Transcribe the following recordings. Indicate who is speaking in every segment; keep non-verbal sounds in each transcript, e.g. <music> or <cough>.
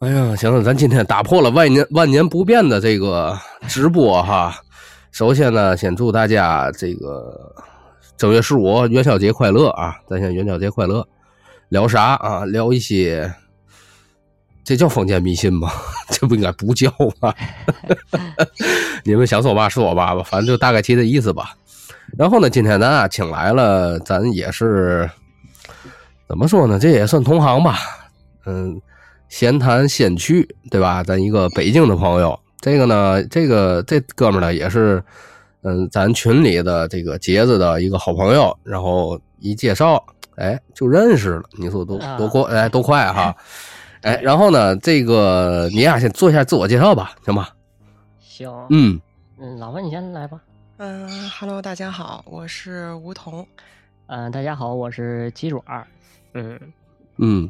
Speaker 1: 哎呀，行了，咱今天打破了万年万年不变的这个直播哈。首先呢，先祝大家这个正月十五元宵节快乐啊！咱先元宵节快乐，聊啥啊？聊一些，这叫封建迷信吗？ <laughs> 这不应该不叫吗？你们想说嘛说嘛吧，反正就大概其这意思吧。然后呢，今天咱啊请来了，咱也是怎么说呢？这也算同行吧，嗯，闲谈先驱，对吧？咱一个北京的朋友，这个呢，这个这哥们儿呢也是，嗯，咱群里的这个杰子的一个好朋友，然后一介绍，哎，就认识了。你说多多快，哎，多快哈！哎，然后呢，这个你俩先做一下自我介绍吧，行吧？
Speaker 2: 行，
Speaker 1: 嗯，
Speaker 2: 嗯，老万你先来吧。
Speaker 3: 嗯哈喽，大家好，我是吴桐。
Speaker 2: 嗯、大家好，我是鸡爪儿。嗯，
Speaker 1: 嗯，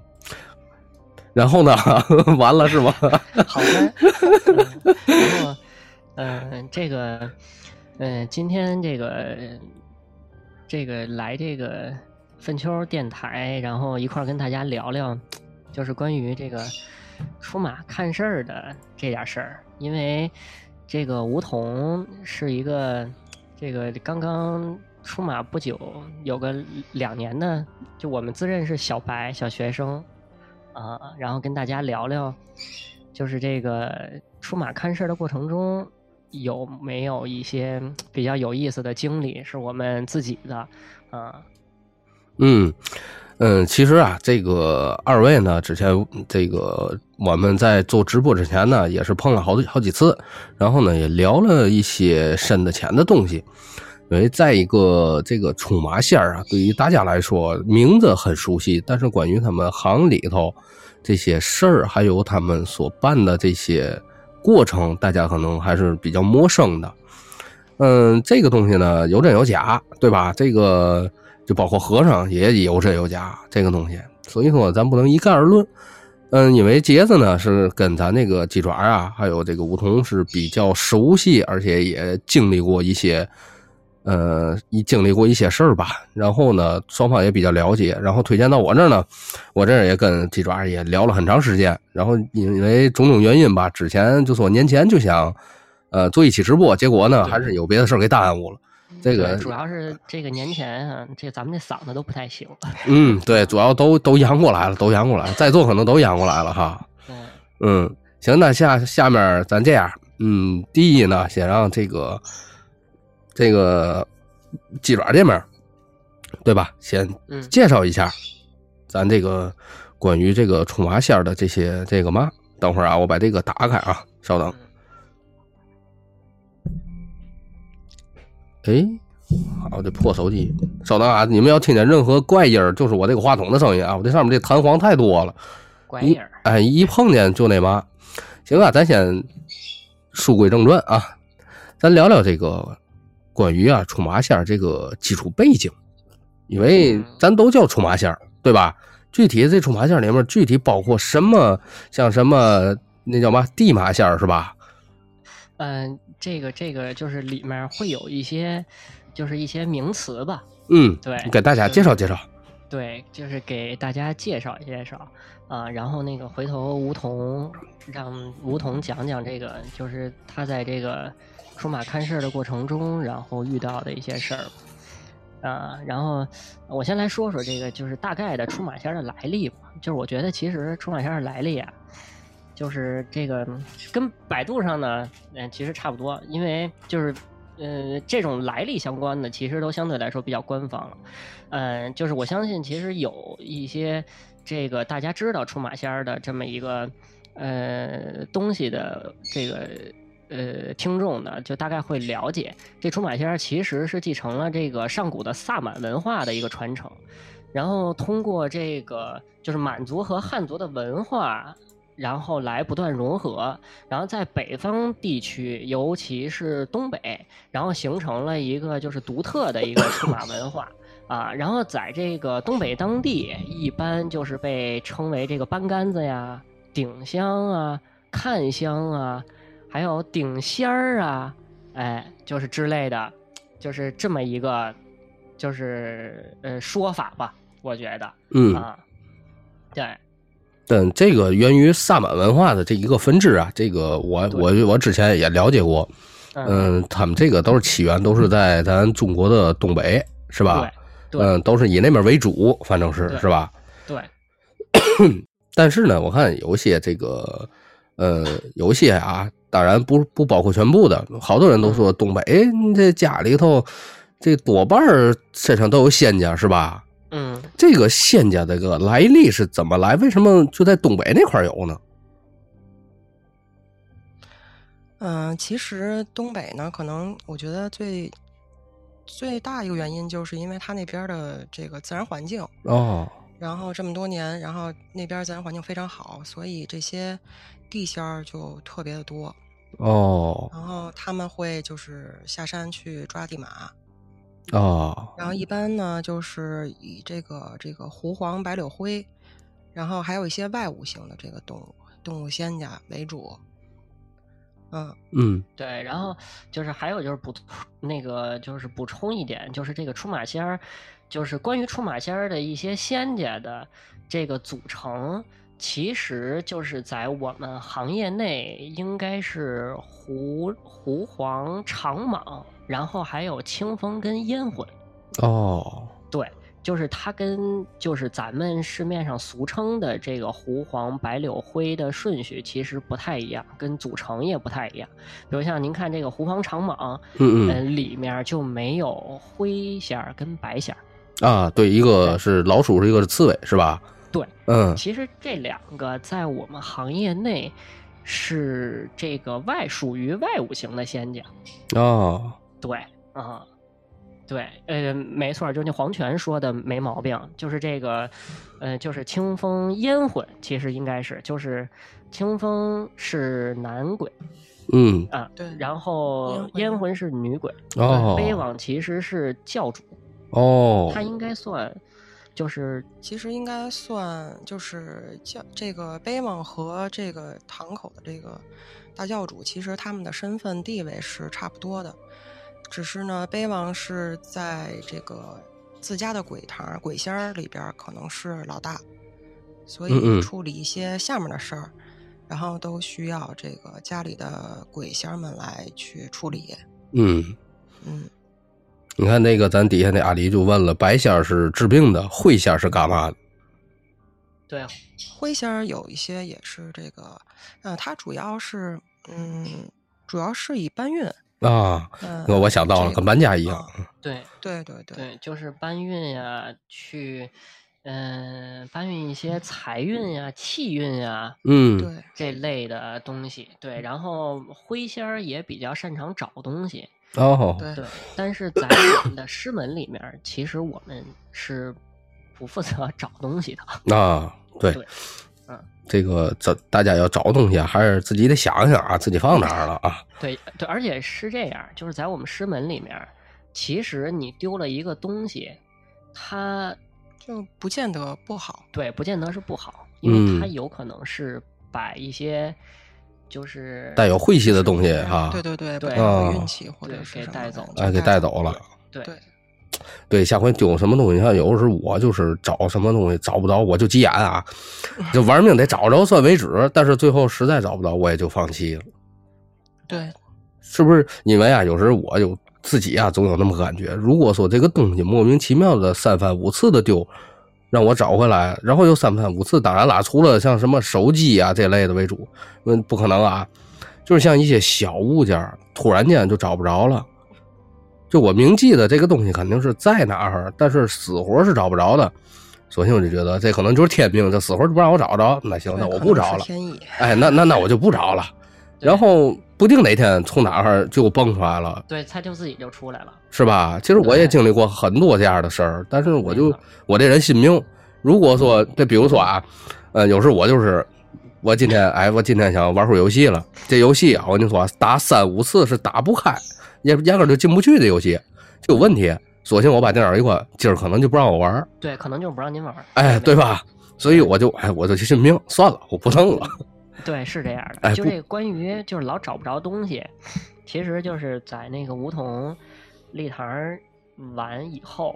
Speaker 1: 然后呢？ <laughs> 完了是吗？
Speaker 2: <laughs> 好的。嗯、然后，嗯、这个，嗯、今天这个，这个来这个粪丘电台，然后一块儿跟大家聊聊，就是关于这个出马看事儿的这点事儿，因为这个梧桐是一个这个刚刚出马不久，有个两年的，就我们自认是小白小学生啊、然后跟大家聊聊，就是这个出马看事儿的过程中。有没有一些比较有意思的经历是我们自己的啊？
Speaker 1: 嗯嗯，其实啊，这个二位呢，之前这个我们在做直播之前呢，也是碰了好多好几次，然后呢也聊了一些深的浅的东西。因为再一个，这个出马仙儿啊，对于大家来说，名字很熟悉，但是关于他们行里头这些事儿，还有他们所办的这些过程，大家可能还是比较陌生的。嗯，这个东西呢，有真有假，对吧？这个就包括和尚也有真有假这个东西，所以说咱不能一概而论。嗯，因为杰子呢是跟咱那个鸡爪啊，还有这个梧桐是比较熟悉，而且也经历过一些，呃，一经历过一些事儿吧。然后呢，双方也比较了解，然后推荐到我这儿呢，我这儿也跟鸡爪也聊了很长时间。然后因为种种原因吧，之前就说年前就想，呃，做一期直播，结果呢还是有别的事儿给耽误了。这个
Speaker 2: 对主要是这个年前啊，这咱们这嗓子都不太行。
Speaker 1: <laughs> 嗯，对，主要都都扬过来了，都扬过来了，在座可能都扬过来了哈。
Speaker 2: 嗯，
Speaker 1: 嗯，行，那下下面咱这样，嗯，第一呢，先让这个这个鸡爪这边儿，对吧？先
Speaker 2: 嗯
Speaker 1: 介绍一下咱这个关于这个冲麻线儿的这些这个嘛。等会儿啊，我把这个打开啊，稍等。哎，好，这破手机，稍等啊！你们要听见任何怪音儿，就是我这个话筒的声音啊，我这上面这弹簧太多了。
Speaker 2: 怪影儿。
Speaker 1: 哎，一碰见就那嘛。行啊，咱先书归正传啊，咱聊聊这个关于啊出马仙儿这个基础背景，因为咱都叫出马仙儿，对吧？具体这出马仙儿里面具体包括什么，像什么那叫嘛地马仙儿是吧？
Speaker 2: 嗯、这个这个就是里面会有一些，就是一些名词吧。
Speaker 1: 嗯，
Speaker 2: 对
Speaker 1: 给大家介绍介绍。
Speaker 2: 对，就是给大家介绍介绍啊、然后那个回头梧桐让梧桐讲讲这个，就是他在这个出马看事儿的过程中，然后遇到的一些事儿。啊、然后我先来说说这个，就是大概的出马仙儿的来历吧。就是我觉得其实出马仙儿的来历啊，就是这个跟百度上呢，嗯、其实差不多，因为就是呃这种来历相关的，其实都相对来说比较官方了。嗯，就是我相信，其实有一些这个大家知道出马仙儿的这么一个呃东西的这个呃听众呢，就大概会了解，这出马仙儿其实是继承了这个上古的萨满文化的一个传承，然后通过这个就是满族和汉族的文化。然后来不断融合，然后在北方地区，尤其是东北，然后形成了一个就是独特的一个出马文化。啊，然后在这个东北当地，一般就是被称为这个班杆子呀、顶香啊、看香啊，还有顶仙儿啊，哎，就是之类的，就是这么一个，就是呃说法吧，我觉得
Speaker 1: 嗯
Speaker 2: 啊，对，
Speaker 1: 但这个源于萨满文化的这一个分支啊，这个我我我之前也了解过，
Speaker 2: 嗯，
Speaker 1: 嗯，他们这个都是起源都是在咱中国的东北，是吧？
Speaker 2: 对对
Speaker 1: 嗯，都是以那边为主，反正是
Speaker 2: 对
Speaker 1: 是吧？
Speaker 2: 对，
Speaker 1: 但是呢，我看有一些这个，呃，有一些啊，当然不不包括全部的，好多人都说东北，
Speaker 2: 嗯
Speaker 1: 哎，你这家里头这多半儿身上都有仙家，是吧？
Speaker 2: 嗯，
Speaker 1: 这个仙家这个来历是怎么来？为什么就在东北那块儿有呢？
Speaker 3: 嗯、其实东北呢，可能我觉得最最大一个原因，就是因为它那边儿的这个自然环境，
Speaker 1: 哦，
Speaker 3: 然后这么多年，然后那边儿自然环境非常好，所以这些地仙儿就特别的多。
Speaker 1: 哦，
Speaker 3: 然后他们会就是下山去抓地马，
Speaker 1: 哦，
Speaker 3: 然后一般呢就是以这个这个狐黄白柳灰，然后还有一些外物性的这个动物动物仙家为主。嗯，
Speaker 1: 嗯，
Speaker 2: 对，然后就是还有就是补那个就是补充一点，就是这个出马仙儿，就是关于出马仙儿的一些仙家的这个组成，其实就是在我们行业内应该是狐狐黄长蟒，然后还有清风跟烟魂，
Speaker 1: 哦，
Speaker 2: 对，就是它跟就是咱们市面上俗称的这个狐黄白柳灰的顺序其实不太一样，跟组成也不太一样。比如像您看这个狐黄长蟒，
Speaker 1: 嗯
Speaker 2: 呃
Speaker 1: 嗯
Speaker 2: 里面就没有灰线儿跟白线儿。
Speaker 1: 啊，对，一个是老鼠，是一个是刺猬，是吧？
Speaker 2: 对，
Speaker 1: 嗯，
Speaker 2: 其实这两个在我们行业内是这个外属于外五行的仙家。
Speaker 1: 哦，
Speaker 2: 对啊、对，呃，没错儿，就那黄泉说的没毛病，就是这个，呃，就是清风烟魂，其实应该是，就是清风是男鬼，
Speaker 1: 嗯，
Speaker 3: 对。
Speaker 2: 然后
Speaker 3: 烟
Speaker 2: 烟
Speaker 3: 魂
Speaker 2: 魂是女鬼，
Speaker 1: 哦，
Speaker 2: 悲网其实是教主，
Speaker 1: 哦，
Speaker 2: 他应该算，就是
Speaker 3: 其实应该算就是教这个卑蒙和这个堂口的这个大教主，其实他们的身份地位是差不多的，只是呢，卑蒙是在这个自家的鬼堂鬼仙儿里边儿可能是老大，所
Speaker 1: 嗯嗯
Speaker 3: 以处理一些下面的事儿，然后都需要这个家里的鬼仙儿们来去处理。
Speaker 1: 嗯，
Speaker 3: 嗯，
Speaker 1: 你看那个咱底下那阿狸就问了，白线儿是治病的，灰线儿是干嘛的？
Speaker 2: 对，
Speaker 3: 灰仙儿有一些也是这个，呃，它主要是嗯，主要是以搬运。
Speaker 1: 啊，
Speaker 3: 嗯
Speaker 1: 我我想到了，跟
Speaker 3: 这个
Speaker 1: 搬家一样。
Speaker 3: 啊
Speaker 2: 对，
Speaker 3: 对对对，
Speaker 2: 对，就是搬运呀、去，嗯、搬运一些财运呀、气运呀、
Speaker 1: 嗯，
Speaker 3: 对，
Speaker 2: 这类的东西，对，然后灰仙儿也比较擅长找东西，
Speaker 1: 哦，
Speaker 3: 对
Speaker 2: 对。但是在我们的师门里面儿，其实我们是不负责找东西的。
Speaker 1: 啊，对
Speaker 2: 对嗯，
Speaker 1: 这个咱大家要找东西啊，还是自己得想想啊，自己放哪儿了啊？
Speaker 2: 对对，而且是这样，就是在我们师门里面儿，其实你丢了一个东西，它
Speaker 3: 就不见得不好。
Speaker 2: 对不见得是不好，因为它
Speaker 1: 嗯
Speaker 2: 有可能是把一些就是
Speaker 1: 带有晦气的东西哈，
Speaker 3: 对对对，不
Speaker 2: 对
Speaker 3: 太好
Speaker 1: 啊
Speaker 3: 运气或者
Speaker 2: 对
Speaker 3: 是
Speaker 2: 给
Speaker 3: 什么
Speaker 2: 带
Speaker 3: 的
Speaker 2: 走
Speaker 3: 就
Speaker 1: 哎，给带走了。
Speaker 2: 对
Speaker 3: 对
Speaker 1: 对，下回丢什么东西，像有的时候我就是找什么东西找不着，我就急眼啊，就玩命得找着算为止。但是最后实在找不着，我也就放弃了。
Speaker 3: 对，
Speaker 1: 是不是？因为啊，有时候我有自己啊，总有那么个感觉。如果说这个东西莫名其妙的三番五次的丢，让我找回来，然后又三番五次，当然啦，除了像什么手机啊这类的为主，嗯，不可能啊，就是像一些小物件儿，突然间就找不着了。就我明记得这个东西肯定是在哪儿，但是死活是找不着的。索性我就觉得这可能就是天命，这死活就不让我找着。那行，
Speaker 3: 对
Speaker 1: 那我
Speaker 3: 可
Speaker 1: 不
Speaker 3: 能
Speaker 1: 找
Speaker 3: 是
Speaker 1: 了。
Speaker 3: 天意，
Speaker 1: 哎，那那那我就不找了。
Speaker 2: 对
Speaker 1: 然后不定哪天从哪儿就蹦出来了，
Speaker 2: 对，它就自己就出来了。
Speaker 1: 是吧？其实我也
Speaker 2: 对
Speaker 1: 经历过很多这样的事儿，但是我
Speaker 2: 没
Speaker 1: 就
Speaker 2: 错
Speaker 1: 我这人信命。如果
Speaker 2: 嗯
Speaker 1: 说这，比如说啊，呃，有时候我就是我今天哎，我今天想玩会儿游戏了，这游戏啊，我跟你说啊打三五次是打不开，压压根儿就进不去这游戏，就有问题。索性我把电脑一关，今儿可能就不让我玩儿，
Speaker 2: 对，可能就是不让您玩儿。
Speaker 1: 哎，
Speaker 2: 没
Speaker 1: 对
Speaker 2: 错
Speaker 1: 吧？所以我就哎，我就去信命，算了，我不弄了。 <laughs>
Speaker 2: 对，是这样的。
Speaker 1: 哎
Speaker 2: 就
Speaker 1: 不
Speaker 2: 这关于就是老找不着东西，其实就是在那个梧桐立堂儿完以后，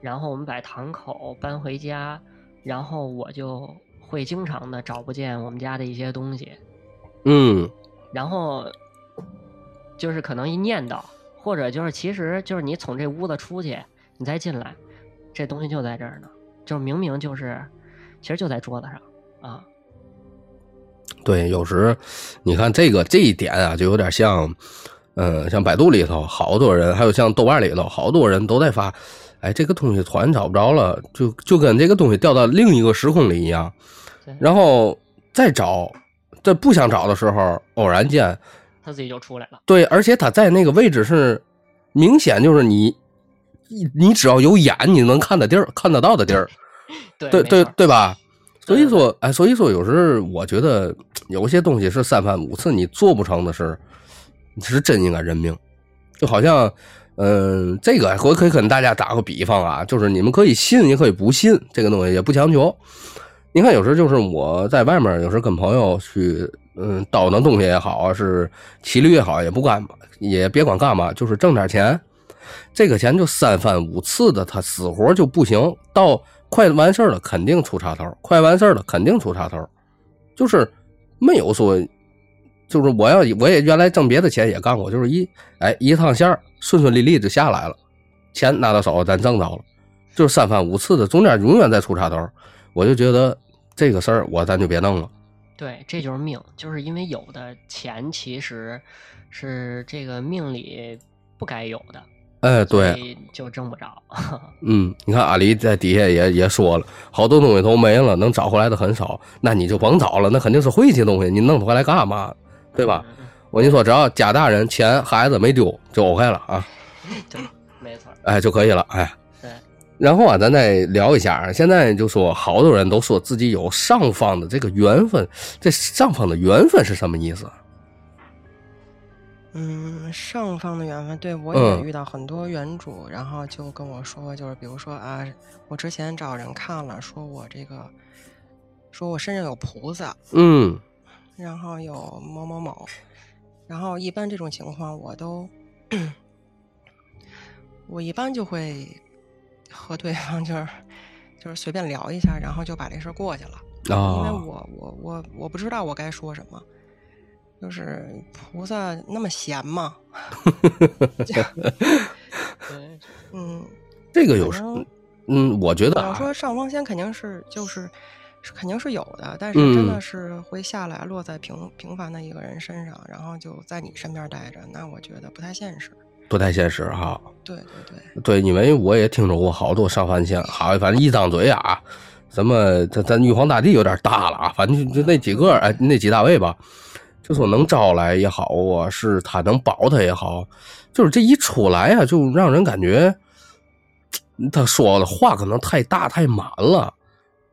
Speaker 2: 然后我们把堂口搬回家，然后我就会经常的找不见我们家的一些东西，
Speaker 1: 嗯
Speaker 2: 然后就是可能一念叨，或者就是其实就是你从这屋子出去，你再进来，这东西就在这儿呢，就是明明就是其实就在桌子上啊，
Speaker 1: 对，有时你看这个这一点啊，就有点像，呃，像百度里头好多人，还有像豆瓣里头好多人都在发，哎，这个东西突然找不着了，就就跟这个东西掉到另一个时空里一样
Speaker 2: 对，
Speaker 1: 然后再找，在不想找的时候，偶然间，
Speaker 2: 他自己就出来了。
Speaker 1: 对，而且它在那个位置是明显就是你，你你只要有眼，你能看的地儿，看得到的地儿，
Speaker 2: 对
Speaker 1: 对
Speaker 2: 没错
Speaker 1: 对对吧？所以
Speaker 2: 对
Speaker 1: 说，哎，所以说，有时候我觉得有些东西是三番五次你做不成的事儿，你是真应该认命。就好像，嗯、这个我可以跟大家打个比方啊，就是你们可以信，也可以不信，这个东西也不强求。你看，有时候就是我在外面，有时候跟朋友去，嗯，倒腾东西也好啊，是骑驴也好，也不干嘛，也别管干嘛，就是挣点钱。这个钱就三番五次的，他死活就不行，到快完事儿了肯定出岔头，快完事儿了肯定出岔头，就是没有说，就是我要我也原来挣别的钱也干过，就是一哎一趟线儿顺顺利利就下来了，钱拿到手咱挣着了，就是三番五次的，中间永远在出岔头，我就觉得这个事儿我咱就别弄了，
Speaker 2: 对，这就是命，就是因为有的钱其实是这个命里不该有的，
Speaker 1: 哎对，，
Speaker 2: 就挣不着。
Speaker 1: 嗯，你看阿狸在底下也也说了，好多东西都没了，能找回来的很少，那你就甭找了，那肯定是晦气东西，你弄回来干嘛？对吧？
Speaker 2: 嗯？
Speaker 1: 我跟你说，只要家大人、钱、孩子没丢，就 OK 了啊，
Speaker 2: <laughs> 对，没错儿，
Speaker 1: 哎就可以了，哎。
Speaker 2: 对，
Speaker 1: 然后啊，咱再聊一下啊，现在就说好多人都说自己有上方的这个缘分，这上方的缘分是什么意思？
Speaker 3: 嗯，上方的缘分，对我也
Speaker 1: 嗯
Speaker 3: 遇到很多原主，然后就跟我说，就是比如说啊，我之前找人看了，说我这个，说我身上有菩萨，
Speaker 1: 嗯
Speaker 3: 然后有某某某，然后一般这种情况我都，我一般就会和对方就是 <laughs> 就是随便聊一下，然后就把这事儿过去了。
Speaker 1: 啊、
Speaker 3: 因为我我我我不知道我该说什么，就是菩萨那么闲吗？
Speaker 2: 对，
Speaker 3: 嗯，
Speaker 1: 这个有
Speaker 3: 反
Speaker 1: 时
Speaker 3: 正，
Speaker 1: 嗯，我觉
Speaker 3: 我
Speaker 1: 得
Speaker 3: 要
Speaker 1: 啊，
Speaker 3: 说上方仙肯定是就是是肯定是有的，但是真
Speaker 1: 嗯
Speaker 3: 的是会下来落在平平凡的一个人身上，然后就在你身边待着，那我觉得不太现实。
Speaker 1: 不太现实哈、
Speaker 3: 对对对，
Speaker 1: 对，因为我也听说过好多上番县，好，反正一张嘴啊，什么咱咱玉皇大帝有点大了啊，反正就就那几个哎，那几大位吧，就说能招来也好啊，是他能保他也好，就是这一出来啊，就让人感觉他说的话可能太大太满了，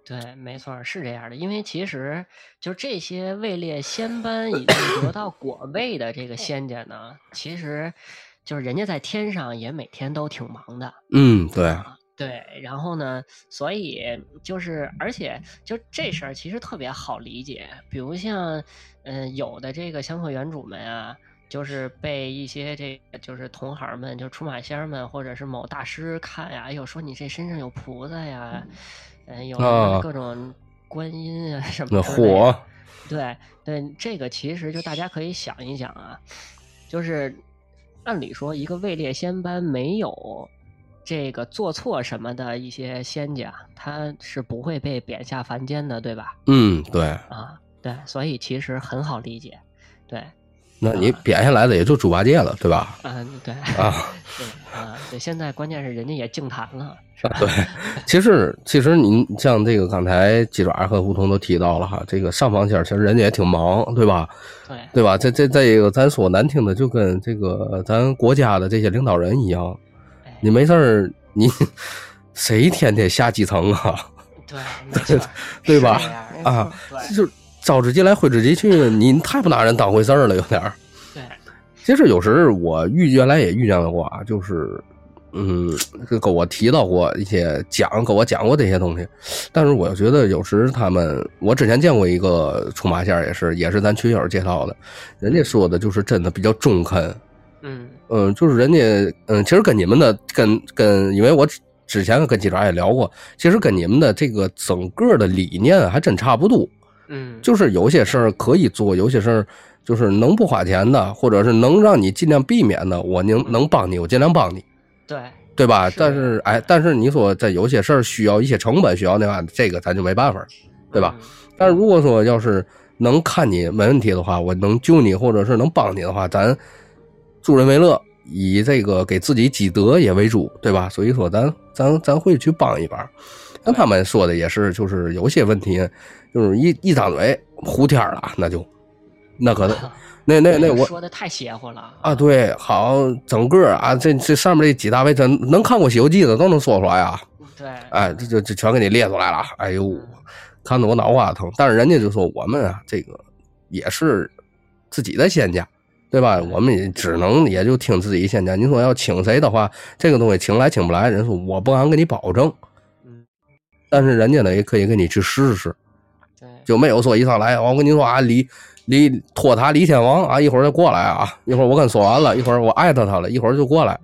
Speaker 2: 对，没错儿，是这样的。因为其实就这些位列仙班已经得到果位的这个仙家呢，其实就是人家在天上也每天都挺忙的。
Speaker 1: 嗯，对，
Speaker 2: 对，然后呢，所以就是，而且就这事儿其实特别好理解，比如像，嗯、有的这个香客原主们啊，就是被一些这个就是同行们，就是出马仙儿们，或者是某大师看呀，哎呦，说你这身上有菩萨呀，嗯、有什么
Speaker 1: 啊
Speaker 2: 各种观音啊什么
Speaker 1: 那
Speaker 2: 之类的
Speaker 1: 火，
Speaker 2: 对对，这个其实就大家可以想一想啊，就是按理说一个位列仙班没有这个做错什么的一些仙家，他是不会被贬下凡间的，对吧？
Speaker 1: 嗯，对，
Speaker 2: 啊，对，所以其实很好理解，对，
Speaker 1: 那你贬下来的也就猪八戒了，对吧？
Speaker 2: 嗯，对，
Speaker 1: 啊。
Speaker 2: 对啊，对，现在关键是人家也净坛了，是吧？
Speaker 1: 啊对，其实其实您像这个刚才鸡爪和胡同都提到了哈，这个上房线儿其实人家也挺忙，对吧？
Speaker 2: 对，
Speaker 1: 对吧？这这这个咱说难听的，就跟这个咱国家的这些领导人一样，
Speaker 2: 哎
Speaker 1: 你没事儿你 <laughs> 谁天天下基层啊？ <laughs>
Speaker 2: 对，没错儿，
Speaker 1: 对
Speaker 2: 是
Speaker 1: 吧
Speaker 2: 这样儿
Speaker 3: 没
Speaker 2: 的
Speaker 1: 啊
Speaker 3: 错
Speaker 2: 对
Speaker 1: 就是招之即来挥之即去，你太不拿人当回事儿了，有点儿。
Speaker 2: 对，
Speaker 1: 其实有时我遇原来也遇见过啊，就是嗯，这跟我提到过一些讲跟我讲过这些东西，但是我觉得有时他们，我之前见过一个出马线儿也是也是咱群友介绍的，人家说的就是真的比较中肯，
Speaker 2: 嗯，
Speaker 1: 嗯，就是人家嗯，其实跟你们的跟跟，因为我只之前跟记者也聊过，其实跟你们的这个整个的理念还真差不多。
Speaker 2: 嗯，
Speaker 1: 就是有些事儿可以做，有些事儿就是能不花钱的，或者是能让你尽量避免的，我能能帮你，我尽量帮你，
Speaker 2: 对，
Speaker 1: 对吧？
Speaker 2: 是
Speaker 1: 但是哎，但是你说在有些事儿需要一些成本，需要那玩意儿，这个咱就没办法，对吧？
Speaker 2: 嗯？
Speaker 1: 但是如果说要是能看你没问题的话，我能救你或者是能帮你的话，咱助人为乐，以这个给自己积德也为主，对吧？所以说咱咱咱会去帮一把。那他们说的也是，就是有些问题，就是一一张嘴胡天儿了，那就那可能那那那我
Speaker 2: 说的太邪乎了
Speaker 1: 啊，对，好，整个啊，这这上面这几大位，咱能看过《西游记》的都能说出来啊，
Speaker 2: 对，
Speaker 1: 哎，这就这全给你列出来了。哎呦，看得我脑瓜疼。但是人家就说我们啊，这个也是自己的仙家，对吧？我们也只能也就听自己仙家。你说要请谁的话，这个东西请来请不来，人说我不敢给你保证。
Speaker 2: 嗯，
Speaker 1: 但是人家呢也可以给你去试试，
Speaker 2: 对，
Speaker 1: 就没有说一上来我跟你说啊，李李托塔李天王啊，一会儿就过来啊，一会儿我跟说完了，一会儿我艾特他了，一会儿就过来，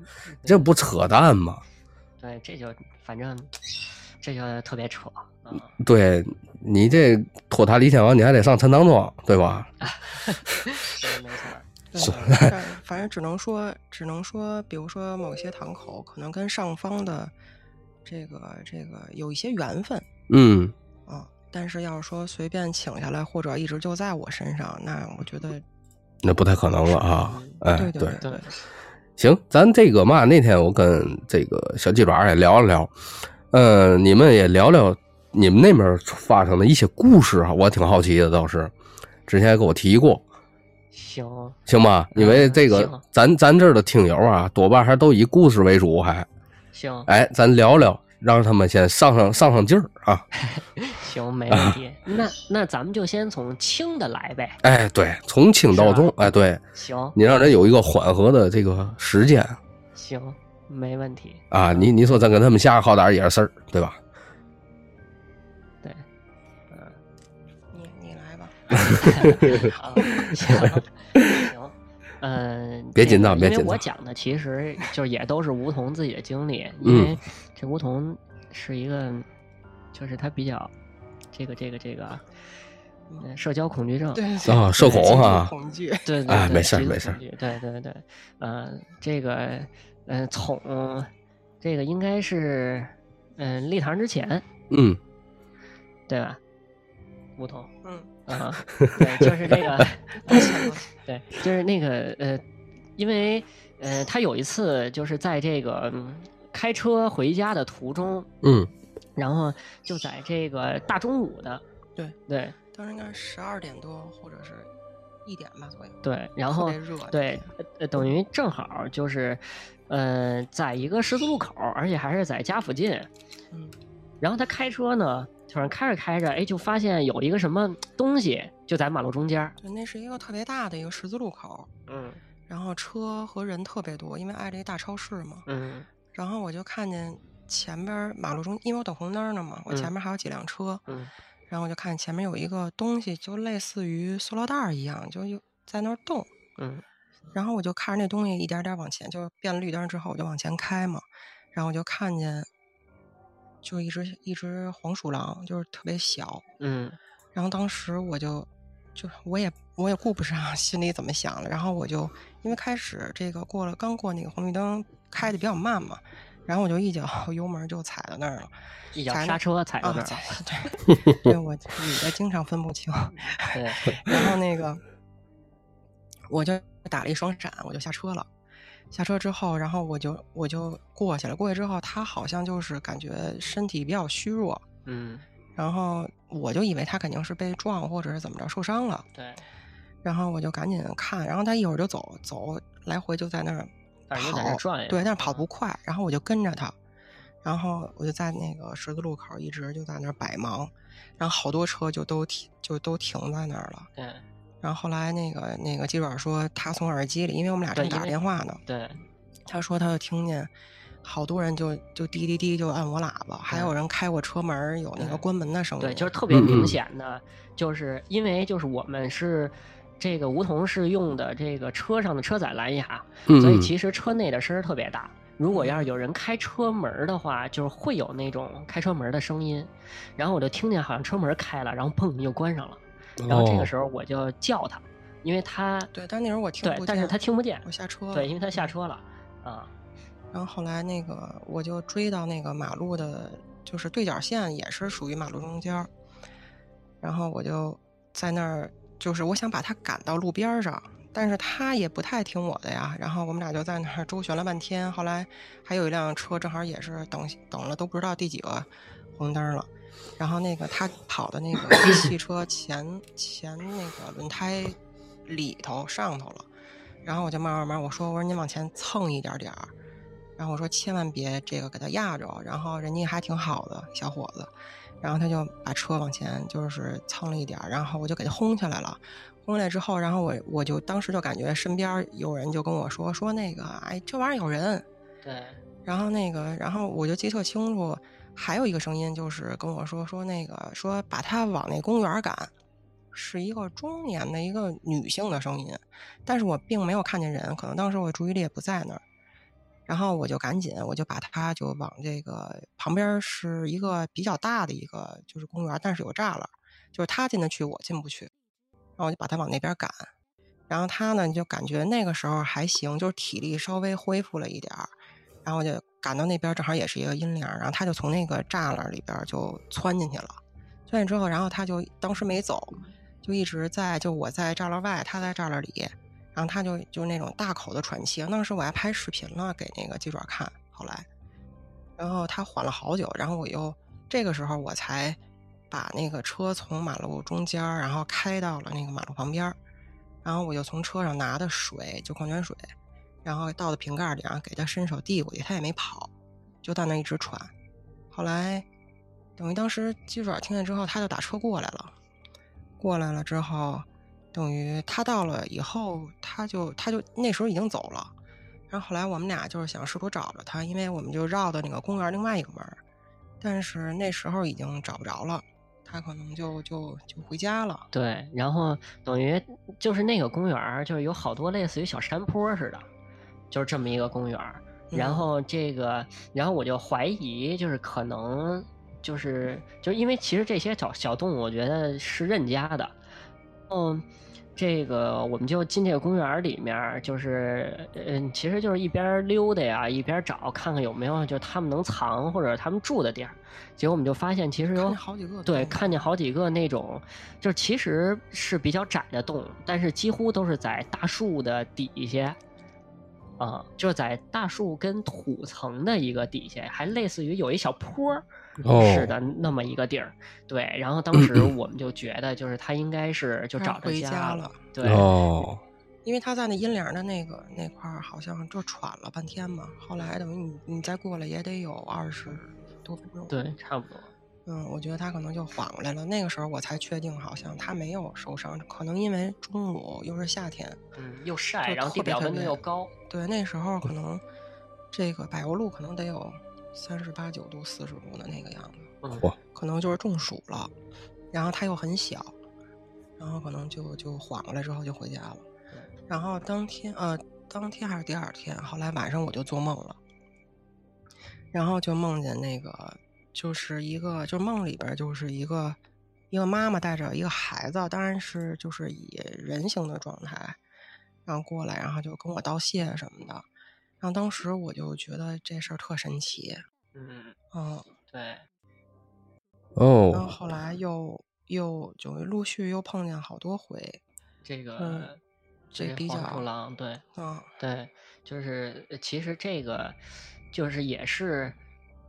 Speaker 1: 这不扯淡吗？
Speaker 2: 对，这就反正这就特别扯啊。
Speaker 1: 对你这托塔李天王，你还得上陈塘庄，对吧？
Speaker 2: 是没
Speaker 1: <laughs>
Speaker 2: 错儿，
Speaker 3: 对，但反正只能说，只能说，比如说某些堂口可能跟上方的这个这个有一些缘分
Speaker 1: 嗯，
Speaker 3: 啊，但是要是说随便请下来，或者一直就在我身上，那我觉得
Speaker 1: 那不太可能了啊。
Speaker 2: 嗯
Speaker 1: 哎，
Speaker 3: 对对
Speaker 2: 对
Speaker 3: 对，
Speaker 1: 行，咱这个嘛，那天我跟这个小鸡爪也聊了聊，嗯，你们也聊聊你们那边发生的一些故事啊，我挺好奇的，倒是之前也跟我提过，
Speaker 2: 行，
Speaker 1: 行吧？因为这
Speaker 2: 嗯
Speaker 1: 个
Speaker 2: 行
Speaker 1: 咱咱这儿的听友啊，多半还都以故事为主，还
Speaker 2: 行，
Speaker 1: 哎，咱聊聊，让他们先上上上上劲儿啊。
Speaker 2: 行，没问题。那那咱们就先从轻的来呗。
Speaker 1: 哎，对，从轻到重
Speaker 2: 是，
Speaker 1: 哎，对。
Speaker 2: 行
Speaker 1: 你让人有一个缓和的这个时间
Speaker 2: 行，没问题。
Speaker 1: 啊！你你说咱跟他们下个号胆也是事儿，对吧？
Speaker 2: 对，
Speaker 3: 你你来
Speaker 1: <laughs>
Speaker 3: 吧，
Speaker 2: 啊，行，行，嗯，
Speaker 1: <laughs> 别
Speaker 2: 这
Speaker 1: 紧
Speaker 2: 个
Speaker 1: 张别
Speaker 2: 因为
Speaker 1: 紧
Speaker 2: 我
Speaker 1: 张
Speaker 2: 讲的其实就是也都是梧桐自己的经历，
Speaker 1: 嗯
Speaker 2: 因为这梧桐是一个，就是他比较这个这个这个，嗯，社交恐惧症，
Speaker 3: 对对
Speaker 1: 啊，社恐哈，
Speaker 3: 恐惧，
Speaker 1: <laughs>
Speaker 2: 对对，
Speaker 1: 哎
Speaker 2: 对
Speaker 1: 没事儿
Speaker 2: 极度
Speaker 1: 没事
Speaker 2: 恐惧对对对，呃，这个，呃，宠，这个应该是，嗯、立堂之前，
Speaker 1: 嗯，
Speaker 2: 对吧？梧桐，
Speaker 3: 嗯，
Speaker 2: 啊、对，就是这
Speaker 1: <laughs>
Speaker 2: 个，
Speaker 3: 抱歉抱歉
Speaker 2: 对，就是那个呃，因为呃，他有一次就是在这个、嗯、开车回家的途中，
Speaker 1: 嗯
Speaker 2: 然后就在这个大中午的，
Speaker 3: 对
Speaker 2: 对
Speaker 3: 当时应该十二点多或者是一点吧左右，
Speaker 2: 对，然
Speaker 3: 特
Speaker 2: 后
Speaker 3: 别热，
Speaker 2: 对，呃呃等于正好就是，呃，在一个十字路口，而且还是在家附近。
Speaker 3: 嗯，
Speaker 2: 然后他开车呢，就是开着开着，哎，就发现有一个什么东西就在马路中间儿。
Speaker 3: 对，那是一个特别大的一个十字路口，
Speaker 2: 嗯
Speaker 3: 然后车和人特别多，因为挨着一大超市嘛。
Speaker 2: 嗯
Speaker 3: 然后我就看见前边儿马路中，因为我等红灯儿呢嘛，我
Speaker 2: 嗯
Speaker 3: 前面还有几辆车，
Speaker 2: 嗯
Speaker 3: 然后我就看前面有一个东西，就类似于塑料袋儿一样，就有在那儿动。
Speaker 2: 嗯
Speaker 3: 然后我就看着那东西一点儿点儿往前，就是变绿灯儿之后，我就往前开嘛，然后我就看见，就一只一只黄鼠狼，就是特别小。
Speaker 2: 嗯
Speaker 3: 然后当时我就，就我也我也顾不上 <laughs> 心里怎么想了，然后我就因为开始这个过了刚过那个红绿灯，开的比较慢嘛，然后我就一脚 <laughs> 油门就踩到那儿了，
Speaker 2: 一脚
Speaker 3: 踩
Speaker 2: 刹
Speaker 3: 那
Speaker 2: 车踩到
Speaker 3: 啊
Speaker 2: 那，儿
Speaker 3: 踩
Speaker 2: 了。
Speaker 3: 对，对我 <laughs> 语言经常分不清，
Speaker 2: 对，嗯
Speaker 3: 然后那个我就打了一双闪，我就下车了。下车之后，然后我就我就过去了。过去之后，他好像就是感觉身体比较虚弱，
Speaker 2: 嗯
Speaker 3: 然后我就以为他肯定是被撞或者是怎么着受伤了。
Speaker 2: 对，
Speaker 3: 然后我就赶紧看，然后他一会儿就走走，来回就在那儿
Speaker 2: 反正就在那儿
Speaker 3: 跑
Speaker 2: 转呀。
Speaker 3: 对，但是跑不
Speaker 2: 嗯
Speaker 3: 快，然后我就跟着他，然后我就在那个十字路口一直就在那儿百忙，然后好多车就都停就都停在那儿了。然后后来那个那个记者说，他从耳机里，因为我们俩
Speaker 2: 对
Speaker 3: 正
Speaker 2: 因
Speaker 3: 打
Speaker 2: 为
Speaker 3: 电话呢，
Speaker 2: 对
Speaker 3: 哦他说他就听见好多人就就滴滴滴就按我喇叭，还有
Speaker 2: 对
Speaker 3: 人开我车门儿，有那
Speaker 2: 对
Speaker 3: 个关门的声
Speaker 2: 对
Speaker 3: 音，
Speaker 2: 对，就是特别
Speaker 1: 嗯
Speaker 2: 明
Speaker 1: 嗯
Speaker 2: 显的，就是因为就是我们是这个梧桐是用的这个车上的车载蓝牙，
Speaker 1: 嗯
Speaker 2: 所以
Speaker 1: 嗯
Speaker 2: 其实车内的声儿特别大。如果要是有人开车门儿的话，就是会有那种开车门儿的声音，然后我就听见好像车门开了，然后砰又关上了，然后
Speaker 1: 哦
Speaker 2: 这个时候我就叫他，因为他
Speaker 3: 对，但那时候我听
Speaker 2: 对
Speaker 3: 不见，，
Speaker 2: 但是他听不见，
Speaker 3: 我下车了，
Speaker 2: 对，因为他下车了啊，
Speaker 3: 然后后来那个我就追到那个马路的，就是对角线也是属于马路中间儿，然后我就在那儿，就是我想把他赶到路边儿上，但是他也不太听我的呀。然后我们俩就在那儿周旋了半天，后来还有一辆车正好也是等等了都不知道第几个红灯了。然后那个他跑的那个汽车前前那个轮胎里头上头了，然后我就慢慢慢我说我说您往前蹭一点点儿，然后我说千万别这个给他压着，然后人家还挺好的小伙子，然后他就把车往前就是蹭了一点儿，然后我就给他轰下来了。轰下来之后，然后我我就当时就感觉身边有人就跟我说说那个哎这玩意儿有人，
Speaker 2: 对，
Speaker 3: 然后那个，然后我就记特清楚，还有一个声音就是跟我说说那个说把他往那公园儿赶，是一个中年的一个女性的声音，但是我并没有看见人，可能当时我注意力也不在那儿，然后我就赶紧我就把他就往这个旁边儿是一个比较大的一个就是公园儿，但是有栅栏，就是他进得去我进不去，然后我就把他往那边儿赶，然后他呢就感觉那个时候还行，就是体力稍微恢复了一点儿。然后我就赶到那边，正好也是一个阴凉，然后他就从那个栅栏里边就窜进去了。窜进去之后，然后他就当时没走，就一直在就我在栅栏外，他在栅栏里，然后他就就那种大口的喘气。当时我还拍视频了给那个记者看，后来，然后他缓了好久，然后我又这个时候我才把那个车从马路中间儿，然后开到了那个马路旁边儿，然后我就从车上拿的水，就矿泉水，然后倒到瓶盖里，然后给他伸手递过去，他也没跑，就在那儿一直喘。后来，等于当时记者听见之后，他就打车过来了。过来了之后，等于他到了以后，他就他就那时候已经走了。然后后来我们俩就是想试图找着他，因为我们就绕到那个公园另外一个门儿，但是那时候已经找不着了，他可能就就就回家了。
Speaker 2: 对，然后等于就是那个公园儿，就是有好多类似于小山坡似的，就是这么一个公园儿。然
Speaker 3: 嗯
Speaker 2: 后这个，然后我就怀疑，就是可能就是就是因为其实这些小小动物，我觉得是认家的。嗯，这个我们就进这个公园儿里面儿，就是嗯，其实就是一边儿溜达呀，一边儿找，看看有没有就他们能藏或者他们住的地儿。结果我们就发现，其实
Speaker 3: 看
Speaker 2: 有
Speaker 3: 见好几个
Speaker 1: 嗯
Speaker 2: 对，
Speaker 3: 洞
Speaker 2: 看见好几个那种，就是其实是比较窄的洞，但是几乎都是在大树的底下，啊、就是在大树跟土层的一个底下，还类似于有一小坡儿
Speaker 1: 哦
Speaker 2: 似的那么一个地儿。对，然后当
Speaker 1: <clears throat>
Speaker 2: 时我们就觉得，就是他应该是就
Speaker 3: 他
Speaker 2: 找着
Speaker 3: 回家
Speaker 2: 了
Speaker 3: 了。
Speaker 2: 对，
Speaker 1: 哦，
Speaker 3: 因为他在那阴凉的那个那块儿，好像就喘了半天嘛。后来等于你你再过来也得有二十多分钟。，
Speaker 2: 对，差不多。
Speaker 3: 嗯，我觉得他可能就缓过来了。那个时候我才确定，好像他没有受伤，可能因为中午又是夏天，
Speaker 2: 嗯，又晒，
Speaker 3: 就
Speaker 2: 然后地
Speaker 3: 特别
Speaker 2: 表
Speaker 3: 特
Speaker 2: 温度
Speaker 3: 别
Speaker 2: 又高。
Speaker 3: 对，那时候可能这个柏油路可能得有三十八九度、四十度的那个样子。
Speaker 2: 嗯
Speaker 1: 嚯
Speaker 3: 可能就是中暑了，然后他又很小，然后可能就就缓过来之后就回家了。然后当天呃，当天还是第二天，后来晚上我就做梦了，然后就梦见那个就是一个就梦里边儿就是一个一个妈妈带着一个孩子，当然是就是以人形的状态，然后过来，然后就跟我道谢什么的。然后当时我就觉得这事儿特神奇，
Speaker 2: 嗯，
Speaker 3: 嗯，
Speaker 2: 对，
Speaker 3: 然嗯后
Speaker 1: 哦，
Speaker 3: 后来又又就陆续又碰见好多回，
Speaker 2: 这个、
Speaker 3: 嗯
Speaker 2: 这
Speaker 3: 这比
Speaker 2: 个黄
Speaker 3: 较
Speaker 2: 鼠狼，对。
Speaker 3: 嗯，
Speaker 2: 对，就是呃其实这个就是也是，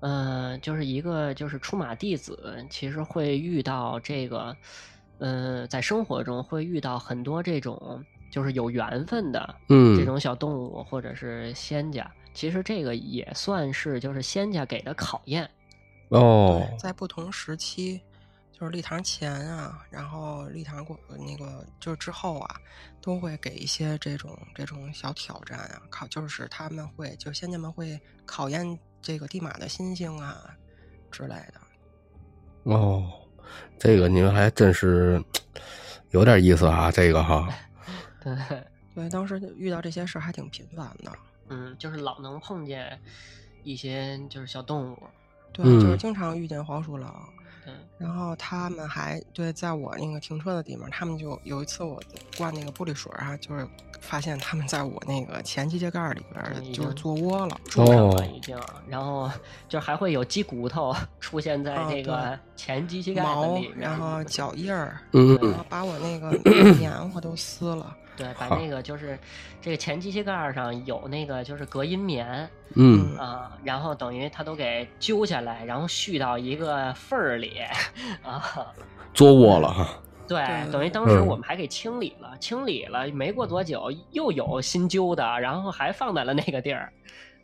Speaker 2: 呃，就是一个就是出马弟子，其实会遇到这个，呃，在生活中会遇到很多这种就是有缘分的这
Speaker 1: 嗯，
Speaker 2: 种小动物或者是仙家，其实这个也算是就是仙家给的考验。 <laughs>
Speaker 1: 哦，
Speaker 3: 在不同时期，就是立堂前啊，然后立堂过那个就是之后啊，都会给一些这种这种小挑战啊，考就是他们会就先进们会考验这个地马的心性啊之类的。
Speaker 1: 哦，这个你们还真是有点意思啊，这个哈，
Speaker 2: 对，
Speaker 3: 对，当时遇到这些事儿还挺频繁的，
Speaker 2: 嗯，就是老能碰见一些就是小动物，
Speaker 3: 对，啊就是
Speaker 1: 嗯
Speaker 3: 经常遇见黄鼠狼。
Speaker 2: 嗯
Speaker 3: 然后他们还对，在我那个停车的地方，他们就有一次我灌那个玻璃水儿啊，就是发现他们在我那个前机械盖儿里边儿
Speaker 2: 嗯已
Speaker 3: 就是
Speaker 2: 经
Speaker 3: 做窝了。
Speaker 2: 出场
Speaker 1: 哦
Speaker 2: 了已经，然后就还会有鸡骨头 <laughs> 出现在
Speaker 3: 哦
Speaker 2: 这个
Speaker 3: 对
Speaker 2: 前机器盖嗯子
Speaker 3: 毛
Speaker 2: 里，面，
Speaker 3: 然后脚印儿，
Speaker 1: 嗯嗯
Speaker 3: 然
Speaker 1: 嗯
Speaker 3: 后把我那个
Speaker 1: <clears throat>
Speaker 3: 棉花都撕了。
Speaker 2: 对，把
Speaker 1: 好
Speaker 2: 那个就是这个前机器盖儿上有那个就是隔音棉，
Speaker 1: 嗯，
Speaker 2: 啊、然后等于他都给揪下来，然后续到一个缝儿
Speaker 3: <laughs>
Speaker 2: 里，啊，
Speaker 1: 作窝了哈。
Speaker 2: 对，
Speaker 3: 对
Speaker 2: 等于当时
Speaker 1: 嗯
Speaker 2: 我们还给清理了，清理了，没过多久又有新揪的，然后还放在了那个地
Speaker 3: <laughs>
Speaker 2: 儿，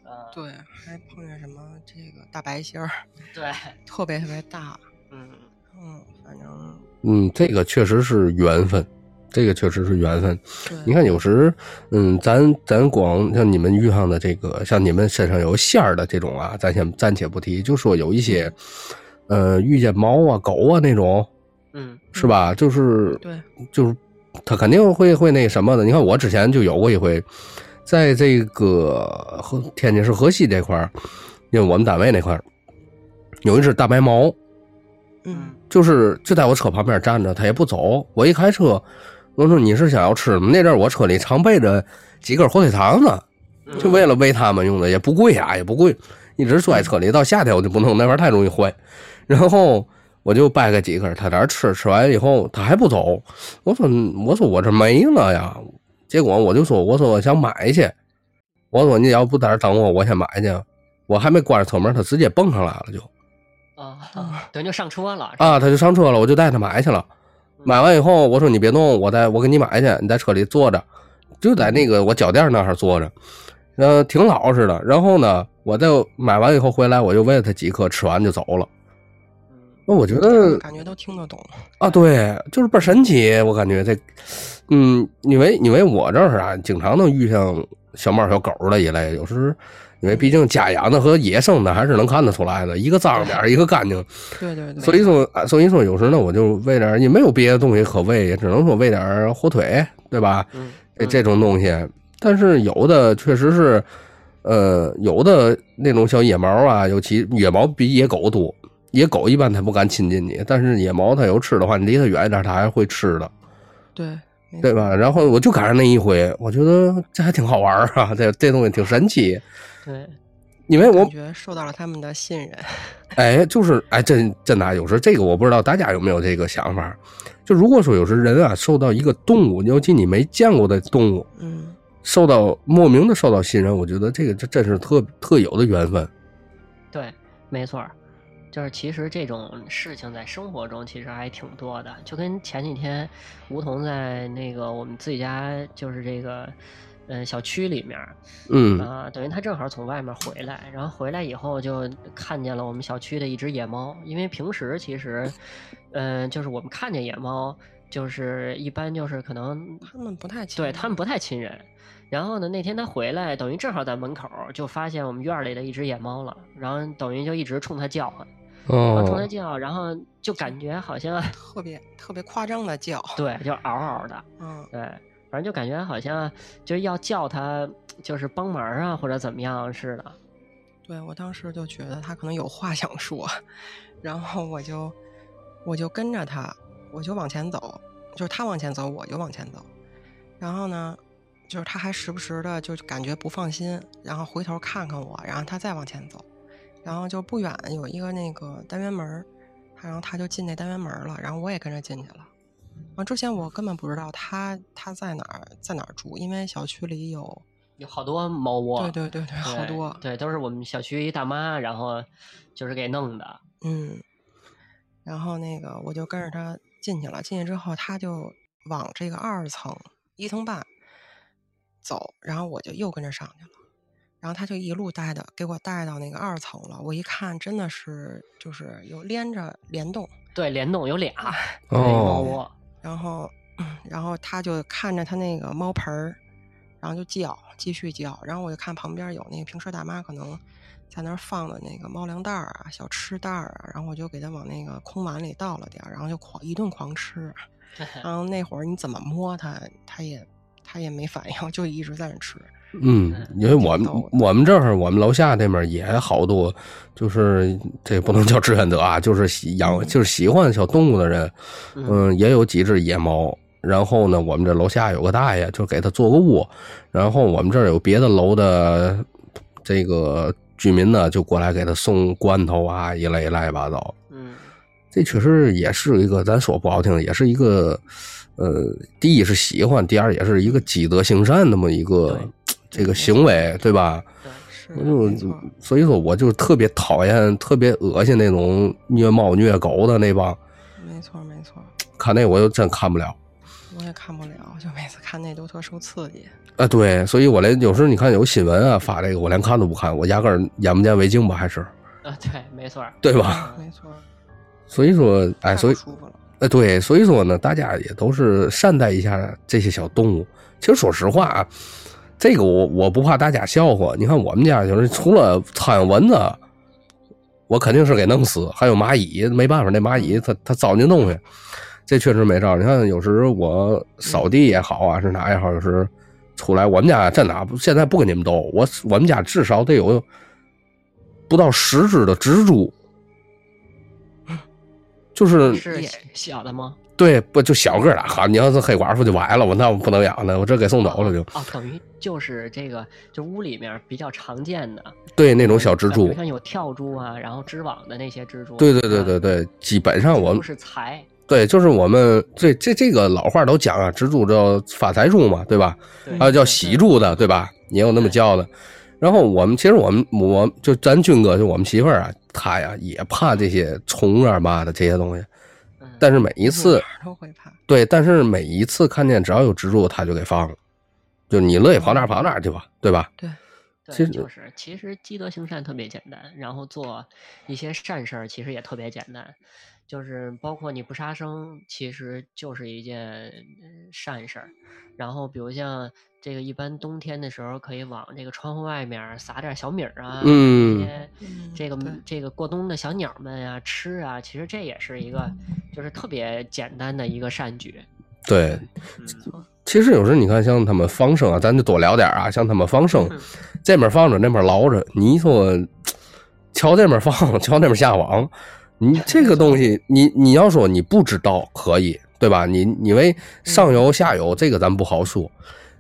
Speaker 2: 呃，
Speaker 3: 对，还碰见什么这个大白星儿，
Speaker 2: 对，
Speaker 3: 特别特别大。
Speaker 2: 嗯，
Speaker 3: 嗯，反正
Speaker 1: 嗯，这个确实是缘分，这个确实是缘分。
Speaker 3: 对，
Speaker 1: 你看，有时，嗯，咱咱光像你们遇上的这个，像你们身上有线儿的这种啊，咱先暂且不提，就说有一些，呃，遇见猫啊、狗啊那种，
Speaker 2: 嗯，
Speaker 1: 是吧？就是
Speaker 3: 嗯对，
Speaker 1: 就是他肯定会会那什么的。你看我之前就有过一回，在这个河天津市河西这块儿，因为我们单位那块儿有一只大白猫，
Speaker 3: 嗯，
Speaker 1: 就是就在我车旁边站着，它也不走。我一开车，我说你是想要吃吗？那阵儿我车里常备着几根火腿肠子，
Speaker 2: 嗯
Speaker 1: 就为了喂它们用的，也不贵啊，也不贵，一直坐在车里。到夏天我就不弄，那玩意儿太容易坏。然后我就掰开几根儿，它在那儿吃，吃完以后它还不走。我说我说我这没了呀。结果我就说我说我想买去，我说你要不在这儿等我，我先买去。我还没关上车门，它直接蹦上来了就。
Speaker 2: 啊、 <laughs> 等于就上车了，
Speaker 1: 啊，他就上车了，我就带他买去了。买完以后，我说你别动，我在我给你买去，你在车里坐着，就在那个我脚垫那儿坐着，呃，挺老实的。然后呢，我再买完以后回来，我又喂了他几颗，吃完就走了。
Speaker 2: 嗯，
Speaker 1: 那我觉
Speaker 3: 他们
Speaker 1: 得
Speaker 3: 感觉都听得懂。
Speaker 1: 啊，对，就是倍儿神奇，我感觉这，嗯，因为因为我这儿啊，经常能遇上小猫小狗的一类，有时因为毕竟家养的和野生的还是能看得出来的，一个脏点儿，一个干净。
Speaker 3: 对对对，
Speaker 1: 所以说，啊所以说有时呢，我就喂点儿也没有别的东西可喂，也只能说喂点儿火腿，对吧？
Speaker 2: 嗯，
Speaker 1: 这这种东西，但是有的确实是，呃，有的那种小野猫啊，尤其野猫比野狗多，野狗一般它不敢亲近你，但是野猫它有吃的话，你离它远一点，它还会吃的，
Speaker 3: 对，没
Speaker 1: 对吧？然后我就赶上那一回，我觉得这还挺好玩儿啊，这这东西挺神奇，
Speaker 2: 对，
Speaker 1: 因为我
Speaker 3: 感觉受到了他们的信任。
Speaker 1: 哎，就是哎，真真的啊，有时候这个我不知道大家有没有这个想法。就如果说有时人啊受到一个动物，尤其你没见过的动物，
Speaker 3: 嗯，
Speaker 1: 受到莫名的受到信任，我觉得这个这真是特特有的缘分。
Speaker 2: 对，没错儿，就是其实这种事情在生活中其实还挺多的，就跟前几天吴桐在那个我们自己家就是这个。嗯，小区里面儿，
Speaker 1: 嗯
Speaker 2: 啊、等于他正好从外面回来，然后回来以后就看见了我们小区的一只野猫。因为平时其实，嗯、就是我们看见野猫，就是一般就是可能
Speaker 3: 他们不太亲
Speaker 2: 对
Speaker 3: 近，
Speaker 2: 他们不太亲人。然后呢，那天他回来，等于正好在门口儿就发现我们院儿里的一只野猫了，然后等于就一直冲它叫唤，
Speaker 3: 嗯
Speaker 2: 然后冲它
Speaker 1: 哦，
Speaker 2: 叫，然后就感觉好像 <laughs>
Speaker 3: 特别特别夸张的叫。
Speaker 2: 对，就嗷嗷的，
Speaker 3: 嗯，
Speaker 2: 对，反正就感觉好像就是要叫它，就是帮忙啊或者怎么样似的，
Speaker 3: 对我当时就觉得他可能有话想说， <laughs> 然后我就我就跟着他，我就往前走，就是他往前走，我就往前走。然后呢，就是他还时不时的就感觉不放心，然后回头看看我，然后他再往前走，然后就不远有一个那个单元门儿，然后他就进那单元门儿了，然后我也跟着进去了。然后之前我根本不知道他他在哪儿在哪儿住，因为小区里有，
Speaker 2: 有好多猫窝，
Speaker 3: 对对对对，好多，
Speaker 2: 对，都是我们小区一大妈，然后就是给弄的，
Speaker 3: 嗯，然后那个我就跟着他进去了。进去之后，他就往这个二层、一层半走，然后我就又跟着上去了。然后他就一路带的，给我带到那个二层了。我一看，真的是就是有连着联动，
Speaker 2: 对，联动有俩， <laughs> 对一猫
Speaker 1: 哦，
Speaker 2: 窝，
Speaker 3: 然后， <clears throat> 然后他就看着他那个猫盆儿，然后就叫，继续叫。然后我就看旁边有那个平时大妈可能在那儿放的那个猫粮袋儿啊、小吃袋儿啊，然后我就给他往那个空碗里倒了点儿，然后就狂一顿狂吃。嗯 <laughs> 然后那会儿你怎么摸它，它也它也没反应，就一直在那吃。
Speaker 1: 嗯，因为我们
Speaker 3: 挺逗的
Speaker 1: 我们这儿我们楼下这面也好多，就是这不能叫志愿者啊，就是喜
Speaker 3: 嗯
Speaker 1: 养就是喜欢小动物的人，
Speaker 2: 嗯
Speaker 1: 嗯，也有几只野猫。然后呢，我们这楼下有个大爷，就给他做个窝。然后我们这儿有别的楼的这个居民呢，就过来给他送罐头啊，一类乱七八糟。
Speaker 2: 嗯
Speaker 1: 这确实也是一个，咱说不好听，也是一个，呃，第一是喜欢，第二也是一个积德行善那么一个这个行为，对吧？
Speaker 2: 对，
Speaker 3: 是
Speaker 1: 我
Speaker 3: 的
Speaker 1: 就
Speaker 3: 嗯没错，
Speaker 1: 所以说，我就特别讨厌、特别恶心那种虐猫虐狗的那帮，
Speaker 3: 没错，没错，
Speaker 1: 看那我就真看不了。
Speaker 3: 我也看不了，就每次看那都特受刺激。
Speaker 1: 啊，对，所以我连有时候你看有新闻啊发这个，我连看都不看，我压根儿眼不见为净吧，还是
Speaker 2: 啊对，没错儿，
Speaker 1: 对吧？
Speaker 2: 嗯
Speaker 3: 没错，
Speaker 1: 所以说，哎，
Speaker 3: 太
Speaker 1: 所
Speaker 3: 不
Speaker 1: 以
Speaker 3: 舒服了。
Speaker 1: 哎，对，所以说呢，大家也都是善待一下这些小动物。其实说实话啊，这个我我不怕大家笑话。你看我们家就是除了苍蝇、蚊子，我肯定是给弄死，还有蚂蚁，没办法，那蚂蚁它它糟践东西，这确实没招儿。你看有时我扫地也好啊，是哪也好，有时出来我们家真的啊不现在不跟你们斗，我我们家至少得有不到十只的蜘蛛。就是
Speaker 2: 是
Speaker 3: 也
Speaker 2: 小的吗？
Speaker 1: 对，不就小个儿的哈？你要是黑寡妇就崴了，我那我不能养了，我这给送走了就。
Speaker 2: 哦，等于就是这个，就屋里面比较常见的呃
Speaker 1: 对，那种小蜘
Speaker 2: 比如
Speaker 1: 蛛，
Speaker 2: 像有跳蛛啊，然后织网的那些蜘蛛。
Speaker 1: 对对对
Speaker 2: 啊
Speaker 1: 对，对，基本上我
Speaker 2: 这
Speaker 1: 们
Speaker 2: 都是财。
Speaker 1: 对，就是我们这这这个老话都讲啊，蜘蛛叫发财蛛嘛，对吧？
Speaker 2: 对
Speaker 1: 还有啊叫
Speaker 2: 对
Speaker 1: 喜
Speaker 2: 对
Speaker 1: 蛛的，对吧？也有那么
Speaker 2: 对
Speaker 1: 叫的。然后我们其实我们我就咱军哥就我们媳妇儿啊，她呀也怕这些虫啊嘛的这些东西，
Speaker 2: 嗯
Speaker 1: 但是每一次
Speaker 3: 哪儿都会怕。
Speaker 1: 对，但是每一次看见只要有蜘蛛，她就给放了，就你乐意跑哪儿跑哪儿去吧，对吧？
Speaker 3: 对，
Speaker 2: 对，
Speaker 1: 其实
Speaker 2: 就是其实积德行善特别简单，然后做一些善事儿其实也特别简单，就是包括你不杀生，其实就是一件呃善事儿。然后比如像这个一般冬天的时候，可以往这个窗户外面儿撒点儿小米儿啊，
Speaker 1: 嗯
Speaker 2: 这些
Speaker 3: 嗯
Speaker 2: 这个
Speaker 3: 对
Speaker 2: 这个过冬的小鸟们啊吃啊，其实这也是一个就是特别简单的一个善举。
Speaker 1: 对，
Speaker 2: 嗯，
Speaker 1: 其实有时候你看，像他们放生啊，咱就多聊点啊。像他们放生
Speaker 2: 嗯，
Speaker 1: 这面放着，那面捞着，你说，瞧这面放， <laughs> 瞧那面下网，你这个东西，你你要说你不知道可以，对吧？你你因为上游下游这个咱不好说，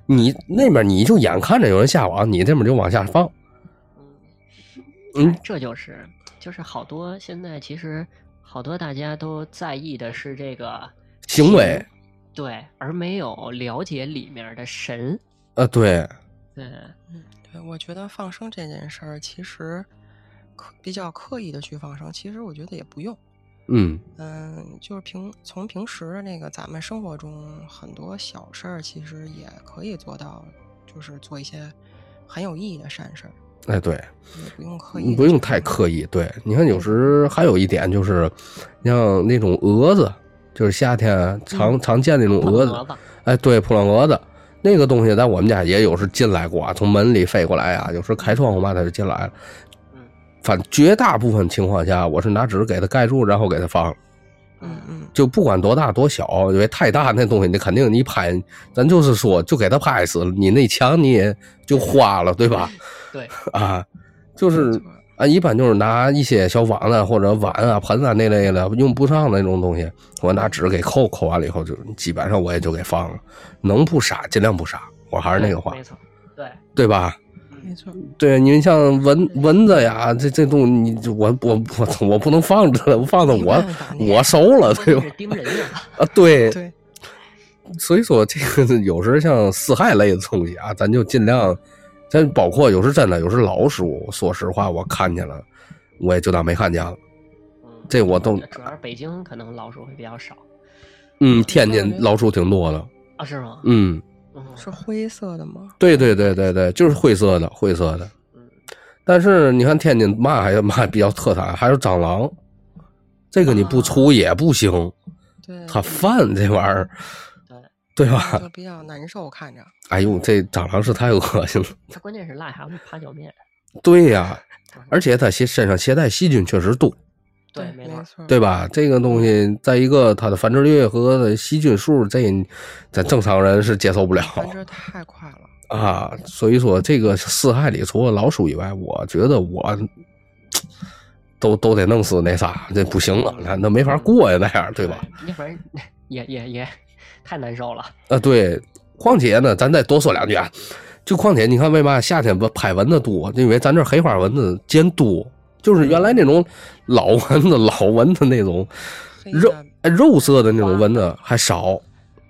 Speaker 1: 你那面你就眼看着有人下网，你这面就往下放，嗯
Speaker 2: 哎这就是就是好多现在其实好多大家都在意的是这个
Speaker 1: 行为，
Speaker 2: 对，而没有了解里面的神。
Speaker 1: 呃，对，
Speaker 2: 对，
Speaker 3: 嗯，对，我觉得放生这件事儿，其实刻比较刻意的去放生，其实我觉得也不用。
Speaker 1: 嗯，
Speaker 3: 嗯，就是平从平时的那个咱们生活中很多小事儿，其实也可以做到，就是做一些很有意义的善事儿，
Speaker 1: 哎，对。
Speaker 3: 也不用刻意
Speaker 1: 你
Speaker 3: 地
Speaker 1: 嗯不用
Speaker 3: 去
Speaker 1: 太
Speaker 3: 做
Speaker 1: 刻意。对，你看有时还有一点就是，像那种蛾子，就是夏天常常见那种嗯
Speaker 2: 放
Speaker 1: 蛾
Speaker 2: 蛾
Speaker 1: 子，
Speaker 2: 子，
Speaker 1: 哎，对，扑棱蛾子那个东西，在我们家也有时进来过啊，从门里飞过来啊，有时开窗户嘛，它就进来了
Speaker 2: 嗯。
Speaker 1: 反正绝大部分情况下，我是拿纸给它盖住，然后给它放了。
Speaker 3: 嗯嗯，
Speaker 1: 就不管多大多小，因为太大那东西，你肯定你拍，咱就是说，就给它拍死了，你那墙你也就花了，对吧？
Speaker 2: 对，
Speaker 1: <laughs> 啊，就是
Speaker 3: 没错
Speaker 1: 啊，一般就是拿一些小网啊或者碗啊、盆啊那类的用不上的那种东西，我拿纸给扣，扣完了以后就基本上我也就给放了，能不杀尽量不杀，我还是那个话
Speaker 2: 对，没错，对，
Speaker 1: 对吧？
Speaker 3: 没
Speaker 2: 嗯，
Speaker 3: 错，
Speaker 1: 对，你像蚊蚊子呀，这这东西你就我我我我不能放着，放着
Speaker 3: 没
Speaker 1: 我
Speaker 3: 办法你
Speaker 1: 我收了，对
Speaker 2: 关键
Speaker 1: 吧
Speaker 2: 是？盯人呀，
Speaker 1: <laughs> 啊，对，
Speaker 3: 对，
Speaker 1: 所以说这个有时像四害类的东西啊，咱就尽量，咱包括有时真的有时老鼠，说实话我看见了，我也就当没看见了。
Speaker 2: 嗯
Speaker 1: 这我都
Speaker 2: 主要是北京可能老鼠会比较少
Speaker 1: 嗯，天津老鼠挺多的。
Speaker 2: 啊，是吗？
Speaker 1: 嗯，
Speaker 2: 嗯
Speaker 3: 是灰色的吗？
Speaker 1: 对对对对对，就是灰色的灰色的。
Speaker 2: 嗯
Speaker 1: 但是你看天津嘛还有嘛比较特产，还有蟑螂，这个你不除也不行，
Speaker 3: 啊对，
Speaker 1: <laughs> 它犯这玩意儿，对
Speaker 2: 对，
Speaker 3: 那
Speaker 1: 吧？
Speaker 3: 就比较难受，看着。
Speaker 1: 哎呦，这蟑螂是太恶心了。
Speaker 2: 它关键是癞蛤蟆爬脚面，
Speaker 1: 对呀、
Speaker 3: 嗯
Speaker 1: 而且它携身上携带细菌确实多。
Speaker 2: 对，没
Speaker 3: 没
Speaker 2: 错儿，
Speaker 3: 错，
Speaker 1: 对吧？这个东西，再一个它的繁殖率和细菌数，这咱正常人是接受不了
Speaker 3: 啊繁殖太快了，
Speaker 1: 啊，所以说这个四害里除了老鼠以外，我觉得我都都得弄死那仨，这不行了，那那没法过呀，那样对吧？
Speaker 2: 要不然 <laughs> 也也也 <laughs> 太难受了。
Speaker 1: 啊，对，况且呢，咱再多说两句啊，就况且你看为嘛夏天不拍蚊子多，就因为咱这黑花蚊子尖多，就是原来那种老蚊子、老蚊子那种
Speaker 3: 黑
Speaker 1: 肉
Speaker 3: 的
Speaker 1: 哎肉色的那种蚊子还少，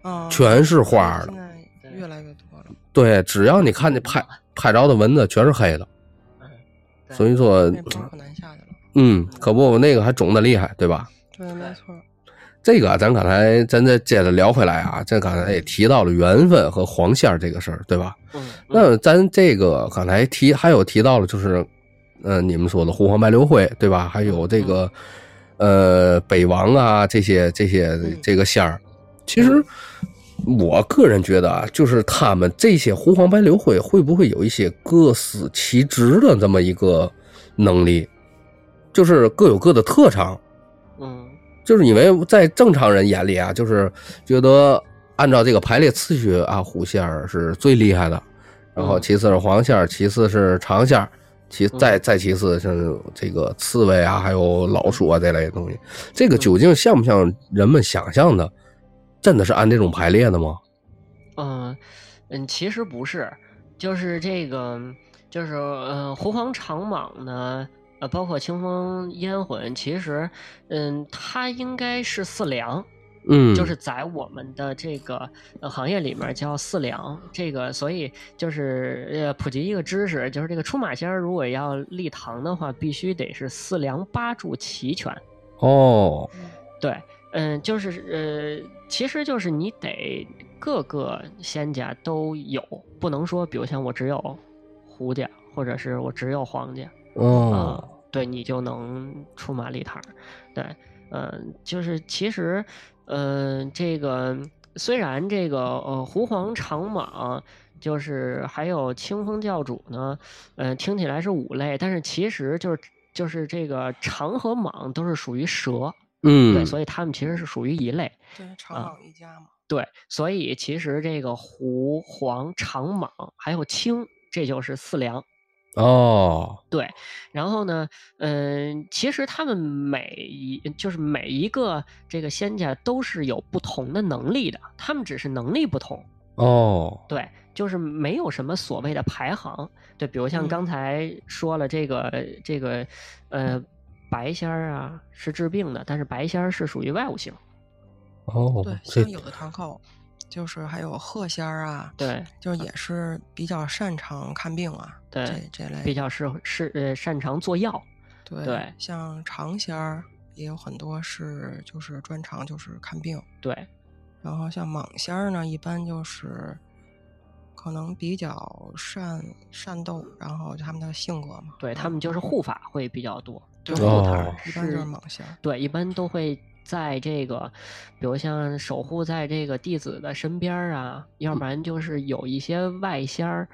Speaker 3: 啊，
Speaker 1: 全是花的
Speaker 3: 现。在越来越多了，
Speaker 1: 对，只要你看见拍拍着的蚊子全是黑的，
Speaker 2: 对
Speaker 1: 所以说
Speaker 3: 那包可难下去了。
Speaker 1: 嗯，可不，那个还肿的厉害，对吧？
Speaker 3: 对，没错，
Speaker 1: 这个啊咱刚才咱再接着聊回来啊，这刚才也提到了缘分和黄线儿这个事儿，对吧？
Speaker 2: 嗯，嗯
Speaker 1: 那咱这个刚才提还有提到了，就是，嗯、你们说的狐黄白柳灰，对吧？还有这个，呃，北王啊，这些这些嗯这个线儿，其实我个人觉得啊，就是他们这些狐黄白柳灰会不会有一些各司其职的这么一个能力，就是各有各的特长，
Speaker 2: 嗯
Speaker 1: 就是因为在正常人眼里啊，就是觉得按照这个排列次序啊，虎线儿是最厉害的，然后
Speaker 2: 嗯
Speaker 1: 其次是黄线儿，其次是长线儿，其再再其次是这个刺猬啊，还有
Speaker 2: 嗯
Speaker 1: 老鼠啊这类的东西。这个究竟像不像人们想象的？真的是按这种排列的吗？
Speaker 2: 嗯嗯，其实不是，就是这个，就是呃，狐黄长蟒呢，呃，包括清风烟魂，其实，嗯，它应该是四梁，
Speaker 1: 嗯，
Speaker 2: 就是在我们的这个、呃、行业里面叫四梁，这个所以就是呃普及一个知识，就是这个出马仙儿如果要立堂的话，必须得是四梁八柱齐全。
Speaker 1: 哦，
Speaker 2: 对，嗯，就是呃，其实就是你得各个仙家都有，不能说比如像我只有胡家，或者是我只有黄家，啊、
Speaker 1: 哦，
Speaker 2: 对你就能出马立堂儿。对，嗯、就是其实，嗯、这个虽然这个呃狐黄长蟒。就是还有清风教主呢，呃，听起来是五类，但是其实就是就是这个长和蟒都是属于蛇，对，
Speaker 1: 嗯，
Speaker 2: 所以他们其实是属于一类。
Speaker 1: 啊
Speaker 3: 对，长蟒一家嘛，
Speaker 2: 对，所以其实这个狐、黄、长蟒还有青，这就是四梁。
Speaker 1: 哦，
Speaker 2: 对，然后呢，嗯，其实他们每一就是每一个这个仙家都是有不同的能力的，他们只是能力不同。
Speaker 1: 哦，
Speaker 2: 对，就是没有什么所谓的排行。对，比如像
Speaker 3: 嗯
Speaker 2: 刚才说了这个、这个，呃，白仙儿啊是治病的，但是白仙儿是属于外物性。
Speaker 1: 哦
Speaker 3: 对，，
Speaker 1: 这
Speaker 3: 像，有的堂口。就是还有鹤仙儿啊，
Speaker 2: 对
Speaker 3: 就是也是比较擅长看病啊，
Speaker 2: 对
Speaker 3: 这这类
Speaker 2: 比较是是呃擅长做药。
Speaker 3: 对
Speaker 2: 对
Speaker 3: 像长仙儿也有很多是就是专长就是看病，
Speaker 2: 对，
Speaker 3: 然后像蟒仙儿呢，一般就是可能比较善善斗，然后就他们的性格嘛，
Speaker 2: 对他们就是护法会比较多，就
Speaker 3: 对
Speaker 2: 护塔
Speaker 1: 哦
Speaker 2: 儿
Speaker 3: 一般就是是蟒仙儿。
Speaker 2: 对，一般都会在这个，比如像守护在这个弟子的身边儿啊，要不然就是有一些外仙儿，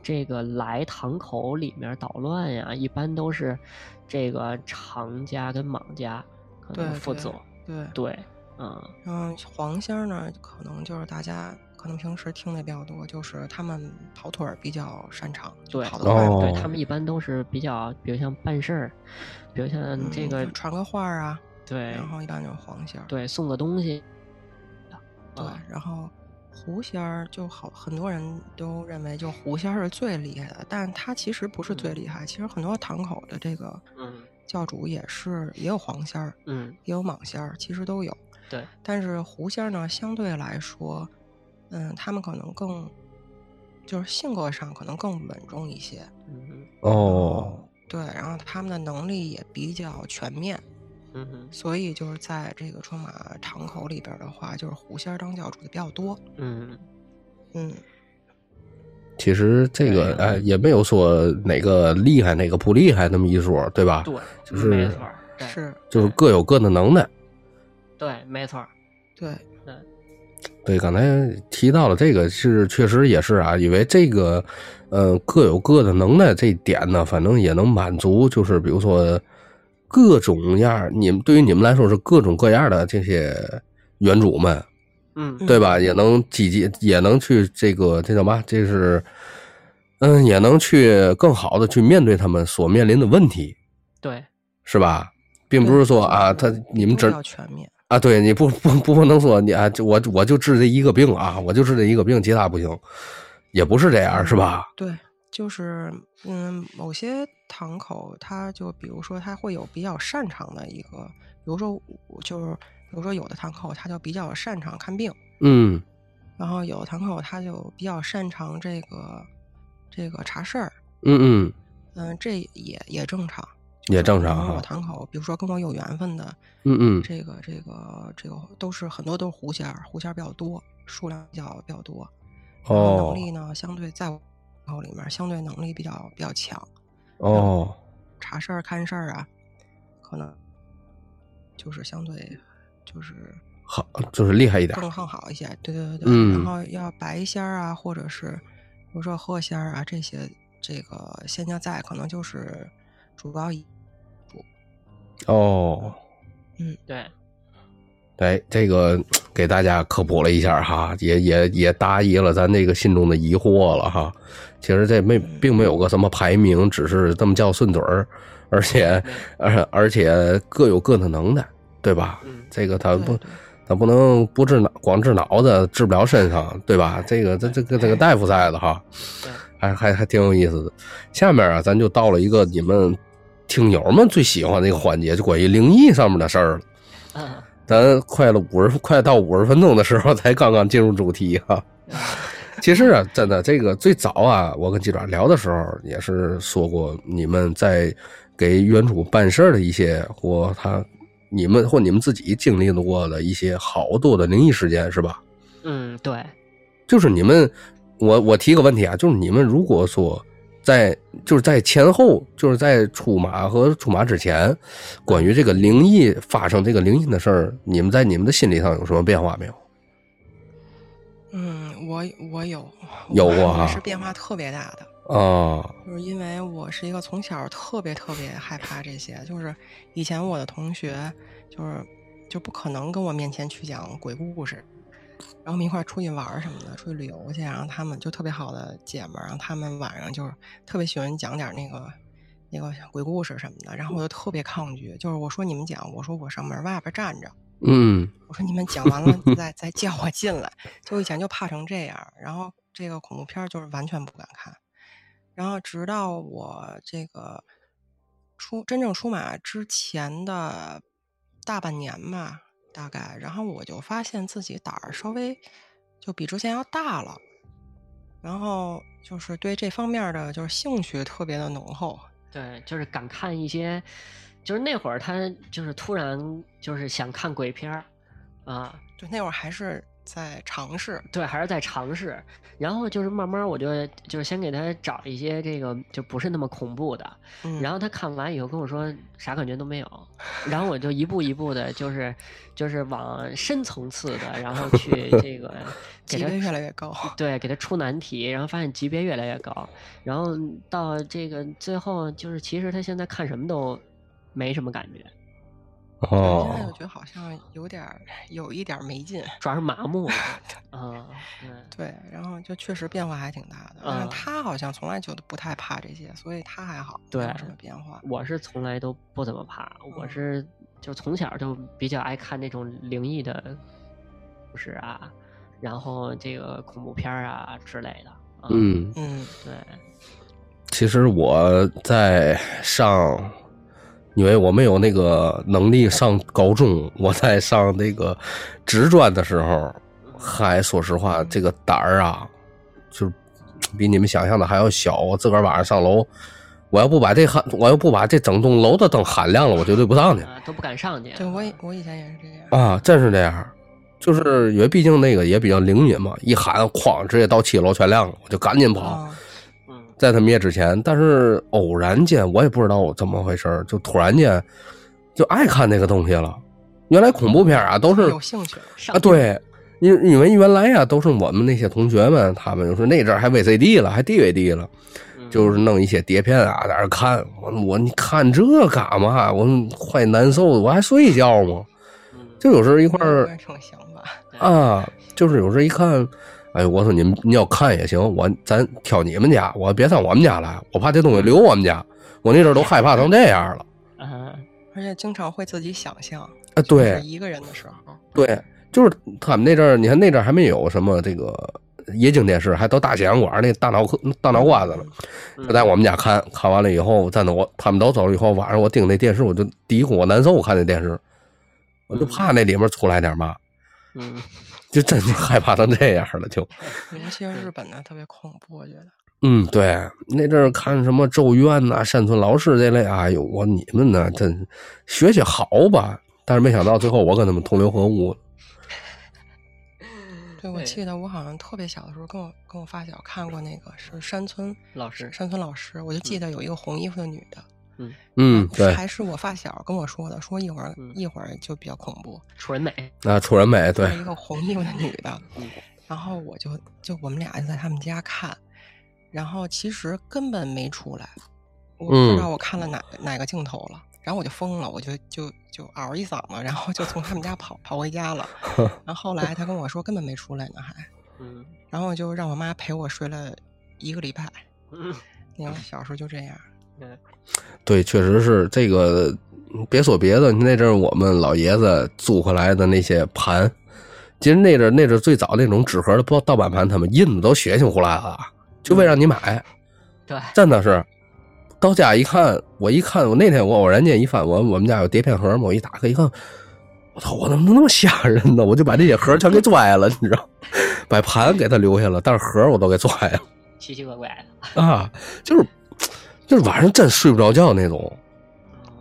Speaker 2: 这个来堂口里面捣乱呀、一般都是这个常家跟莽家可能
Speaker 3: 对
Speaker 2: 负
Speaker 3: 对
Speaker 2: 责，
Speaker 3: 对，
Speaker 2: 对，嗯
Speaker 3: 嗯，黄仙儿呢，可能就是大家可能平时听的比较多，就是他们跑腿儿比较擅长，就
Speaker 2: 对
Speaker 3: 跑得快嘛，
Speaker 2: 对
Speaker 1: 哦
Speaker 2: 他们一般都是比较，比如像办事儿，比如像
Speaker 3: 嗯
Speaker 2: 这
Speaker 3: 就
Speaker 2: 个，
Speaker 3: 传个话儿啊，
Speaker 2: 对
Speaker 3: 然后一般就是黄仙儿。
Speaker 2: 对，送个东西，
Speaker 3: 对
Speaker 2: 啊，
Speaker 3: 然后狐仙儿就好，很多人都认为就狐仙儿是最厉害的，但他其实不是最
Speaker 2: 嗯
Speaker 3: 厉害。其实很多堂口的这个
Speaker 2: 嗯
Speaker 3: 教主也是也有黄仙儿，
Speaker 2: 嗯，
Speaker 3: 也有蟒仙儿，其实都有。
Speaker 2: 对，
Speaker 3: 但是狐仙儿呢，相对来说，嗯，他们可能更就是性格上可能更稳重一些。
Speaker 2: 嗯
Speaker 1: 哦，
Speaker 3: 对，然后他们的能力也比较全面，
Speaker 2: 嗯嗯
Speaker 3: 所以就是在这个春马堂口里边儿的话，就是狐仙儿当教主的比较多。
Speaker 2: 嗯。
Speaker 3: 嗯，
Speaker 1: 其实这个
Speaker 2: 对啊
Speaker 1: 哎也没有说哪个厉害哪个不厉害那么一说，对吧？
Speaker 2: 对，
Speaker 1: 就是
Speaker 2: 没错儿，对
Speaker 3: 是，
Speaker 1: 就是各有各的能耐。
Speaker 2: 对，没错儿，
Speaker 3: 对。
Speaker 1: 对，刚才提到了这个是确实也是啊，因为这个，呃，各有各的能耐这一点呢，反正也能满足，就是比如说各种样儿，你们对于你们来说是各种各样的这些原主们，
Speaker 2: 嗯，
Speaker 1: 对吧？也能积极，也能去这个这叫嘛？这是嗯，也能去更好的去面对他们所面临的问题，
Speaker 2: 对，
Speaker 1: 是吧？并不是说啊，他
Speaker 3: 对
Speaker 1: 你们
Speaker 3: 都
Speaker 1: 只
Speaker 3: 要全面，
Speaker 1: 啊，对，你不不不不能说你啊，就我我就治这一个病啊，我就治这一个病，其他不行，也不是这样，是吧？
Speaker 3: 对，就是嗯，某些堂口，它就比如说它会有比较擅长的一个，比如说我就是比如说有的堂口他就比较擅长看病，
Speaker 1: 嗯
Speaker 3: 然后有的堂口他就比较擅长这个这个查事儿，
Speaker 1: 嗯嗯，
Speaker 3: 嗯，这也也正常，
Speaker 1: 也正常
Speaker 3: 然后我
Speaker 1: 哈，
Speaker 3: 堂口，比如说跟我有缘分的，
Speaker 1: 嗯嗯
Speaker 3: 这个这个这个都是很多都是狐仙儿，狐仙儿比较多，数量比较比较多，然后
Speaker 1: 哦
Speaker 3: 能力呢相对在我堂口里面相对能力比较比较强。
Speaker 1: 哦
Speaker 3: 嗯查事儿、看事儿啊，可能就是相对就是
Speaker 1: 好，就是厉害一点，
Speaker 3: 更更好一些。对对对对，
Speaker 1: 嗯
Speaker 3: 然后要白仙儿啊，或者是比如说鹤仙儿啊这些，这个仙家在可能就是主要以
Speaker 1: 哦。
Speaker 2: 对，
Speaker 1: 哎，这个给大家科普了一下哈，也也也答疑了咱这个心中的疑惑了哈。其实这没
Speaker 3: 嗯
Speaker 1: 并没有个什么排名，只是这么叫顺嘴儿，而且
Speaker 2: <laughs> 没
Speaker 1: 而而且各有各的能耐，对吧？
Speaker 2: 嗯，
Speaker 1: 这个他
Speaker 3: 对
Speaker 1: 不
Speaker 3: 对
Speaker 1: 他不能不治脑，光治脑子治不了身上，对吧？这个这这个这个大夫在的哈，
Speaker 2: 对，
Speaker 1: 还还还挺有意思的。下面啊，咱就到了一个你们听友们最喜欢的一个环节，就关于灵异上面的事儿了。
Speaker 2: 嗯，
Speaker 1: 咱快了五十，快到五十分钟的时候才刚刚进入主题哈、
Speaker 2: 嗯
Speaker 1: 其实啊，真的这个最早啊，我跟记者聊的时候也是说过，你们在给原主办事儿的一些或他你们或你们自己经历过的一些好多的灵异事件是吧？
Speaker 2: 嗯，对，
Speaker 1: 就是你们，我我提个问题啊，就是你们如果说在就是在前后，就是在出马和出马之前，关于这个灵异发生这个灵异的事儿，你们在你们的心理上有什么变化没有？
Speaker 3: 嗯，我我有
Speaker 1: 有
Speaker 3: 我
Speaker 1: 过哈
Speaker 3: 是变化特别大的。
Speaker 1: 啊，
Speaker 3: 就是因为我是一个从小特别特别害怕这些，就是以前我的同学就是就不可能跟我面前去讲鬼故事，然后我们一块儿出去玩儿什么的，出去旅游去，然后他们就特别好的姐们儿，然后他们晚上就是特别喜欢讲点儿那个那个鬼故事什么的，然后我就特别抗拒，就是我说你们讲，我说我上门外边站着。
Speaker 1: 嗯
Speaker 3: 我说你们讲完了再再叫我进来，就以前就怕成这样，然后这个恐怖片儿就是完全不敢看，然后直到我这个出真正出马之前的大半年吧，大概，然后我就发现自己胆儿稍微就比之前要大了，然后就是对这方面儿的就是兴趣特别的浓厚，
Speaker 2: 对，就是敢看一些，就是那会儿他就是突然就是想看鬼片儿，啊，
Speaker 3: 就那会儿还是在尝试，
Speaker 2: 对，还是在尝试。然后就是慢慢，我就就是先给他找一些这个就不是那么恐怖的。
Speaker 3: 嗯，
Speaker 2: 然后他看完以后跟我说啥感觉都没有，然后我就一步一步的，就是就是往深层次的，然后去这个给
Speaker 3: 级
Speaker 2: 他嗯
Speaker 3: 别越来越高，
Speaker 2: 对，给他出难题，然后发现级别越来越高，然后到这个最后就是，其实他现在看什么都没什么感觉，
Speaker 3: 我现在
Speaker 1: 哦
Speaker 3: 就觉得好像有点儿有一点儿没劲，
Speaker 2: 主要是麻木了啊，嗯，
Speaker 3: 对，然后就确实变化还挺大的。但是
Speaker 2: 嗯
Speaker 3: 他好像从来就不太怕这些，所以他还好，没有
Speaker 2: 对
Speaker 3: 什么变化。
Speaker 2: 我是从来都不怎么怕，我
Speaker 3: 嗯
Speaker 2: 是就从小就比较爱看那种灵异的故事啊，然后这个恐怖片儿啊之类的，啊，
Speaker 1: 嗯，
Speaker 3: 嗯，
Speaker 2: 对，
Speaker 1: 其实我在上，因为我没有那个能力上高中，我在上那个职专的时候，
Speaker 2: 嗯
Speaker 1: 还说实话，这个胆儿啊，就是比你们想象的还要小。我自个儿晚上上楼，我要不把这喊，我要不把这整栋楼的灯喊亮了，我绝对不上去
Speaker 2: 啊都不敢上去啊，
Speaker 3: 对我
Speaker 1: 嗯
Speaker 3: 以我以前也是这样。
Speaker 1: 啊！真是这样，就是因为毕竟那个也比较灵敏嘛，一喊哐，直接到七楼全亮了，我就赶紧跑。
Speaker 3: 啊，
Speaker 2: 嗯
Speaker 1: 在他灭之前，但是偶然间我也不知道我怎么回事儿就突然间就爱看那个东西了。原来恐怖片啊都是
Speaker 3: 有兴趣了，
Speaker 2: 上
Speaker 1: 啊，对，因因为原来啊呀、都是我们那些同学们，他们就说那阵儿还 VCD 了，还 DVD 了，
Speaker 2: 嗯
Speaker 1: 就是弄一些碟片啊，在那儿看。我我你看这干嘛？我快难受，我还睡觉吗？
Speaker 2: 嗯
Speaker 1: 就有时候一
Speaker 3: 一
Speaker 1: 块儿
Speaker 3: 成想法。
Speaker 1: 啊，就是有时候一看，哎，我说你们你要看也行，我咱挑你们家，我别上我们家来，我怕这东西留我们家，我那阵儿都害怕成这样了。
Speaker 2: 啊，
Speaker 3: 而且经常会自己想象，
Speaker 1: 啊，
Speaker 3: 就
Speaker 1: 对
Speaker 3: 是，一个人的时候，
Speaker 1: 对，就是他们那阵儿，你看那阵儿还没有什么这个液晶电视，还都大血管管那大脑壳大脑瓜子了。
Speaker 2: 嗯
Speaker 1: 他在我们家看看完了以后，在那我他们都走了以后，晚上我盯那电视，我就嘀咕我难受，我看那电视，我就怕那里面出来点嘛，
Speaker 2: 嗯，
Speaker 1: 就真是害怕成这样了，就
Speaker 3: 尤其是日本的特别恐怖，我觉得。
Speaker 1: 嗯，对，那阵儿看什么《咒怨》呐、山村老师》这类，哎呦我你们呢，真学学好吧。但是没想到最后我跟他们同流合污了，嗯
Speaker 3: 对，我
Speaker 2: 对
Speaker 3: 记得我好像特别小的时候，跟我跟我发小看过那个是山村
Speaker 2: 老师，
Speaker 3: 山村老师，我就记得有一个红衣服的女的，
Speaker 1: 嗯，
Speaker 3: 是
Speaker 1: 对，
Speaker 3: 还是我发小跟我说的，说一会儿、
Speaker 2: 嗯
Speaker 3: 一会儿就比较恐怖，
Speaker 2: 楚人美，
Speaker 1: 啊，楚人美，对
Speaker 3: 是，一个红衣服的女的
Speaker 2: 嗯，
Speaker 3: <laughs> 然后我就就我们俩就在他们家看，然后其实根本没出来，我不
Speaker 1: 嗯
Speaker 3: 知道我看了哪、哪个镜头了，然后我就疯了，我就就就嗷一嗓子，然后就从他们家跑跑回家
Speaker 1: <laughs>
Speaker 3: 了，然后后来他跟我说根本没出来呢还，
Speaker 2: 嗯 <laughs>
Speaker 3: 然后就让我妈陪我睡了一个礼拜，
Speaker 2: 嗯
Speaker 3: 你看小时候就这样，
Speaker 1: 对，确实是这个。嗯别说别的，那阵儿我们老爷子租回来的那些盘，其实那阵儿那阵儿最早那种纸盒的盗盗版盘，他们印的都血腥胡辣的，就为让你买，
Speaker 2: 对，
Speaker 1: 真的是。到家一看，我一看，我那天我偶然间一翻，我我们家有碟片盒嘛，我一打开一看，我操，我怎么能那么吓人呢？我就把这些盒全给拽了，你知道，把盘给他留下了，但是盒我都给拽了。
Speaker 2: 奇奇怪怪
Speaker 1: 啊，就是就是晚上真睡不着觉那种
Speaker 2: 的，，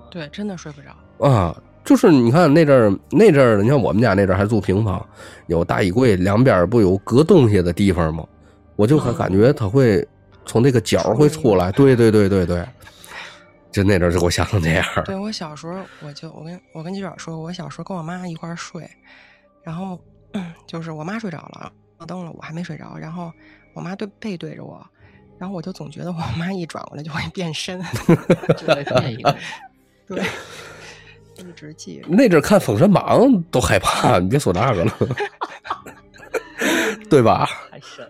Speaker 3: 对，真的睡不着，
Speaker 1: 啊。就是你看那阵儿那阵儿，你看我们家那阵儿还住平房，有大衣柜，两边儿不有隔东西的地方吗？我就还
Speaker 3: 嗯
Speaker 1: 感觉它会从这个角儿会出来，对对对对对，就那阵儿就给我吓成这样儿。
Speaker 3: 对我小时候，我就我跟我跟记者说，我小时候跟我妈一块儿睡，然后就是我妈睡着了，我灯了，我还没睡着，然后我妈对背对着我，然后我就总觉得我妈一转过来就会
Speaker 1: <laughs>
Speaker 3: 变身，
Speaker 2: 就会变一个，
Speaker 3: 对，一直记着。
Speaker 1: 那阵儿看《封神榜》都害怕，你别说那
Speaker 3: <laughs>
Speaker 1: 个了，对吧？
Speaker 2: 太神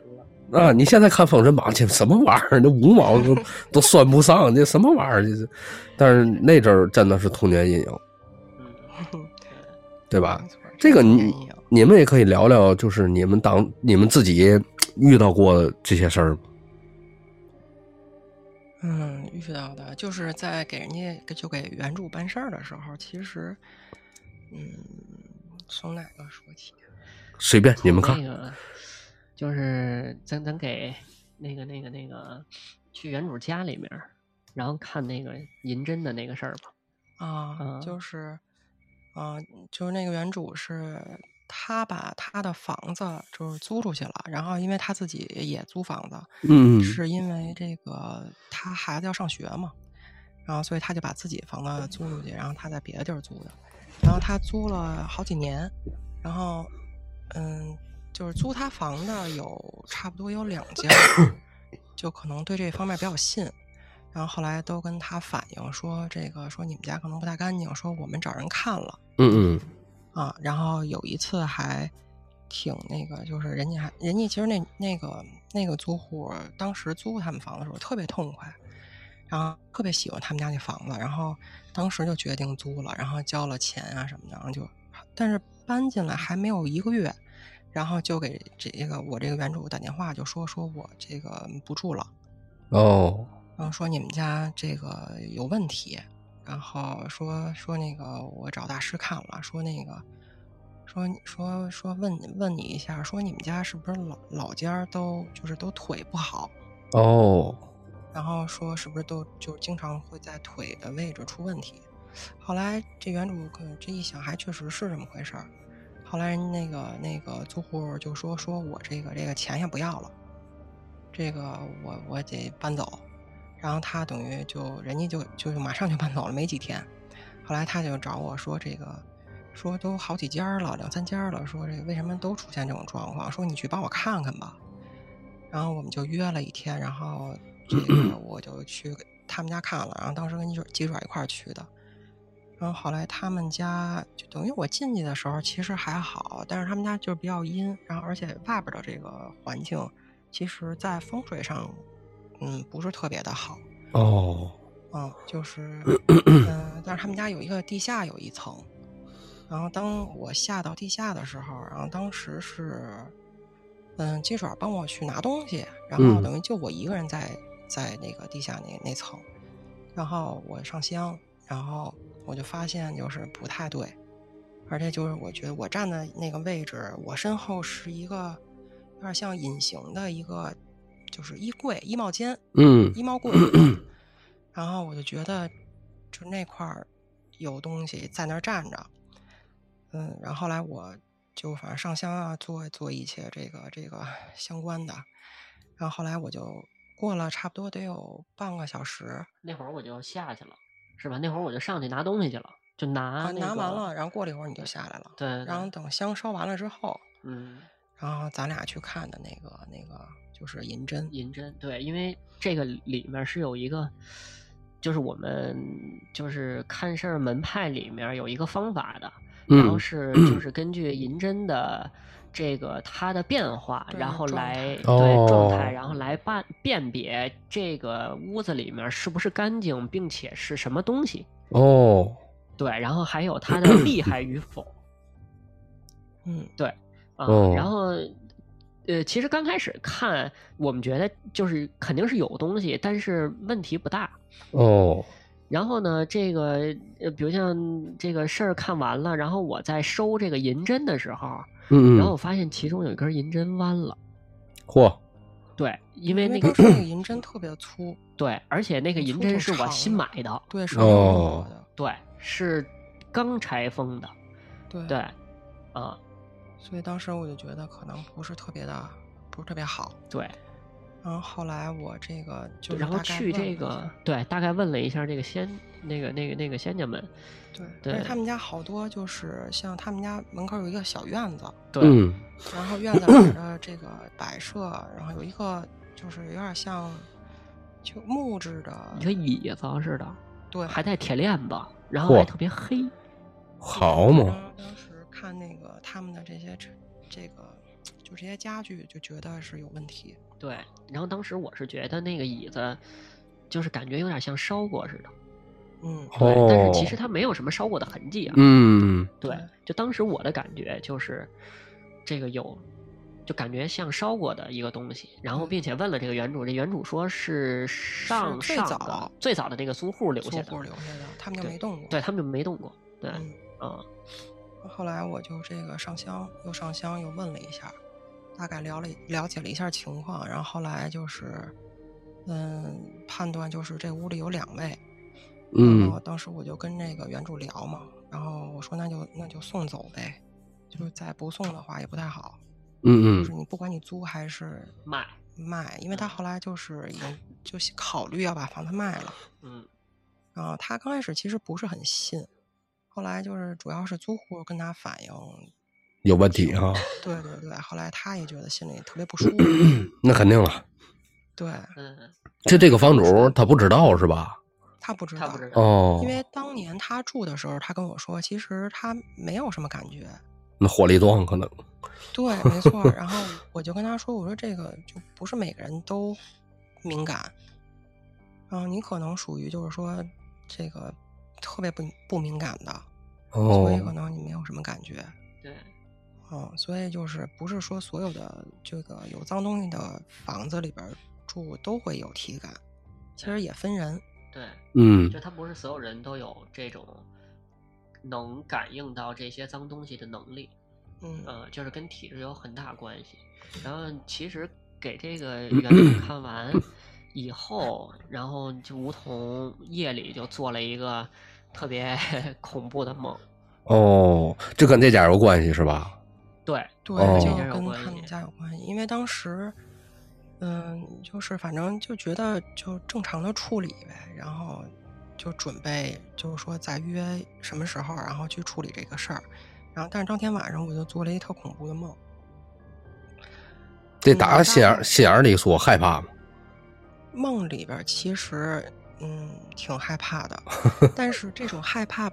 Speaker 2: 了，
Speaker 1: 啊，你现在看《封神榜》这什么玩意儿？那五毛
Speaker 3: <laughs>
Speaker 1: 都都算不上，这什么玩意儿？这是，但是那阵儿真的是童年阴影，
Speaker 2: 嗯，
Speaker 1: 对吧
Speaker 3: 没？错儿
Speaker 1: 这个
Speaker 3: 童年
Speaker 1: 你
Speaker 3: 阴影
Speaker 1: 你们也可以聊聊，就是你们当你们自己遇到过这些事儿吗，
Speaker 3: 嗯遇到的，就是在给人家给就给原著办事儿的时候，其实嗯，从哪个说起？
Speaker 1: 随便你们看
Speaker 2: 那。个就是咱咱给那个那个那个去原主家里面儿，然后看那个银针的那个事儿吧。
Speaker 3: 啊，
Speaker 2: 嗯
Speaker 3: 就是，啊，就是那个原主是他把他的房子就是租出去了，然后因为他自己也租房子，
Speaker 1: 嗯，
Speaker 3: 是因为这个他孩子要上学嘛，然后所以他就把自己房子租出去，然后他在别的地儿租的，然后他租了好几年，然后嗯，就是租他房的有差不多有两家，就可能对这方面比较信，然后后来都跟他反映说这个说你们家可能不太干净，说我们找人看了。
Speaker 1: 嗯嗯
Speaker 3: 啊，然后有一次还挺那个，就是人家还人家其实那那个那个租户当时租他们房的时候特别痛快，然后特别喜欢他们家那房子，然后当时就决定租了，然后交了钱啊什么的，然后就但是搬进来还没有一个月，然后就给这个我这个原主打电话就说说我这个不住了。
Speaker 1: 哦，
Speaker 3: 然呃后说你们家这个有问题，然后说说那个我找大师看了，说那个说你说说问问你一下，说你们家是不是老老家儿都就是都腿不好，
Speaker 1: 哦，
Speaker 3: 然后说是不是都就经常会在腿的位置出问题。后来这原主可这一想，还确实是这么回事儿。后来人那个那个租户就说说我这个这个钱也不要了，这个我我得搬走。然后他等于就人家就就马上就搬走了，没几天。后来他就找我说这个。说都好几家儿了，两三家儿了。说这个为什么都出现这种状况？说你去帮我看看吧。然后我们就约了一天，然后这个我就去他们家看了，然后当时跟记者记者一块儿去的，然后后来他们家就等于我进去的时候其实还好，但是他们家就是比较阴，然后而且外边的这个环境，其实在风水上，嗯，不是特别的好，
Speaker 1: 哦，
Speaker 3: 嗯，就是，嗯、但是他们家有一个地下有一层，然后当我下到地下的时候，然后当时是，嗯，金水儿帮我去拿东西，然后
Speaker 1: 嗯
Speaker 3: 等于就我一个人在在那个地下那那层，然后我上香，然后我就发现就是不太对，而且就是我觉得我站的那个位置，我身后是一个有点像隐形的一个，就是衣柜、衣帽间，
Speaker 1: 嗯
Speaker 3: 衣帽柜，然后我就觉得就那块儿有东西在那儿站着，嗯，然后后来我就反正上香啊，做做一些这个这个相关的，然后后来我就过了差不多得有半个小时，
Speaker 2: 那会儿我就下去了，是吧？那会儿我就上去拿东西去了，就拿、
Speaker 3: 啊，
Speaker 2: 那个、
Speaker 3: 拿完了，然后过了一会儿你就下来了，
Speaker 2: 对，对
Speaker 3: 然后等香烧完了之后，
Speaker 2: 嗯，
Speaker 3: 然后咱俩去看的那个那个就是银针，
Speaker 2: 银针，对，因为这个里面是有一个，就是我们就是看事儿门派里面有一个方法的，然后
Speaker 1: 嗯
Speaker 2: 是就是根据银针的这个它的变化，
Speaker 3: 对
Speaker 2: 然后
Speaker 3: 状态
Speaker 2: 来对状态，
Speaker 1: 哦
Speaker 2: 然后来判辨别这个屋子里面是不是干净，并且是什么东西，
Speaker 1: 哦，
Speaker 2: 对，然后还有它的厉害与
Speaker 1: <coughs>
Speaker 2: 否
Speaker 3: 嗯，
Speaker 2: 啊、
Speaker 1: 哦
Speaker 2: 然后。呃，其实刚开始看，我们觉得就是肯定是有东西，但是问题不大。
Speaker 1: 哦，
Speaker 2: 然后呢，这个呃，比如像这个事儿看完了，然后我在收这个银针的时候，
Speaker 1: 嗯
Speaker 2: 然后
Speaker 1: 嗯
Speaker 2: 我，发现其中有一根银针弯了。
Speaker 1: 嚯，
Speaker 2: 对，因为那
Speaker 3: 都
Speaker 2: 个
Speaker 3: 说那
Speaker 2: <coughs>
Speaker 3: 个银针特别粗，
Speaker 2: 对，而且那个银针是我新买的，
Speaker 3: 对，是没有用过
Speaker 1: 哦
Speaker 3: 的，
Speaker 2: 对，是刚拆封的，
Speaker 3: 对
Speaker 2: 对，啊、
Speaker 3: 所以当时我就觉得可能不是特别的，不是特别好。
Speaker 2: 对，
Speaker 3: 然后后来我这个就
Speaker 2: 对
Speaker 3: 是
Speaker 2: 然后
Speaker 3: 大概
Speaker 2: 去
Speaker 3: 问了
Speaker 2: 这
Speaker 3: 一
Speaker 2: 个
Speaker 3: 下，
Speaker 2: 对，大概问了一下这个仙，那个那个那个仙家们，
Speaker 3: 对，
Speaker 2: 对
Speaker 3: 而且他们家好多就是像他们家门口有一个小院子，
Speaker 2: 对，
Speaker 1: 嗯
Speaker 3: 然后院子
Speaker 2: <coughs>
Speaker 3: 里的这个摆设，然后有一个就是有点像就木质的
Speaker 2: 一，个椅子啊似的，
Speaker 3: 对，
Speaker 2: 还带铁链子，然后还
Speaker 1: 嚯
Speaker 2: 特别黑，
Speaker 1: 好嘛，
Speaker 3: 当当时看那个他们的这些这这个就这些家具，就觉得是有问题。
Speaker 2: 对。然后当时我是觉得那个椅子，就是感觉有点像烧过似的，
Speaker 3: 嗯，
Speaker 2: 对，
Speaker 1: 哦，
Speaker 2: 但是其实它没有什么烧过的痕迹啊，
Speaker 1: 嗯
Speaker 2: 对
Speaker 3: 对，
Speaker 2: 就当时我的感觉就是，这个有，就感觉像烧过的一个东西，然后
Speaker 3: 嗯
Speaker 2: 并且问了这个原主，这原主说是上
Speaker 3: 最
Speaker 2: 上个
Speaker 3: 早
Speaker 2: 最早的那个苏户留
Speaker 3: 租
Speaker 2: 下
Speaker 3: 户
Speaker 2: 的，
Speaker 3: 留下的，他们就没动过。
Speaker 2: 对他们就没动过，对，啊、
Speaker 3: 嗯后来我就这个上香，又上香，又问了一下，大概聊了了解了一下情况，然后后来就是，嗯，判断就是这屋里有两位，然后
Speaker 1: 嗯
Speaker 3: 当时我就跟那个原主聊嘛，然后我说那就那就送走呗，就是再不送的话也不太好，就
Speaker 1: 嗯
Speaker 3: 是你不管你租还是
Speaker 2: 卖，
Speaker 3: 卖，因为他
Speaker 2: 嗯
Speaker 3: 后来就是已经就是考虑要把房子卖了，
Speaker 2: 嗯
Speaker 3: 然后他刚开始其实不是很信，后来就是主要是租户跟他反映。
Speaker 1: 有问题啊哈，
Speaker 3: 对对对，后来他也觉得心里特别不
Speaker 1: <clears throat>
Speaker 3: 舒服。
Speaker 1: 那肯定了。
Speaker 3: 对
Speaker 2: 嗯，
Speaker 1: 这这个房主他不知道是吧？
Speaker 3: 他不知
Speaker 2: 他
Speaker 3: 道，
Speaker 2: 不知道，
Speaker 1: 哦，
Speaker 3: 因为当年他住的时候，他跟我说，其实他没有什么感
Speaker 1: <laughs>
Speaker 3: 觉。
Speaker 1: 那火力壮可能，
Speaker 3: 对，没错。然后我就跟他说，我说这个就不是每个人都敏感，然后你可能属于就是说这个特别不不敏感的，所以可
Speaker 1: 哦，
Speaker 3: 能你没有什么感觉。
Speaker 2: 对，
Speaker 3: 嗯，所以就是不是说所有的这个有脏东西的房子里边儿住都会有体感，其实也分人。
Speaker 2: 对，
Speaker 1: 嗯
Speaker 2: 就他不是所有人都有这种能感应到这些脏东西的能力，
Speaker 3: 嗯，
Speaker 2: 呃，就是跟体质有很大关系。然后其实给这个原著看完以后，然后就梧桐夜里就做了一个特别 <laughs> 恐怖的梦，
Speaker 1: 哦，这跟这家有关系是吧？
Speaker 2: 对，
Speaker 3: 对，
Speaker 1: 哦
Speaker 3: 就
Speaker 1: 跟
Speaker 2: 家有
Speaker 3: 跟
Speaker 2: 关
Speaker 3: 他们
Speaker 2: 系
Speaker 3: 家有关系，因为当时，嗯，就是反正就觉得就正常的处理呗，然后就准备就是说再约什么时候，然后去处理这个事儿。然后，但是当天晚上我就做了一特恐怖的梦，
Speaker 1: 这
Speaker 2: 嗯
Speaker 1: 打心眼心眼里说害怕吗？ <laughs>
Speaker 3: 梦里边儿其实嗯挺害怕的 <laughs> ，但是这种害怕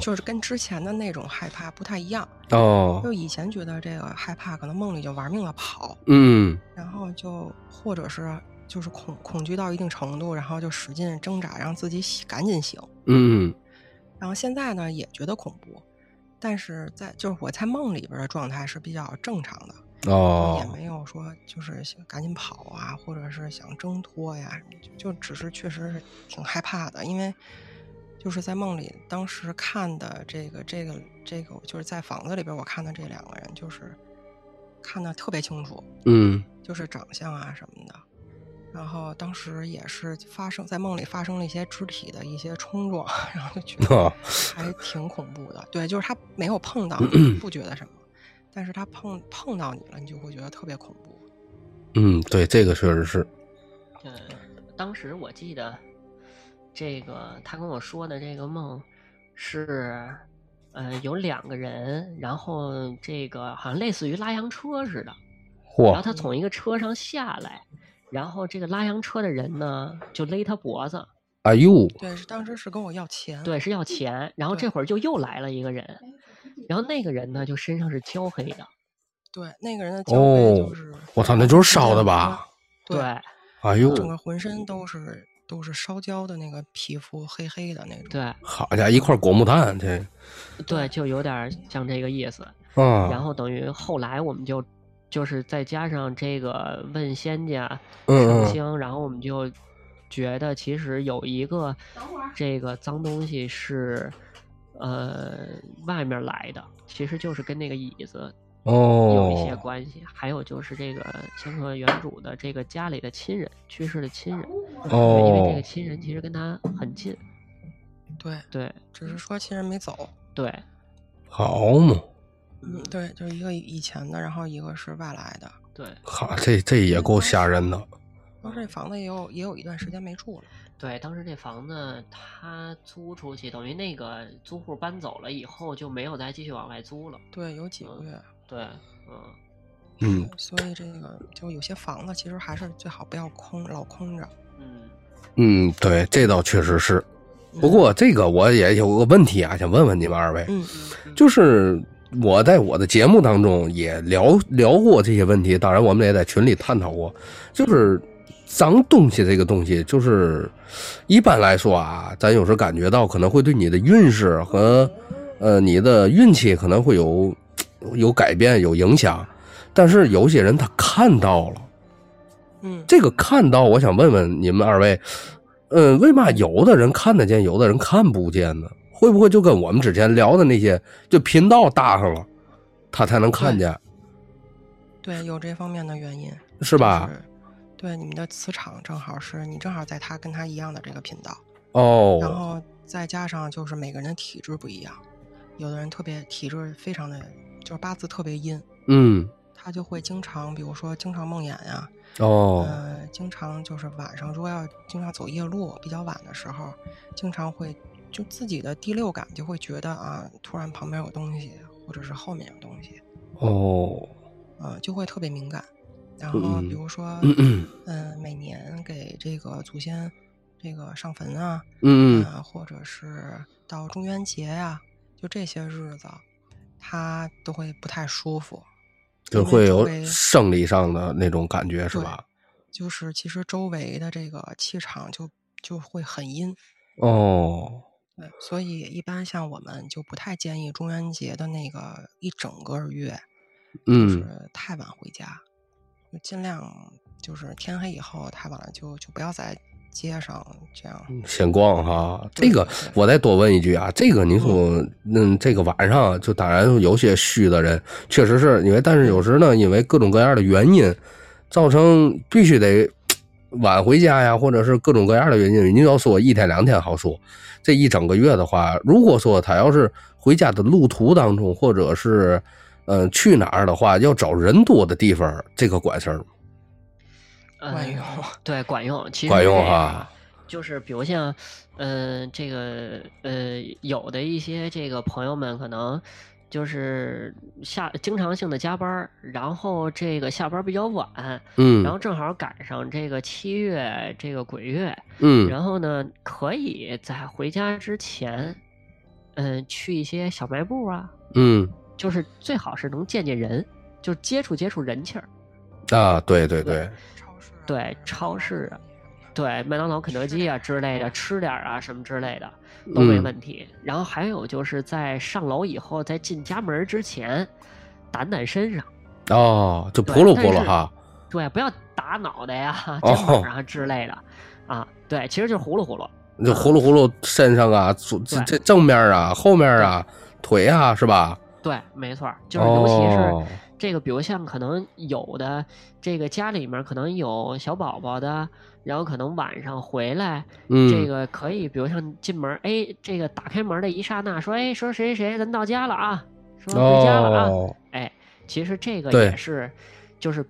Speaker 3: 就是跟之前的那种害怕不太一样。
Speaker 1: 哦，
Speaker 3: 就以前觉得这个害怕，可能梦里就玩命的跑，
Speaker 1: 嗯
Speaker 3: 然后就或者是就是恐恐惧到一定程度，然后就使劲挣扎，让自己醒赶紧醒。
Speaker 1: 嗯
Speaker 3: 然后现在呢，也觉得恐怖，但是在就是我在梦里边的状态是比较正常的，也
Speaker 1: 哦，
Speaker 3: 没有说就是想赶紧跑啊，或者是想挣脱呀什么的，就就只是确实是挺害怕的，因为就是在梦里当时看的这个这个这个，就是在房子里边我看的这两个人，就是看的特别清楚，
Speaker 1: 嗯
Speaker 3: 就是长相啊什么的。然后当时也是发生在梦里发生了一些肢体的一些冲撞，然后就觉得
Speaker 1: 哦
Speaker 3: 还挺恐怖的。对，就是他没有碰到你，
Speaker 1: <clears throat>
Speaker 3: 不觉得什么，但是他碰碰到你了，你就会觉得特别恐怖。
Speaker 1: 嗯，对，这个确实是，
Speaker 2: 嗯，当时我记得这个他跟我说的这个梦是，呃，有两个人，然后这个好像类似于拉洋车似的，然后
Speaker 1: 嚯，
Speaker 2: 他从一个车上下来，然后这个拉洋车的人呢就勒他脖子，
Speaker 1: 哎呦，
Speaker 3: 对，是当时是跟我要钱。
Speaker 2: 嗯对，哎是要钱，然后这会儿就又来了一个人，然后那个人呢就身上是焦黑的，
Speaker 3: 对，那个人的交配
Speaker 1: 哦
Speaker 3: 就是
Speaker 1: 我操，那就是烧的吧？？
Speaker 3: 对，
Speaker 2: 对
Speaker 1: 哎呦，
Speaker 2: 嗯
Speaker 3: 整个浑身都是都是烧焦的那个皮肤，黑黑的那种。
Speaker 2: 对
Speaker 1: 好家伙，一块果木炭这，
Speaker 2: 对，就有点儿像这个意思。然
Speaker 1: 啊，
Speaker 2: 后等于后来我们就就是再加上这个问仙家
Speaker 1: 嗯
Speaker 2: 上
Speaker 1: 嗯，
Speaker 2: 香，然后我们就觉得其实有一个这个脏东西是呃外面来的，其实就是跟那个椅子有一些
Speaker 1: 哦，
Speaker 2: 关系。还有就是这个香客原主的这个家里的亲人，去世的亲人，对因为这
Speaker 1: 哦
Speaker 2: 个，亲人其实跟他很近，
Speaker 3: 对，
Speaker 2: 对
Speaker 3: 只是说亲人没走。
Speaker 2: 对。
Speaker 1: 好嘛，
Speaker 3: 嗯，对，就是一个以前的，然后一个是外来的。
Speaker 2: 对
Speaker 1: 好，这这也够吓人的，
Speaker 3: 当时这房子也有也有一段时间没住了。
Speaker 2: 对，当时这房子他租出去，等于那个租户搬走了以后就没有再继续往外租了。
Speaker 3: 对，有几个月。
Speaker 2: 对，嗯，
Speaker 1: 嗯，
Speaker 3: 所以这个就有些房子其实还是最好不要空老空着。
Speaker 2: 嗯，
Speaker 1: 嗯，对，这倒确实是。
Speaker 3: 嗯
Speaker 1: 不过这个我也有个问题啊，想问问你们二位，
Speaker 3: 嗯，
Speaker 1: 就是我在我的节目当中也聊聊过这些问题，当然我们也在群里探讨过，就是脏东西这个东西，就是一般来说啊，咱有时候感觉到可能会对你的运势和呃你的运气可能会有有改变有影响，但是有些人他看到了。
Speaker 3: 嗯，
Speaker 1: 这个看到，我想问问你们二位，嗯，为嘛有的人看得见，有的人看不见呢？会不会就跟我们之前聊的那些，就频道搭上了，他才能看见，
Speaker 3: 对，有这方面的原因
Speaker 1: 是吧？
Speaker 3: 就是对，你们的磁场正好是你正好在他跟他一样的这个频道，然
Speaker 1: 哦，
Speaker 3: 后再加上就是每个人的体质不一样，有的人特别体质非常的就是八字特别阴，
Speaker 1: 嗯，
Speaker 3: 他就会经常比如说经常梦魇啊呀、
Speaker 1: 哦，
Speaker 3: 呃，经常就是晚上如果要经常走夜路比较晚的时候，经常会就自己的第六感就会觉得啊，突然旁边有东西，或者是后面有东西，
Speaker 1: 哦，
Speaker 3: 呃，就会特别敏感。然
Speaker 1: 嗯
Speaker 3: 后
Speaker 1: 嗯
Speaker 3: 比如说，
Speaker 1: <laughs> 嗯嗯
Speaker 3: 呃，每年给这个祖先这个上坟啊，
Speaker 1: 嗯
Speaker 3: 呃或者是到中元节呀、就这些日子，他都会不太舒服，
Speaker 1: 就
Speaker 3: 因为
Speaker 1: 会有
Speaker 3: 周围
Speaker 1: 生理上的那种感觉，是吧？
Speaker 3: 就是其实周围的这个气场就就会很阴。
Speaker 1: 哦，
Speaker 3: 对，所以一般像我们就不太建议中元节的那个一整个月，就
Speaker 1: 嗯，
Speaker 3: 是太晚回家，就尽量就是天黑以后太晚了就就不要在街上这样。
Speaker 1: 闲逛哈，
Speaker 3: 对
Speaker 1: 这个
Speaker 3: 对
Speaker 1: 我再多问一句啊，这个你说，嗯，这个晚上就当然有些虚的人，确实是因为，但是有时呢，因为各种各样的原因，造成必须得晚回家呀，或者是各种各样的原因。你要说一天两天好说，这一整个月的话，如果说他要是回家的路途当中，或者是呃去哪儿的话，要找人多的地方，这个管事儿吗。
Speaker 3: 管
Speaker 2: 呃
Speaker 3: 用，
Speaker 2: 对，管用，其实
Speaker 1: 管
Speaker 2: 是
Speaker 1: 用
Speaker 2: 这样
Speaker 1: 哈
Speaker 2: 啊。就是比如像，呃，这个呃，有的一些这个朋友们可能就是下经常性的加班儿，然后这个下班儿比较晚，
Speaker 1: 嗯
Speaker 2: 然后正好赶上这个七月这个鬼月，
Speaker 1: 嗯
Speaker 2: 然后呢，可以在回家之前，嗯、嗯，去一些小卖部啊，
Speaker 1: 嗯
Speaker 2: 就是最好是能见见人，就接触接触人气儿。
Speaker 1: 啊，对对对，
Speaker 3: 超市啊
Speaker 2: 对超市啊，对，麦当劳、肯德基啊之类的，吃点儿啊什么之类的都没
Speaker 1: 嗯
Speaker 2: 问题。然后还有就是在上楼以后，在进家门儿之前，掸掸身上，
Speaker 1: 哦，就
Speaker 2: 对
Speaker 1: 扑噜
Speaker 2: 但
Speaker 1: 扑噜
Speaker 2: 是
Speaker 1: 哈，
Speaker 2: 对，不要打脑袋呀、
Speaker 1: 哦
Speaker 2: 肩膀啊之类的，啊，对，其实就是呼噜呼噜，
Speaker 1: 就呼噜呼噜身上啊，左这
Speaker 2: 嗯对
Speaker 1: 这正面啊，后面啊，腿啊，是吧？
Speaker 2: 对，没错儿，就是尤其是
Speaker 1: 哦
Speaker 2: 这个，比如像可能有的这个家里面可能有小宝宝的，然后可能晚上回来，
Speaker 1: 嗯，
Speaker 2: 这个可以，比如像进门，哎，这个打开门的一刹那，说，哎，说谁谁谁，咱到家了啊，说回家了啊，
Speaker 1: 哦，
Speaker 2: 哎，其实这个
Speaker 1: 对
Speaker 2: 也是，就是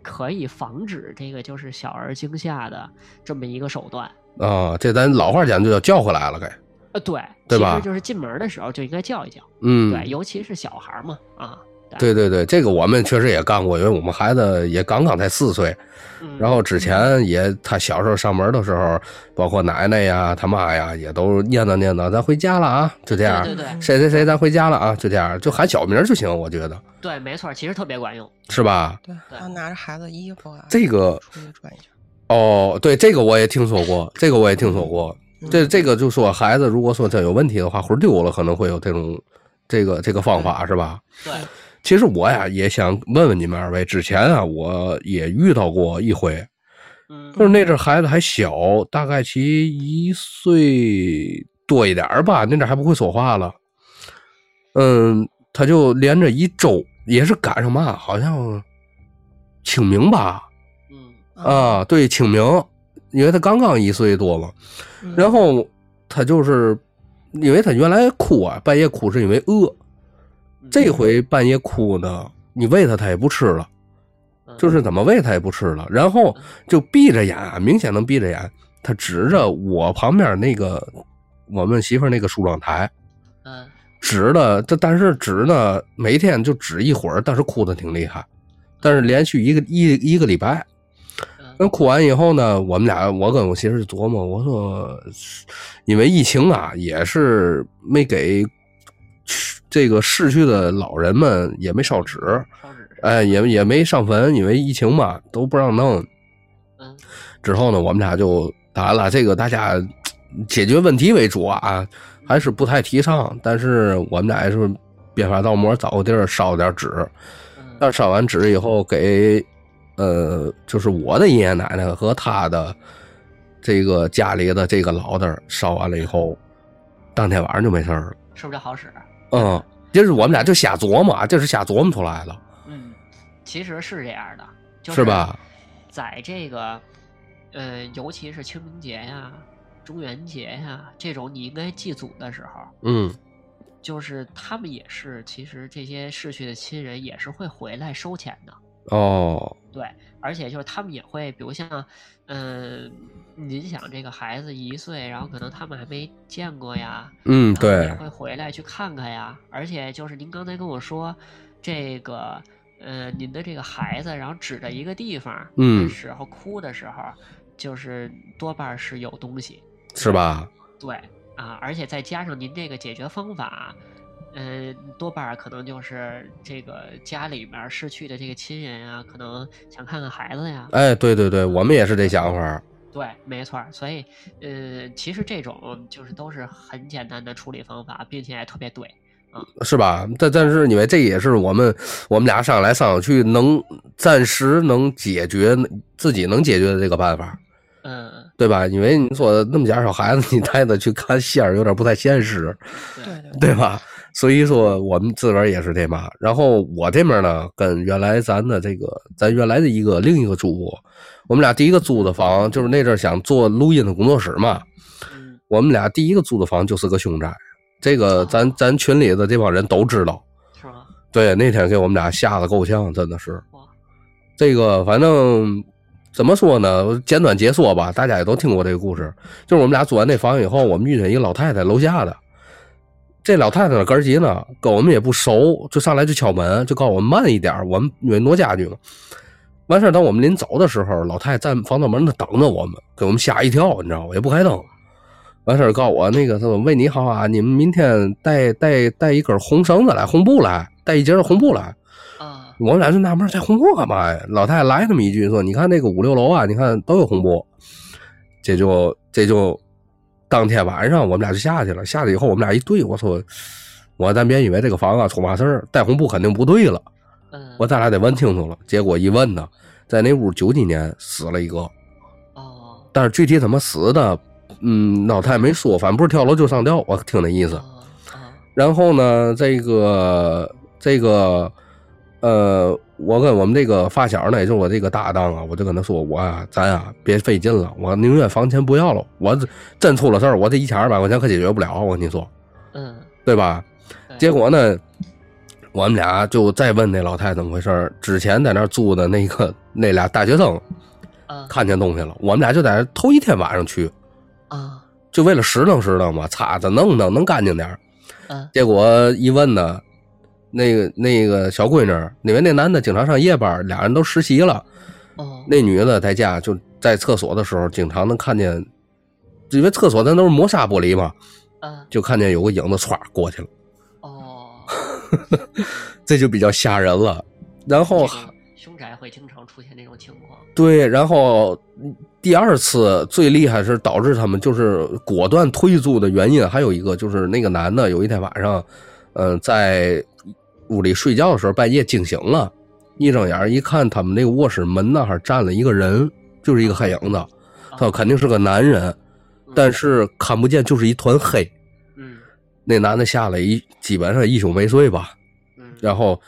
Speaker 2: 可以防止这个就是小儿惊吓的这么一个手段。
Speaker 1: 啊，这咱老话讲就叫叫回来了，该，
Speaker 2: 呃，对，
Speaker 1: 对
Speaker 2: 其
Speaker 1: 吧
Speaker 2: 实就是进门的时候就应该叫一叫，
Speaker 1: 嗯，
Speaker 2: 对，尤其是小孩儿嘛，啊，
Speaker 1: 对对对，这个我们确实也干过，因为我们孩子也刚刚才四岁，
Speaker 2: 嗯、
Speaker 1: 然后之前也他小时候上门的时候，包括奶奶呀、他妈呀，也都念叨念叨，咱回家了啊，就这样，
Speaker 2: 对对对
Speaker 1: 谁谁谁，咱回家了啊，就这样，就喊小名儿就行，我觉得
Speaker 2: 对，没错，其实特别管用。
Speaker 1: 是吧？
Speaker 3: 对，然后拿着孩子衣服啊，
Speaker 1: 这个
Speaker 3: 出去转一圈。
Speaker 1: 哦，对，这个我也听说过，这个我也听
Speaker 2: 嗯
Speaker 1: 说过。这这个就说孩子如果说真有问题的话，魂丢了可能会有这种这个这个方法是吧？
Speaker 2: 对，
Speaker 1: 其实我呀也想问问你们二位，之前啊我也遇到过一回，
Speaker 2: 嗯
Speaker 1: 就是那阵儿孩子还小，大概其一岁多一点儿吧，那阵儿还不会说话了。嗯，他就连着一周，也是赶上嘛，好像清明吧，
Speaker 2: 嗯
Speaker 1: 啊，对，清明，因为他刚刚一岁多嘛，
Speaker 3: 嗯，
Speaker 1: 然后他就是，因为他原来哭啊，半夜哭是因为饿，
Speaker 2: 嗯
Speaker 1: 这回半夜哭呢，你喂他他也不吃了，
Speaker 2: 嗯
Speaker 1: 就是怎么喂他也不吃了，然后就闭着眼啊，明显能闭着眼，他指着我旁边那个我们媳妇儿那个梳妆台，
Speaker 2: 嗯
Speaker 1: 指了，这但是指呢，每天就指一会儿，但是哭的挺厉害，但是连续一个一一个礼拜。那
Speaker 2: 嗯
Speaker 1: 哭完以后呢，我们俩，我跟我媳妇儿就琢磨，我说，因为疫情啊，也是没给去这个逝去的老人们也没烧纸，
Speaker 2: 烧纸
Speaker 1: 哎，也也没上坟，因为疫情嘛，都不让弄。
Speaker 2: 嗯
Speaker 1: 之后呢，我们俩就当然了，这个大家嘖解决问题为主啊，还是不太提倡。但是我们俩也是变法倒魔，找个地儿烧点纸，
Speaker 2: 嗯
Speaker 1: 但是烧完纸以后给，呃，就是我的爷爷奶奶和他的这个家里的这个老的儿烧完了以后，当天晚上就没事儿了。
Speaker 2: 是不是好使？
Speaker 1: 嗯，就是我们俩就瞎琢磨啊，就是瞎琢磨出来了，
Speaker 2: 嗯，其实是这样的，就是
Speaker 1: 吧？？
Speaker 2: 在这个，呃，尤其是清明节呀、中元节呀这种你应该祭祖的时候，
Speaker 1: 嗯，
Speaker 2: 就是他们也是，其实这些逝去的亲人也是会回来收钱的。
Speaker 1: 哦，
Speaker 2: 对，而且就是他们也会，比如像，嗯、您想这个孩子一岁，然后可能他们还没见过呀，
Speaker 1: 嗯，
Speaker 2: 然后也
Speaker 1: 对，
Speaker 2: 会回来去看看呀。而且就是您刚才跟我说，这个呃，您的这个孩子，然后指着一个地方，
Speaker 1: 嗯
Speaker 2: 时候哭的时候，就是多半儿是有东西，
Speaker 1: 是吧？
Speaker 2: 对啊，而且再加上您这个解决方法。嗯，多半儿可能就是这个家里面儿逝去的这个亲人啊，可能想看看孩子呀，
Speaker 1: 哎，对对对，我们也是这想法儿。
Speaker 2: 对，没错儿。所以，呃，其实这种就是都是很简单的处理方法，并且还特别对。
Speaker 1: 是吧？但但是因为这也是我们我们俩商量来商量去，能暂时能解决自己能解决的这个办法。
Speaker 2: 嗯，
Speaker 1: 对吧？因为你说那么点儿小孩子，你 <laughs> 带他去看仙儿，有点不太现实，
Speaker 2: 对，
Speaker 3: 对对
Speaker 1: 对吧？所以说我们自个儿也是这嘛。然后我这边呢，跟原来咱的这个咱原来的一个另一个主播，我们俩第一个租的房就是那阵儿想做录音的工作室嘛，
Speaker 2: 嗯
Speaker 1: 我们俩第一个租的房就是个凶宅，这个咱咱群里的这帮人都知道。
Speaker 2: 是吗？
Speaker 1: 对，那天给我们俩吓得够呛，真的是
Speaker 2: 哇。
Speaker 1: 这个反正怎么说呢，我简短解说吧，大家也都听过这个故事。就是我们俩租完那房以后，我们遇见一个老太太，楼下的。这老太太呢，哥儿几呢，跟我们也不熟，就上来就敲门，就告诉我们慢一点儿，我们因为挪家具嘛。完事儿，当我们临走的时候，老太太站防盗门那等着我们，给我们吓一跳，你知道吗？也不开灯。完事儿告我那个他说为你好啊，你们明天带带带一根红绳子来，红布来，带一截儿红布来。
Speaker 2: 啊，
Speaker 1: 我们俩就纳闷儿，带红布干嘛呀？老太太来那么一句说，你看那个五六楼啊，你看都有红布。这就这就当天晚上我们俩就下去了，下去以后我们俩一对，我说我咱别以为这个房啊出嘛事儿，带红布肯定不对了。
Speaker 2: 嗯，
Speaker 1: 我咱俩得问清楚了。结果一问呢，在那屋九几年死了一个，
Speaker 2: 哦，
Speaker 1: 但是具体怎么死的，嗯，老太没说，反正不是跳楼就上吊，我听那意思。
Speaker 2: 哦啊，
Speaker 1: 然后呢，这个这个，呃，我跟我们这个发小呢，也就是我这个搭档啊，我就跟他说，我啊，咱啊别费劲了，我宁愿房钱不要了，我这真出了事儿，我这一千二百块钱可解决不了，我跟你说，
Speaker 2: 嗯，
Speaker 1: 对吧？
Speaker 2: 对
Speaker 1: 结果呢，我们俩就再问那老太太怎么回事儿之前在那儿住的那个那俩大学生
Speaker 2: 啊
Speaker 1: 看见东西了，我们俩就在那儿头一天晚上去，
Speaker 2: 啊
Speaker 1: 就为了拾掇拾掇嘛，擦擦弄弄，能干净点儿。
Speaker 2: 嗯
Speaker 1: 结果一问呢，那个那个小闺女儿，因为那男的经常上夜班，俩人都实习了，
Speaker 2: 哦，
Speaker 1: 那女的在家就在厕所的时候，经常能看见，因为厕所咱都是磨砂玻璃嘛，
Speaker 2: 嗯
Speaker 1: 就看见有个影子歘过去了， <laughs>
Speaker 2: 哦，
Speaker 1: 这就比较吓人了。然后
Speaker 2: 这个凶宅会经常出现这种情况，
Speaker 1: 对，然后第二次最厉害是导致他们就是果断退租的原因，还有一个就是那个男的有一天晚上，嗯、在屋里睡觉的时候半夜惊醒了，一睁眼一看他们那个卧室门那儿站了一个人，就是一个黑影子，
Speaker 2: 啊
Speaker 1: 他肯定是个男人，
Speaker 2: 嗯
Speaker 1: 但是看不见，就是一团黑。
Speaker 2: 嗯
Speaker 1: 那男的下来一基本上一宿没睡吧，
Speaker 2: 嗯，
Speaker 1: 然后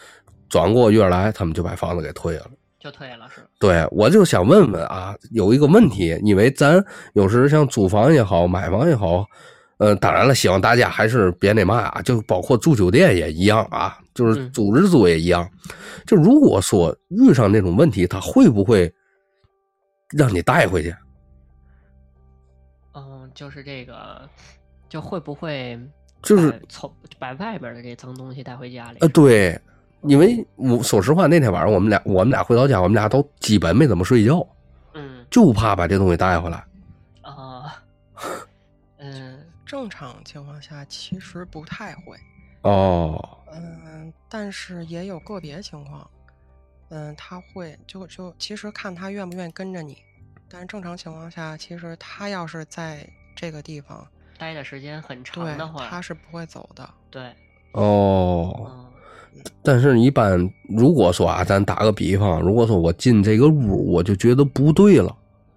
Speaker 1: 转过月来，他们就把房子给退了。
Speaker 2: 就退了是吧？
Speaker 1: 对，我就想问问啊，有一个问题，因为咱有时像租房也好，买房也好，呃，当然了，希望大家还是别那嘛啊，就包括住酒店也一样啊，就是
Speaker 2: 嗯
Speaker 1: 租日租也一样。就如果说遇上这种问题，他会不会让你带回去？
Speaker 2: 嗯，就是这个，就会不会
Speaker 1: 就是
Speaker 2: 把从把外边的这脏东西带回家里？
Speaker 1: 呃，对，因为我说实话，那天晚上我们俩我们俩回到家，我们俩都基本没怎么睡觉，
Speaker 2: 嗯
Speaker 1: 就怕把这东西带回来。 <laughs>
Speaker 2: 啊，嗯
Speaker 3: 正常情况下其实不太会，
Speaker 1: 哦，
Speaker 3: 嗯，但是也有个别情况，嗯，他会就就其实看他愿不愿意跟着你，但是正常情况下，其实他要是在这个地方，
Speaker 2: 待的时间很长
Speaker 3: 对
Speaker 2: 的，话，
Speaker 3: 他是不会走的。
Speaker 2: 对，
Speaker 1: 哦，
Speaker 2: 嗯
Speaker 1: 但是，一般如果说啊，咱打个比方，如果说我进这个屋，我就觉得不对了。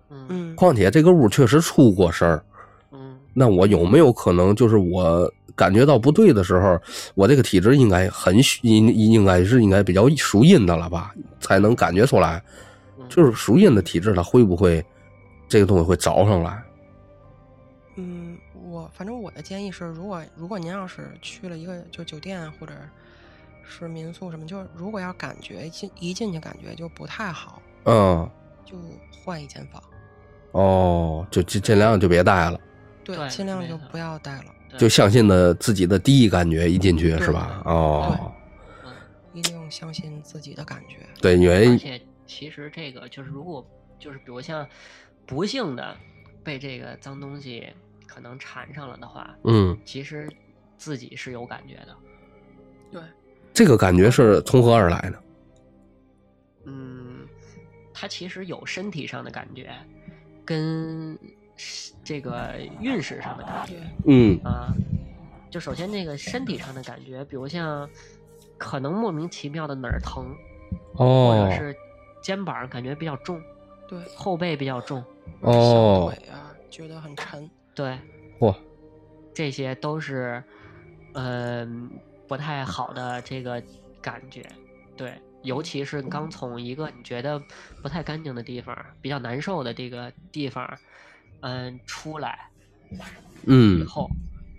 Speaker 2: 嗯
Speaker 3: 嗯，
Speaker 1: 况且这个屋确实出过事儿，
Speaker 2: 嗯
Speaker 1: 那我有没有可能就是我感觉到不对的时候，我这个体质应该很虚应应该是应该比较属阴的了吧，才能感觉出来，
Speaker 2: 嗯，
Speaker 1: 就是属阴的体质，它会不会这个东西会找上来？
Speaker 3: 嗯，我反正我的建议是，如果如果您要是去了一个就酒店或者是民宿什么，就是如果要感觉进一进去感觉就不太好，
Speaker 1: 嗯，
Speaker 3: 就换一间房，
Speaker 1: 哦，就尽尽量就别带了，
Speaker 3: 对，
Speaker 2: 对
Speaker 3: 尽量
Speaker 2: 没
Speaker 3: 就
Speaker 2: 错
Speaker 3: 不要带了，
Speaker 2: 对
Speaker 1: 就相信了自己的第一感觉，一进去是吧？
Speaker 3: 对
Speaker 1: 哦，
Speaker 2: 嗯
Speaker 3: 一定相信自己的感觉。
Speaker 1: 对，因
Speaker 2: 而
Speaker 1: 为
Speaker 2: 且其实这个就是，如果就是比如像不幸的被这个脏东西可能缠上了的话，
Speaker 1: 嗯。
Speaker 2: 其实自己是有感觉的。
Speaker 3: 对，
Speaker 1: 这个感觉是从何而来呢？
Speaker 2: 嗯，它其实有身体上的感觉，跟是这个运势上的感觉
Speaker 1: 嗯
Speaker 2: 啊。就首先这个身体上的感觉，比如像可能莫名其妙的哪儿疼，或
Speaker 1: 哦
Speaker 2: 者是肩膀感觉比较重，
Speaker 3: 对，
Speaker 2: 后背比较重，
Speaker 1: 哦
Speaker 3: 小腿啊，觉得很沉。
Speaker 2: 对，
Speaker 1: 嚯
Speaker 2: 这些都是，嗯、不太好的这个感觉，对，尤其是你刚从一个你觉得不太干净的地方、比较难受的这个地方，嗯、出来以
Speaker 1: 嗯
Speaker 2: 后，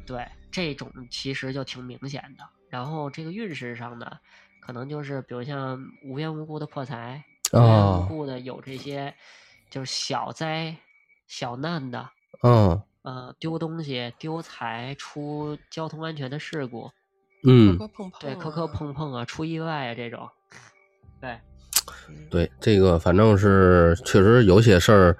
Speaker 2: 对，这种其实就挺明显的。然后这个运势上呢，可能就是比如像无缘无故的破财，无缘无
Speaker 1: 啊
Speaker 2: 故的有这些就是小灾小难的，
Speaker 1: 嗯
Speaker 2: 呃，丢东西、丢财、出交通安全的事故，
Speaker 1: 嗯
Speaker 3: 磕，磕碰碰、啊，
Speaker 2: 对，磕磕碰碰啊，出意外啊这种，对，
Speaker 3: 嗯，
Speaker 1: 对，这个反正是确实有些事儿，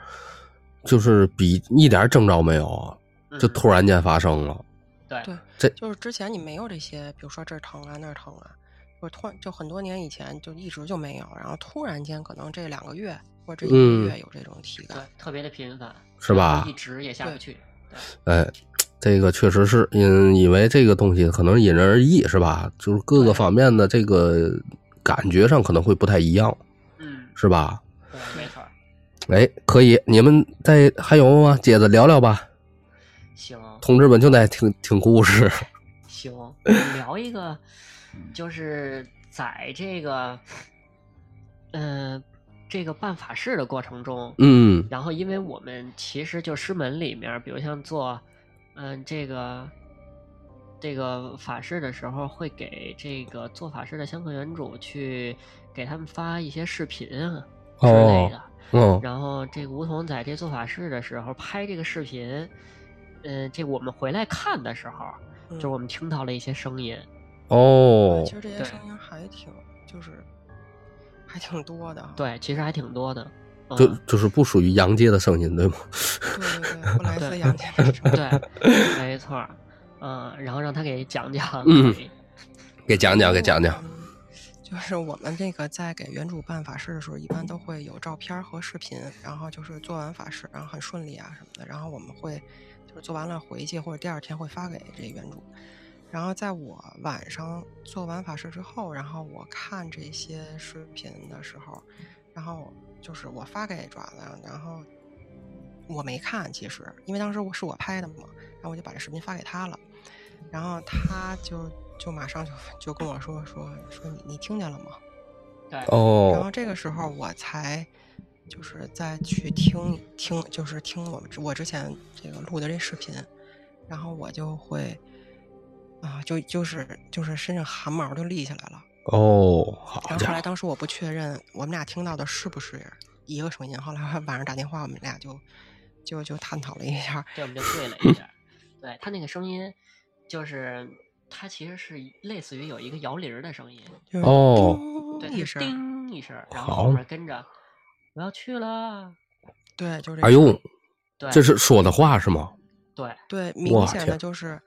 Speaker 1: 就是比一点征兆没有，
Speaker 2: 嗯
Speaker 1: 就突然间发生了。
Speaker 2: 对
Speaker 3: 对
Speaker 1: 这
Speaker 3: 就是之前你没有这些，比如说这儿疼啊那儿疼啊，就突然就很多年以前就一直就没有，然后突然间可能这两个月或者这一
Speaker 1: 嗯
Speaker 3: 个月有这种体
Speaker 2: 对
Speaker 3: 感，，
Speaker 2: 特别的频繁，
Speaker 1: 是吧
Speaker 2: 一直也下不
Speaker 3: 对
Speaker 2: 去。
Speaker 1: 哎，这个确实是因因为这个东西可能因人而异，是吧？就是各个
Speaker 3: 对
Speaker 1: 方面的这个感觉上可能会不太一样，
Speaker 2: 嗯，
Speaker 1: 是吧？
Speaker 2: 对，没错儿。
Speaker 1: 哎，可以，你们再还有吗？接着聊聊吧。
Speaker 2: 行
Speaker 1: 同志们就在听听故事，
Speaker 2: 行，我们聊一个，就是在这个，嗯，这个办法事的过程中，
Speaker 1: 嗯
Speaker 2: 然后，因为我们其实就师门里面儿，比如像做，嗯，这个这个法事的时候，会给这个做法事的香客原主去给他们发一些视频啊之类
Speaker 1: 哦
Speaker 2: 的。
Speaker 1: 嗯
Speaker 2: 然后，这个梧桐在这做法事的时候拍这个视频，嗯，这我们回来看的时候，
Speaker 3: 嗯
Speaker 2: 就我们听到了一些声音，
Speaker 1: 哦
Speaker 3: 其，实这些
Speaker 2: 对
Speaker 3: 声音还挺就是还挺多的啊，
Speaker 2: 对，其实还挺多的。嗯、
Speaker 1: 就就是不属于阳界的声音，对吗？
Speaker 3: 对
Speaker 2: <laughs>
Speaker 3: 对对，布莱
Speaker 2: 对
Speaker 3: 斯 <laughs> 杨家那种，
Speaker 2: 嗯
Speaker 1: <laughs>
Speaker 2: 对，没错儿，嗯，然后让他给讲讲，
Speaker 1: 嗯给讲讲，给讲讲。
Speaker 3: 嗯。就是我们这个在给原主办法事的时候，一般都会有照片儿和视频，然后就是做完法事，然后很顺利啊什么的，然后我们会就是做完了回去或者第二天会发给这原主。然后在我晚上做完法事之后，然后我看这些视频的时候，然后就是我发给爪子，然后我没看，其实因为当时我是我拍的嘛，然后我就把这视频发给他了，然后他就就马上就就跟我说说说你你听见了吗？
Speaker 2: 对，
Speaker 3: 然
Speaker 1: 哦
Speaker 3: 后这个时候我才就是再去听听，就是听我们之我之前这个录的这视频，然后我就会啊，就就是就是身上汗毛就立起来了。
Speaker 1: 哦，好
Speaker 3: 然后后
Speaker 1: 家
Speaker 3: 来
Speaker 1: 伙，
Speaker 3: 当时我不确认我们俩听到的是不是一个声音，后来晚上打电话我们俩就就就探讨了一下，
Speaker 2: 对，我们就对了一下。对他那个声音，就是它其实是类似于有一个摇铃儿的声音，
Speaker 3: 就是
Speaker 1: 哦
Speaker 2: 对，它
Speaker 3: 叮一
Speaker 2: 是
Speaker 3: 声，
Speaker 2: 叮一声儿，然
Speaker 1: 好
Speaker 2: 后后面跟着我要去了，
Speaker 3: 对，就是
Speaker 1: 哎呦，
Speaker 2: 对，
Speaker 1: 这是说的话是吗？
Speaker 2: 对
Speaker 3: 对，
Speaker 1: 哇
Speaker 3: 明显
Speaker 1: 天
Speaker 3: 的就是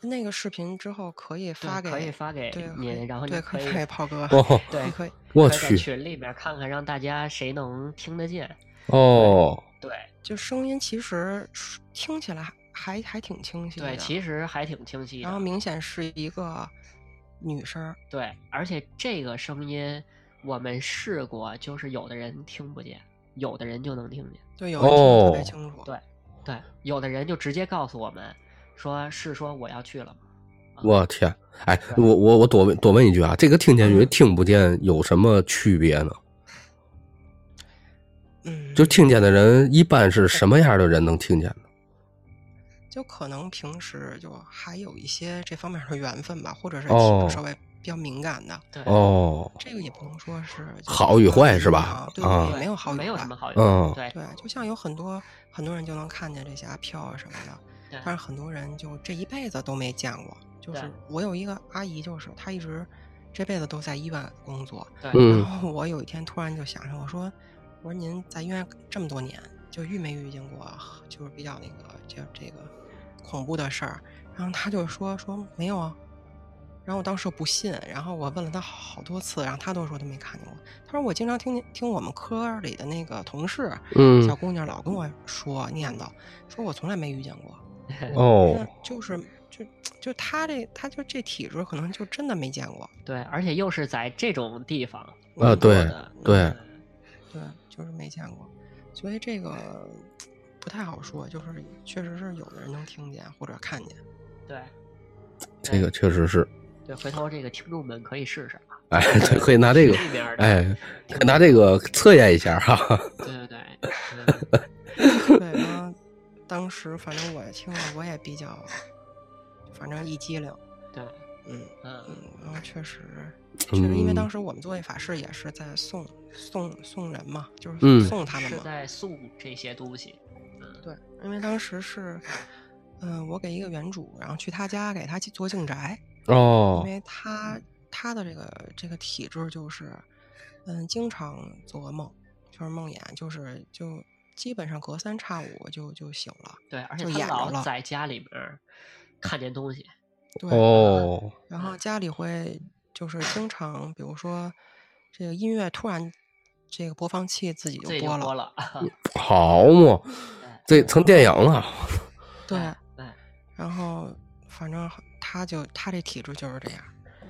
Speaker 3: 那个视频之后可以
Speaker 2: 对
Speaker 3: 发给
Speaker 2: 可以发给
Speaker 3: 对可
Speaker 2: 您，
Speaker 3: 以
Speaker 2: 然后你
Speaker 3: 对
Speaker 2: 可
Speaker 3: 可
Speaker 2: 以
Speaker 3: 以发给炮哥，
Speaker 1: 哦，
Speaker 2: 对
Speaker 3: 你可以
Speaker 1: <laughs> 我
Speaker 2: 可以在
Speaker 1: 去，
Speaker 2: 群里边看看，让大家谁能听得见。
Speaker 1: 哦，
Speaker 2: 对
Speaker 3: 就声音其实是听起来还还还挺清晰的，
Speaker 2: 对，其实还挺清晰
Speaker 3: 然后
Speaker 2: 的。
Speaker 3: 明显是一个女声儿，
Speaker 2: 对，而且这个声音我们试过，就是有的人听不见，有的人就能听见。
Speaker 3: 对，有人听得特
Speaker 1: 哦
Speaker 3: 别清楚，
Speaker 2: 对对，有的人就直接告诉我们，说是说我要去了吗？
Speaker 1: 我天，哎，
Speaker 2: 对
Speaker 1: 我我我多问多问一句啊，这个听见与听不见有什么区别呢？
Speaker 3: 嗯，
Speaker 1: 就听见的人一般是什么样的人能听见呢？
Speaker 3: 就可能平时就还有一些这方面的缘分吧，或者是
Speaker 1: 哦
Speaker 3: 稍微比较敏感的，
Speaker 2: 对，
Speaker 1: 哦，
Speaker 3: 这个也不能说是就是
Speaker 1: 好与坏是吧
Speaker 3: 啊对，
Speaker 1: 啊
Speaker 3: 也没有好与
Speaker 2: 没有
Speaker 3: 坏
Speaker 2: 什么好
Speaker 1: 嗯
Speaker 2: 对
Speaker 3: 对，就像有很多很多人就能看见这些阿飘啊什么的，
Speaker 2: 对
Speaker 3: 但是很多人就这一辈子都没见过。就
Speaker 2: 对
Speaker 3: 是我有一个阿姨，就是她一直这辈子都在医院工作，
Speaker 2: 对
Speaker 1: 嗯
Speaker 3: 然后我有一天突然就想上，我说我说您在医院这么多年，就遇没遇见过就是比较那个就这个恐怖的事儿？然后她就说说没有啊。然后我当时不信，然后我问了她好多次，然后她都说她没看见过。她说我经常听见听我们科里的那个同事，小
Speaker 1: 嗯，
Speaker 3: 姑娘老跟我说念叨，说我从来没遇见过，
Speaker 1: 哦
Speaker 3: 那，就是就就她这她就这体质可能就真的没见过，
Speaker 2: <laughs> 对，而且又是在这种地方
Speaker 1: 啊，
Speaker 2: 做
Speaker 1: 对
Speaker 2: 的
Speaker 1: 对，
Speaker 3: 对，就是没见过，所以这个不太好说，就是确实是有的人能听见或者看
Speaker 1: <laughs>
Speaker 3: 见，
Speaker 2: 对
Speaker 1: 这个确实是，
Speaker 2: 对，回头这个听众们可以试试啊，
Speaker 1: 哎，对，可以拿这个，
Speaker 2: 里边儿的，
Speaker 1: 哎，可以拿这个测验一下哈、
Speaker 2: 对对对对，对
Speaker 3: 对，然后当时反正我听了我也比较，反正一激灵，
Speaker 2: 对，
Speaker 3: 嗯嗯
Speaker 2: 嗯，，
Speaker 3: 然后确实。确实，因为
Speaker 1: 嗯
Speaker 3: 当时我们做那法事也是在送送送人嘛，就
Speaker 1: 嗯
Speaker 3: 是送他们
Speaker 2: 是
Speaker 3: 嘛。
Speaker 2: 在送这些东西，
Speaker 3: 对，因为当时是，嗯、我给一个原主，然后去他家给他去做净宅，因
Speaker 1: 哦，
Speaker 3: 为他他的这个这个体质就是，嗯，经常做噩梦，就是梦魇，就是就基本上隔三差五就就醒了。
Speaker 2: 对，而且
Speaker 3: 就
Speaker 2: 他
Speaker 3: 演着
Speaker 2: 老
Speaker 3: 了
Speaker 2: 在家里边儿看见东西，
Speaker 3: 对，
Speaker 1: 哦，
Speaker 3: 然后家里会就是经常，比如说这个音乐突然这个播放器自己就
Speaker 2: 自己就
Speaker 3: 播了，
Speaker 2: 播了。
Speaker 1: 好嘛，
Speaker 2: 哎
Speaker 1: 这成电影了。
Speaker 3: 对，
Speaker 2: 对
Speaker 3: 然后反正他就他这体质就是这样，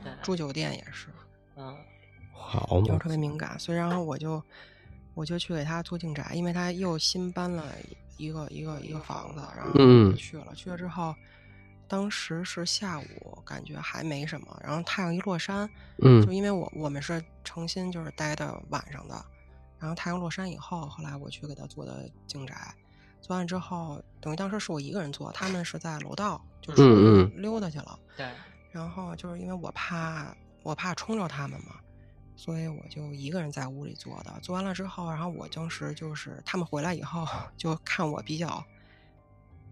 Speaker 2: 对，
Speaker 3: 住酒店也是，
Speaker 2: 嗯
Speaker 1: 好
Speaker 3: 就是
Speaker 1: 嘛，
Speaker 3: 特别敏感，所以然后我就我就去给他做定宅，因为他又新搬了一个一个一个房子，然后
Speaker 1: 嗯
Speaker 3: 去了，去了之后。当时是下午，感觉还没什么。然后太阳一落山，就
Speaker 1: 嗯
Speaker 3: 因为我我们是诚心就是待到晚上的，然后太阳落山以后，后来我去给他做的净宅，做完之后，等于当时是我一个人做，他们是在楼道就出
Speaker 1: 嗯嗯
Speaker 3: 去溜达去了，
Speaker 2: 对，
Speaker 3: 然后就是因为我怕我怕冲着他们嘛。所以我就一个人在屋里做的，做完了之后，然后我当时就是他们回来以后， <laughs> 就看我比较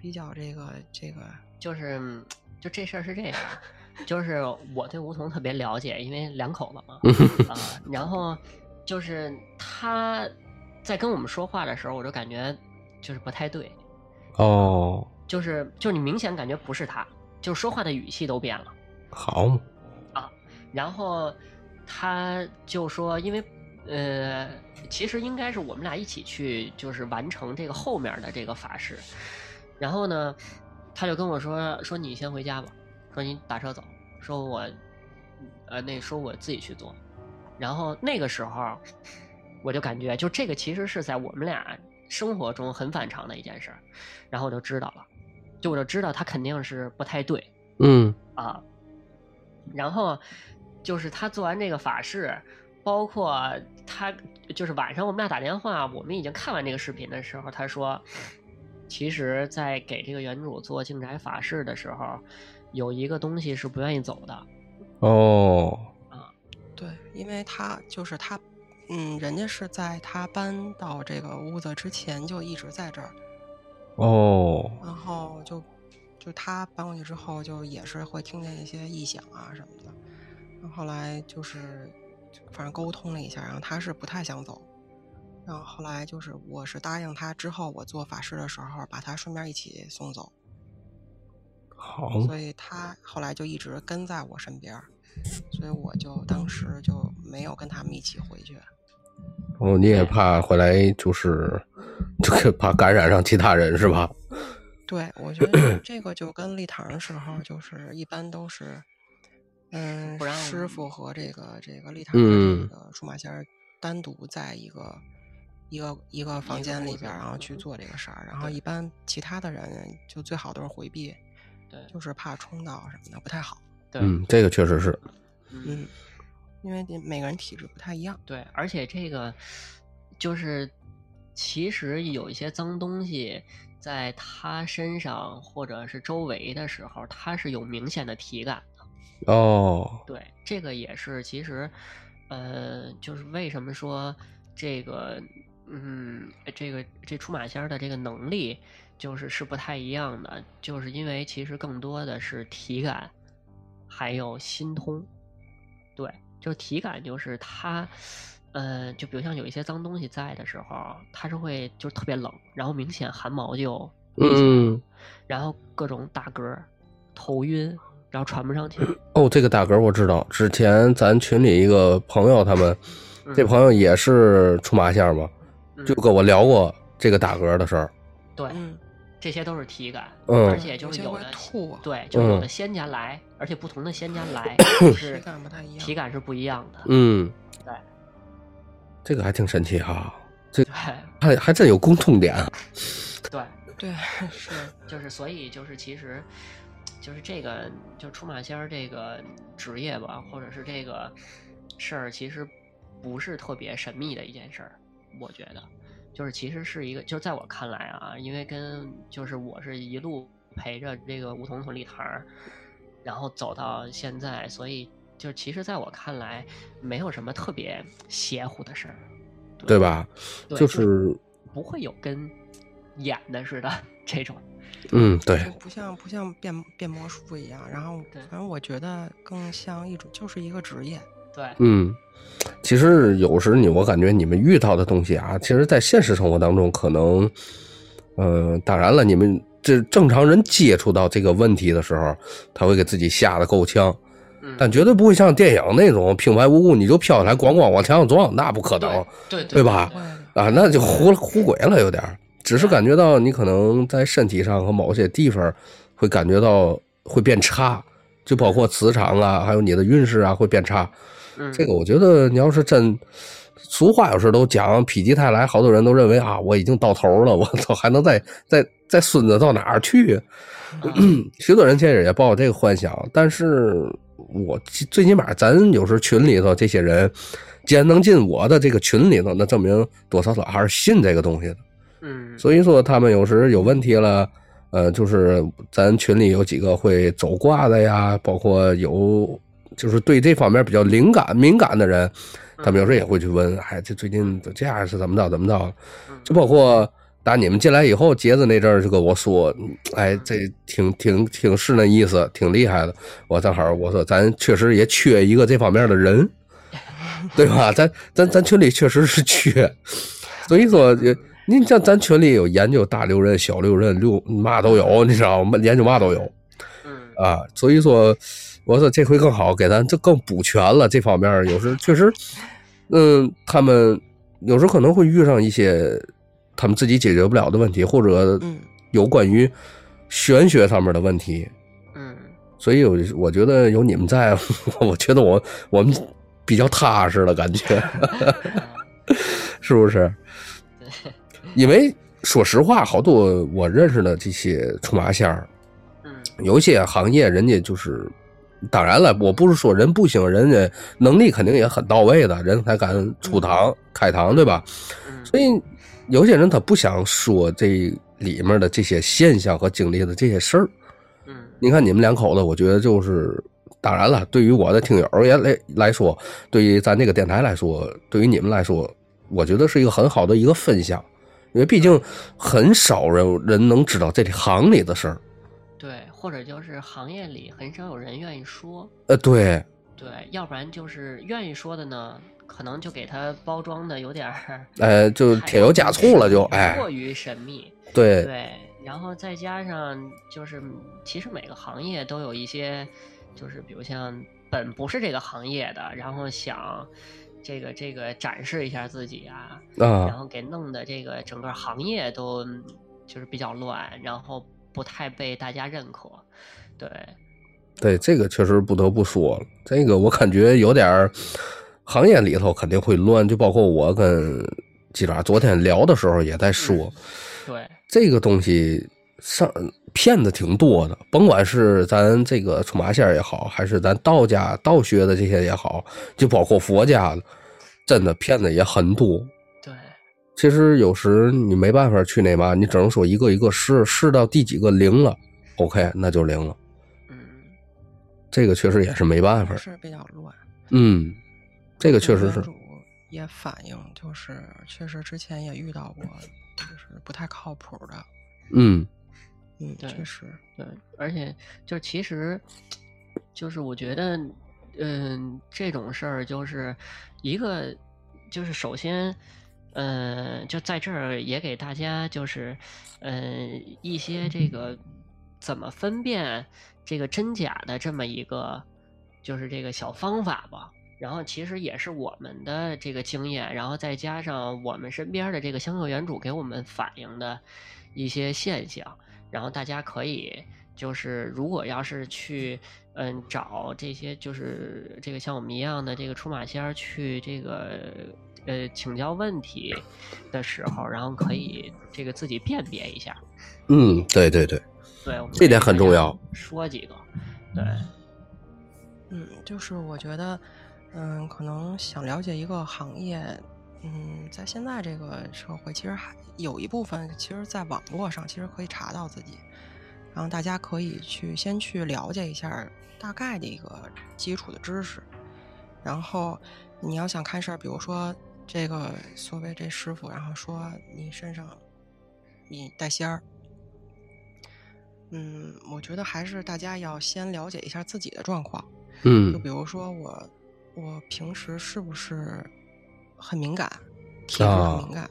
Speaker 3: 比较这个这个
Speaker 2: 就是嗯就这事儿是这样儿，就是我对梧桐特别了解，因为两口子嘛，啊、然后就是他在跟我们说话的时候，我就感觉就是不太对，
Speaker 1: 哦，
Speaker 2: 就是就是你明显感觉不是他，就是说话的语气都变了。
Speaker 1: 好嘛，
Speaker 2: 然后他就说，因为呃，其实应该是我们俩一起去，就是完成这个后面的这个法事。然后呢，他就跟我说说你先回家吧，说你打车走，说我呃那说我自己去做。然后那个时候，我就感觉就这个其实是在我们俩生活中很反常的一件事儿，然后我就知道了，就我就知道他肯定是不太对。
Speaker 1: 嗯
Speaker 2: 啊。然后就是他做完这个法事，包括他就是晚上我们俩打电话，我们已经看完这个视频的时候，他说，其实，在给这个原主做净宅法事的时候，有一个东西是不愿意走的，
Speaker 1: 哦，
Speaker 3: 对，因为他就是他，嗯，人家是在他搬到这个屋子之前就一直在这儿，
Speaker 1: 哦，
Speaker 3: 然后就就他搬过去之后，就也是会听见一些异响啊什么的。然后后来就是反正沟通了一下，然后他是不太想走。然后后来就是我是答应他之后，我做法事的时候把他顺便一起送走，
Speaker 1: 好嘛，
Speaker 3: 所以他后来就一直跟在我身边儿，所以我就当时就没有跟他们一起回去。
Speaker 1: 哦，你也怕回来就是， <laughs> 就是怕感染上其他人是吧？
Speaker 3: 对，我觉得这个就跟立堂的时候，就是一般都是，嗯
Speaker 2: 不，让
Speaker 3: 师傅和这个这个立堂和这
Speaker 1: 嗯
Speaker 3: 个出马仙儿单独在一个一个一个
Speaker 2: 一
Speaker 3: 房
Speaker 2: 个
Speaker 3: 间
Speaker 2: 屋
Speaker 3: 里
Speaker 2: 子
Speaker 3: 边儿，然后去
Speaker 2: 嗯
Speaker 3: 做这个事儿。然后
Speaker 2: 对
Speaker 3: 一般其他的人就最好都是回避，
Speaker 2: 对
Speaker 3: 就是怕冲到什么的不太好。
Speaker 2: 对，
Speaker 1: 嗯，这个确实是，
Speaker 2: 嗯
Speaker 3: 嗯，因为你每个人体质不太一样。
Speaker 2: 对，而且这个就是，其实有一些脏东西在他身上或者是周围的时候，他是有明显的体感的。
Speaker 1: 哦，
Speaker 2: 对，这个也是，其实，呃，就是为什么说这个，嗯，这个这出马仙儿的这个能力，就是是不太一样的，就是因为其实更多的是体感，还有心通。对，就是体感，就是他，呃，就比如像有一些脏东西在的时候，他是会就是特别冷，然后明显汗毛就立起来了，
Speaker 1: 嗯，
Speaker 2: 然后各种打嗝儿、头晕，然后喘不上气儿。
Speaker 1: 哦，这个大哥我知道，之前咱群里一个朋友他们，
Speaker 2: 嗯
Speaker 1: 这朋友也是出马线嘛，就
Speaker 2: 嗯
Speaker 1: 跟我聊过这个打嗝的事儿。
Speaker 2: 对，
Speaker 3: 嗯，
Speaker 2: 这些都是体感，
Speaker 1: 嗯
Speaker 2: 而且就
Speaker 3: 有
Speaker 2: 是
Speaker 3: 些
Speaker 2: 有
Speaker 3: 会
Speaker 2: 的
Speaker 3: 吐啊
Speaker 2: 对，就是有的
Speaker 1: 嗯
Speaker 2: 仙家来，而且不同的仙家来
Speaker 3: 体
Speaker 2: 是
Speaker 3: 感不太一样。
Speaker 2: 体感是不一样的，
Speaker 1: 嗯，
Speaker 2: 对
Speaker 1: 这个还挺神奇哈、
Speaker 2: 对
Speaker 1: 还还真有共通点。
Speaker 2: 对，
Speaker 3: 对是，
Speaker 2: 就是所以就是其实就是这个就出马仙儿这个职业吧，或者是这个事儿，其实不是特别神秘的一件事儿，我觉得就是其实是一个，就是在我看来啊，因为跟就是我是一路陪着这个梧桐从立坛儿，然后走到现在，所以就是其实在我看来，没有什么特别邪乎的事儿，
Speaker 1: 对吧？
Speaker 2: 对
Speaker 1: 就
Speaker 2: 就是
Speaker 1: 是，
Speaker 2: 不会有跟演的似的 <laughs> 这种，
Speaker 1: 嗯，对，
Speaker 3: 就不像不像变变魔术一样。然后
Speaker 2: 对
Speaker 3: 反正我觉得更像一种，就是一个职业。
Speaker 2: 对对，
Speaker 1: 嗯，其实有时你我感觉你们遇到的东西啊，其实，在现实生活当中，可能，呃，当然了，你们这正常人接触到这个问题的时候，他会给自己吓得够呛，
Speaker 2: 嗯，
Speaker 1: 但绝对不会像电影那种平白无故你就飘下来，咣咣往墙上撞，那不可能
Speaker 2: 对对
Speaker 1: 对吧
Speaker 3: 会
Speaker 1: 啊，那就胡胡鬼了，有点儿。只是感觉到你可能在身体上和某些地方会感觉到会变差，就包括磁场啊，还有你的运势啊会变差。
Speaker 2: 嗯，
Speaker 1: 这个我觉得，你要是真，俗话有时都讲否极泰来，好多人都认为啊，我已经到头了，我操，还能再再再孙子到哪儿去？ <clears throat>
Speaker 2: 嗯
Speaker 1: 许多人其实也抱有这个幻想，但是我最最起码咱有时群里头这些人，既然能进我的这个群里头，那证明多少少还是信这个东西的。
Speaker 2: 嗯，
Speaker 1: 所以说他们有时有问题了，呃，就是咱群里有几个会走卦的呀，包括有就是对这方面比较灵感敏感的人，他们有时也会去问，哎，这最近这样是怎么着怎么着？
Speaker 2: 嗯
Speaker 1: 就包括打你们进来以后，杰子那阵儿就跟我说，嗯哎，这挺挺挺是那意思，挺厉害的。我正好我说咱确实也缺一个这方面的人，对吧？咱咱咱群里确实是缺，所以说也。你像咱群里有研究大六壬、小六壬、六嘛都有，你知道吗？研究嘛都有
Speaker 2: 嗯
Speaker 1: 啊，所以说，我说这回更好，给咱这更补全了这方面儿。有时确实，嗯，他们有时可能会遇上一些他们自己解决不了的问题，或者
Speaker 3: 嗯
Speaker 1: 有关于玄学上面的问题。
Speaker 2: 嗯
Speaker 1: 所以有，我觉得有你们在， <laughs> 我觉得我我们比较踏实了，感觉 <laughs> 呃是不是？因为说实话，好多我认识的这些出马仙儿，
Speaker 2: 嗯
Speaker 1: 有些行业人家就是，当然了，我不是说人不行，人家能力肯定也很到位的，人才敢出堂、开堂，对吧？
Speaker 2: 嗯，
Speaker 1: 所以有些人他不想说这里面的这些现象和经历的这些事儿。
Speaker 2: 嗯
Speaker 1: 你看你们两口子，我觉得就是，当然了，对于我的听友也来来说，对于咱这个电台来说，对于你们来说，我觉得是一个很好的一个分享，因为毕竟很少人人能知道这行里的事儿。
Speaker 2: 对，或者就是行业里很少有人愿意说，
Speaker 1: 呃，对，
Speaker 2: 对，要不然就是愿意说的呢，可能就给他包装的有点儿
Speaker 1: 呃，就
Speaker 2: 太
Speaker 1: 添油加醋了就，哎，
Speaker 2: 过于神秘，
Speaker 1: 对，
Speaker 2: 对，然后再加上就是，其实每个行业都有一些，就是比如像本不是这个行业的，然后想这个这个展示一下自己啊，然
Speaker 1: 啊，
Speaker 2: 后给弄的这个整个行业都嗯就是比较乱，然后不太被大家认可，对，
Speaker 1: 对，这个确实不得不说了，这个我感觉有点儿行业里头肯定会乱，就包括我跟鸡爪昨天聊的时候也在说。
Speaker 2: 对，
Speaker 1: 这个东西上骗子挺多的，甭管是咱这个出马仙儿也好，还是咱道家道学的这些也好，就包括佛家的，真的骗子也很多。
Speaker 2: 对，
Speaker 1: 其实有时你没办法去那嘛，你只能说一个一个试，试到第几个灵了，OK，那就灵了。
Speaker 2: 嗯，
Speaker 1: 这个确实也是没办法
Speaker 3: 还，是比较乱。
Speaker 1: 嗯，这个确实是
Speaker 3: 原，主也反映，就是确实之前也遇到过，就是不太靠谱的。
Speaker 1: 嗯
Speaker 3: 嗯，
Speaker 2: 对
Speaker 3: 确实，
Speaker 2: 对，而且就是其实，就是我觉得，嗯，这种事儿就是一个，就是首先，嗯，就在这儿也给大家就是，嗯，一些这个怎么分辨这个真假的这么一个，就是这个小方法吧。然后其实也是我们的这个经验，然后再加上我们身边儿的这个香客原主给我们反映的一些现象，然后大家可以就是如果要是去嗯找这些就是这个像我们一样的这个出马仙儿去这个呃请教问题的时候，然后可以这个自己辨别一下。
Speaker 1: 嗯，对对对，
Speaker 2: 对，我们
Speaker 1: 这点很重要。
Speaker 2: 说几个，对，
Speaker 3: 嗯，就是我觉得，嗯，可能想了解一个行业，嗯，在现在这个社会，其实还有一部分，其实在网络上其实可以查到自己，然后大家可以去先去了解一下大概的一个基础的知识，然后你要想看事儿，比如说这个所谓这师傅，然后说你身上你带仙儿。嗯，我觉得还是大家要先了解一下自己的状况，就
Speaker 1: 嗯
Speaker 3: 比如说我，我平时是不是很敏感，体质很敏感，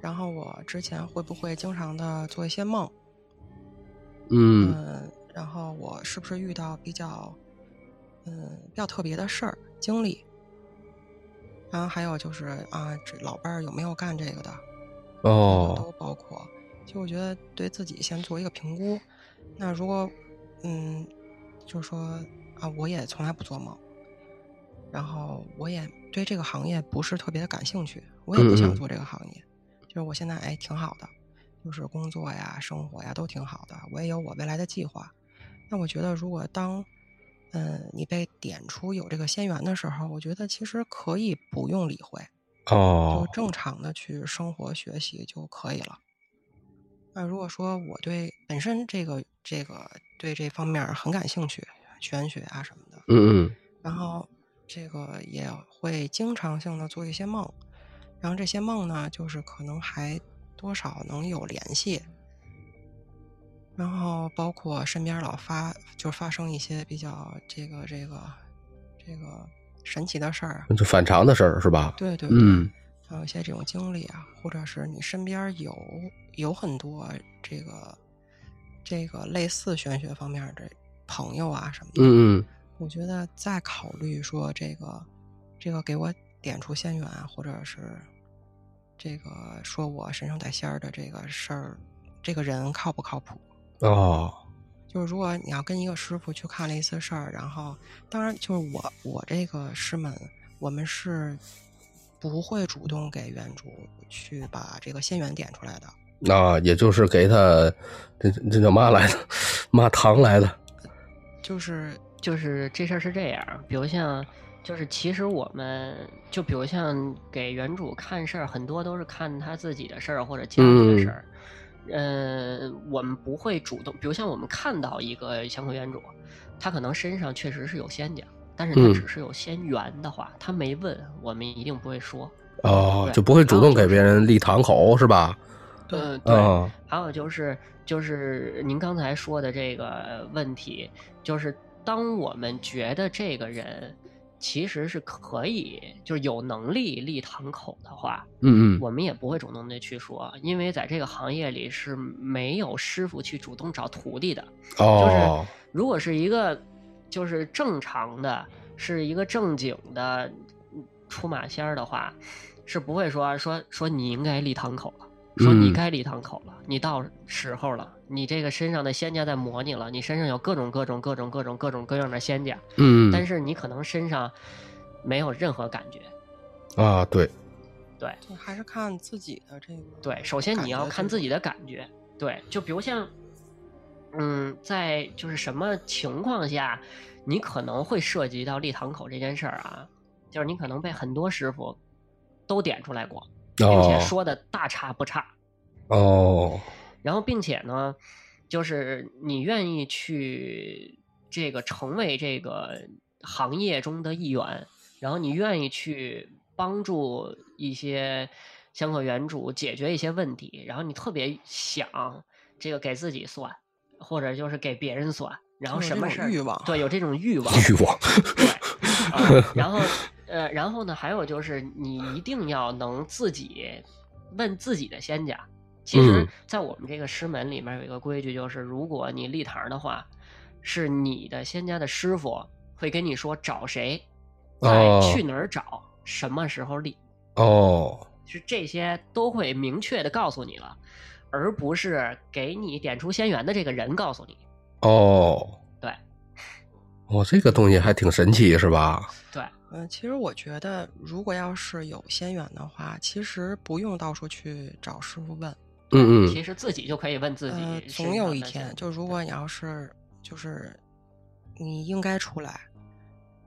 Speaker 3: 然后我之前会不会经常的做一些梦，
Speaker 1: 嗯
Speaker 3: 嗯，然后我是不是遇到比较嗯比较特别的事儿经历，然后还有就是啊，这老伴儿有没有干这个的，
Speaker 1: 哦
Speaker 3: 都包括。其实我觉得对自己先做一个评估。那如果，嗯，就是说啊，我也从来不做梦，然后我也对这个行业不是特别的感兴趣，我也不
Speaker 1: 嗯嗯
Speaker 3: 想做这个行业。就是我现在哎挺好的，就是工作呀、生活呀都挺好的，我也有我未来的计划。那我觉得，如果当嗯你被点出有这个仙缘的时候，我觉得其实可以不用理会。就
Speaker 1: 哦
Speaker 3: 正常的去生活学习就可以了。那如果说我对本身这个这个对这方面儿很感兴趣，玄学啊什么的，
Speaker 1: 嗯嗯
Speaker 3: 然后这个也会经常性的做一些梦，然后这些梦呢，就是可能还多少能有联系，然后包括身边老发就发生一些比较这个这个这个神奇的事儿啊，
Speaker 1: 就反常的事儿是吧？
Speaker 3: 对对对，
Speaker 1: 嗯
Speaker 3: 还有一些这种经历啊，或者是你身边儿有有很多这个这个类似玄学方面儿的朋友啊什么的，
Speaker 1: 嗯嗯
Speaker 3: 我觉得再考虑说这个这个给我点出仙缘啊，或者是这个说我身上带仙儿的这个事儿，这个人靠不靠谱？
Speaker 1: 哦
Speaker 3: 就是如果你要跟一个师傅去看了一次事儿，然后当然就是我我这个师门，我们是不会主动给原主去把这个仙缘点出来的。
Speaker 1: 那也就是给他这这叫嘛来的？嘛糖来的？
Speaker 3: 就是
Speaker 2: 就是这事儿是这样，比如像，就是其实我们就比如像给原主看事儿，很多都是看他自己的事儿或者家里的事儿。嗯、我们不会主动，比如像我们看到一个香客原主，他可能身上确实是有仙家，但是他
Speaker 1: 嗯
Speaker 2: 只是有仙缘的话，他没问，我们一定不会说。
Speaker 1: 哦，
Speaker 2: 对
Speaker 1: 就不会主动给别人立堂口是吧？
Speaker 3: 对
Speaker 2: 嗯，对。
Speaker 1: 啊，
Speaker 2: 还有就是就是您刚才说的这个问题，就是当我们觉得这个人其实是可以，就是有能力立堂口的话，
Speaker 1: 嗯嗯，
Speaker 2: 我们也不会主动的去说，因为在这个行业里是没有师傅去主动找徒弟的。
Speaker 1: 哦，
Speaker 2: 如果是一个就是正常的，是一个正经的嗯出马仙儿的话，是不会说说说你应该立堂口了，说
Speaker 1: 嗯
Speaker 2: 你该立堂口了，你到时候了，你这个身上的仙家在磨你了，你身上有各种各种各种各种各种各样的仙家，
Speaker 1: 嗯
Speaker 2: 但
Speaker 1: 嗯
Speaker 2: 是你可能身上没有任何感觉。
Speaker 1: 啊，对，
Speaker 3: 就还是看自己的这个
Speaker 2: 对，首先
Speaker 3: 感
Speaker 2: 你要
Speaker 3: 觉
Speaker 2: 看
Speaker 3: 是
Speaker 2: 自
Speaker 3: 什
Speaker 2: 己的感觉。对，就比如像，嗯，在就是什么情况下，你可能会涉及到立堂口这件事儿啊，就是你可能被很多师傅都点出来过，并且
Speaker 1: 哦
Speaker 2: 说的大差不差。
Speaker 1: 哦，
Speaker 2: 然后，并且呢，就是你愿意去这个成为这个行业中的一员，然后你愿意去帮助一些香客原主解决一些问题，然后你特别想这个给自己算，或者就是给别人算，然后
Speaker 3: 有
Speaker 2: 什
Speaker 3: 这
Speaker 2: 么
Speaker 3: 种
Speaker 2: 事儿
Speaker 3: 欲望
Speaker 2: 对有这种欲
Speaker 1: <laughs>
Speaker 2: 望，
Speaker 1: 欲望， <laughs>
Speaker 2: 对，啊然后呃，然后呢，还有就是你一定要能自己问自己的仙家。其实
Speaker 1: 嗯，
Speaker 2: 在我们这个师门里面有一个规矩，就是如果你立堂的话，是你的仙家的师傅会跟你说找谁，
Speaker 1: 哦
Speaker 2: 在去哪儿找，什么时候立，
Speaker 1: 哦，
Speaker 2: 是这些都会明确的告诉你了，而不是给你点出仙缘的这个人告诉你。
Speaker 1: 哦，
Speaker 2: 对，
Speaker 1: 哦，这个东西还挺神奇是吧？
Speaker 2: 对，
Speaker 3: 嗯，其实我觉得，如果要是有仙缘的话，其实不用到处去找师傅问，
Speaker 1: 嗯嗯
Speaker 2: 其实自己就可以问自己
Speaker 3: 呃，
Speaker 2: 身
Speaker 3: 总有
Speaker 2: 上
Speaker 3: 一
Speaker 2: 的
Speaker 3: 天，
Speaker 2: 仙
Speaker 3: 就如果你要是就是你应该出来，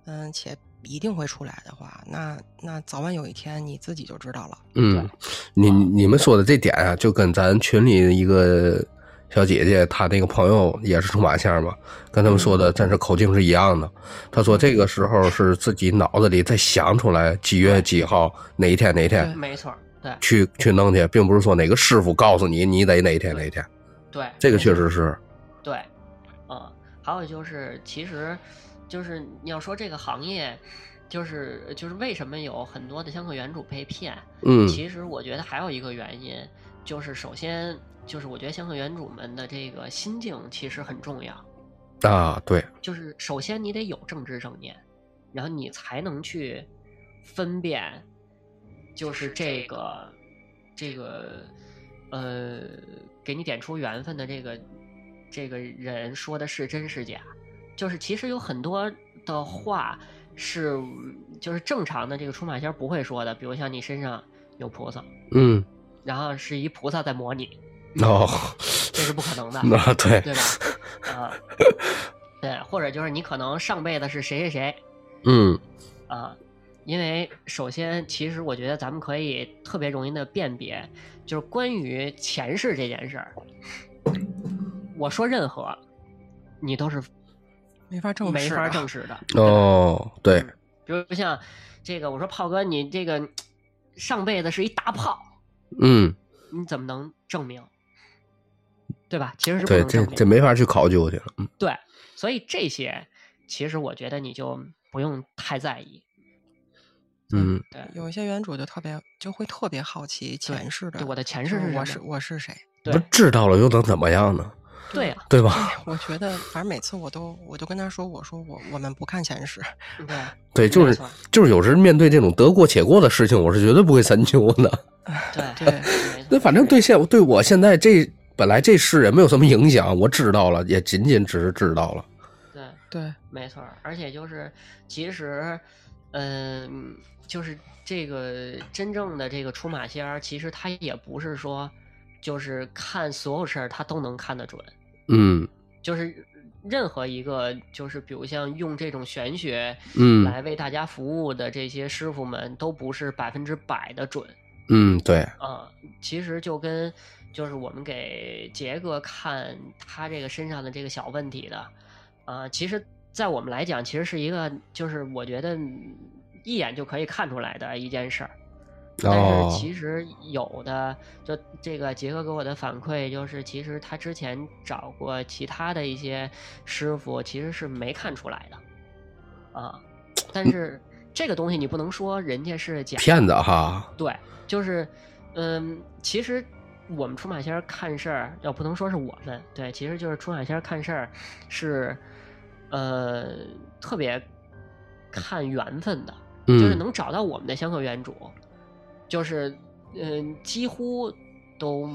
Speaker 3: 嗯，且一定会出来的话，那那早晚有一天你自己就知道了。
Speaker 1: 嗯，你
Speaker 2: 啊
Speaker 1: 你们说的这点啊，就跟咱群里一个小姐姐，她那个朋友也是出马线嘛，跟他们说
Speaker 2: 嗯
Speaker 1: 的，但是口径是一样的。她说这个时候是自己脑子里在想出来几月几号哪一天哪一天
Speaker 3: 对
Speaker 2: 没错儿，对
Speaker 1: 去去弄去，并不是说哪个师傅告诉你你得哪一天哪一天，
Speaker 2: 对，
Speaker 1: 这个确实是，
Speaker 2: 对，嗯，还有就是，其实就是你要说这个行业，就是就是为什么有很多的香客原主被骗？
Speaker 1: 嗯
Speaker 2: 其实我觉得还有一个原因，就是首先就是我觉得香客原主们的这个心境其实很重要，
Speaker 1: 啊，对，
Speaker 2: 就是首先你得有政治正念，然后你才能去分辨，就是这个这个呃，给你点出缘分的这个这个人说的是真是假，就是其实有很多的话是就是正常的这个出马仙儿不会说的，比如像你身上有菩萨，
Speaker 1: 嗯，
Speaker 2: 然后是一菩萨在模拟，
Speaker 1: 哦，
Speaker 2: 这是不可
Speaker 1: <laughs>
Speaker 2: 能的。
Speaker 1: 那对，
Speaker 2: 对吧？啊、对，或者就是你可能上辈子是谁谁谁
Speaker 1: 嗯
Speaker 2: 啊、因为首先，其实我觉得咱们可以特别容易的辨别，就是关于前世这件事儿，我说任何，你都是
Speaker 3: 没法证实，
Speaker 2: 嗯没法证实的。
Speaker 1: 哦，
Speaker 2: 嗯
Speaker 1: 对，
Speaker 2: 比如像这个，我说炮哥，你这个上辈子是一大炮，
Speaker 1: 嗯，
Speaker 2: 你怎么能证明？对吧？其实是不
Speaker 1: 对，
Speaker 2: 能
Speaker 1: 这
Speaker 2: 证明的。
Speaker 1: 这没法去考究去了，嗯
Speaker 2: 对，所以这些其实我觉得你就不用太在意。
Speaker 1: 嗯
Speaker 2: 对，
Speaker 3: 有一些原主就特别就会特别好奇前世的，
Speaker 2: 对我的前
Speaker 3: 就
Speaker 2: 世是
Speaker 3: 我
Speaker 2: 什
Speaker 3: 是
Speaker 2: 么
Speaker 3: 我是谁？ <laughs>
Speaker 1: 不
Speaker 2: 对
Speaker 1: 知道了又能怎么样呢？
Speaker 2: 对啊，
Speaker 1: 对吧？
Speaker 3: 我觉得反正每次我都我都跟他说，我说我我们不看前世，
Speaker 2: 对啊，
Speaker 1: <laughs> 对，就
Speaker 2: 没
Speaker 1: 是
Speaker 2: 错
Speaker 1: 就是有时面对这种得过且过的事情，我是绝对不会三秋的。 <laughs>
Speaker 2: 对
Speaker 3: 对
Speaker 2: 没错
Speaker 1: 那反正对现对我现在这本来这事也没有什么影响，我知道了，也仅仅只是知道了。
Speaker 2: 对，
Speaker 3: 对，
Speaker 2: 没错儿，而且就是其实，嗯，就是这个真正的这个出马仙儿，其实他也不是说就是看所有事儿他都能看得准，
Speaker 1: 嗯
Speaker 2: 就是任何一个就是比如像用这种玄学
Speaker 1: 嗯
Speaker 2: 来为大家服务的这些师傅们，都不是百分之百的准。
Speaker 1: 嗯，对，
Speaker 2: 啊、其实就跟就是我们给杰哥看他这个身上的这个小问题的，啊、其实，在我们来讲，其实是一个就是我觉得嗯一眼就可以看出来的一件事儿。但
Speaker 1: 哦
Speaker 2: 是其实有的，就这个杰哥给我的反馈就是，其实他之前找过其他的一些师傅，其实是没看出来的，啊，但是这个东西你不能说人家是假的
Speaker 1: 嗯骗子哈，
Speaker 2: 对，就是，嗯，其实我们出马仙儿看事儿，要不能说是我们，对，其实就是出马仙儿看事儿是，呃，特别看缘分的，就是
Speaker 1: 嗯
Speaker 2: 能找到我们的香客原主，就是，嗯，几乎都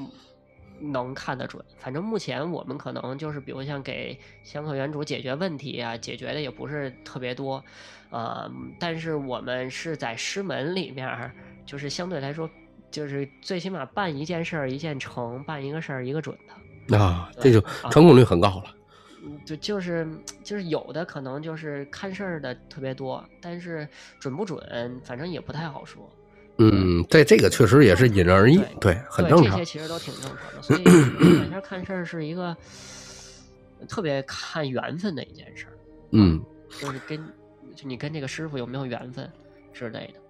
Speaker 2: 能看得准。反正目前我们可能就是，比如像给香客原主解决问题啊，解决的也不是特别多，呃，但是我们是在师门里面儿，就是相对来说，就是最起码办一件事儿一件成，办一个事儿一个准的。
Speaker 1: 啊，这就
Speaker 2: 啊
Speaker 1: 成功率很高了。
Speaker 2: 嗯，就就是就是有的可能就是看事儿的特别多，但是准不准，反正也不太好说。
Speaker 1: 嗯，这这个确实也是因人而异，对，很
Speaker 2: 对
Speaker 1: 正
Speaker 2: 这
Speaker 1: 常
Speaker 2: 些。其实都挺正常的，所以感觉看事儿是一个特别看缘分的一件事儿，
Speaker 1: 嗯
Speaker 2: 就是跟就你跟这个师傅有没有缘分之类的。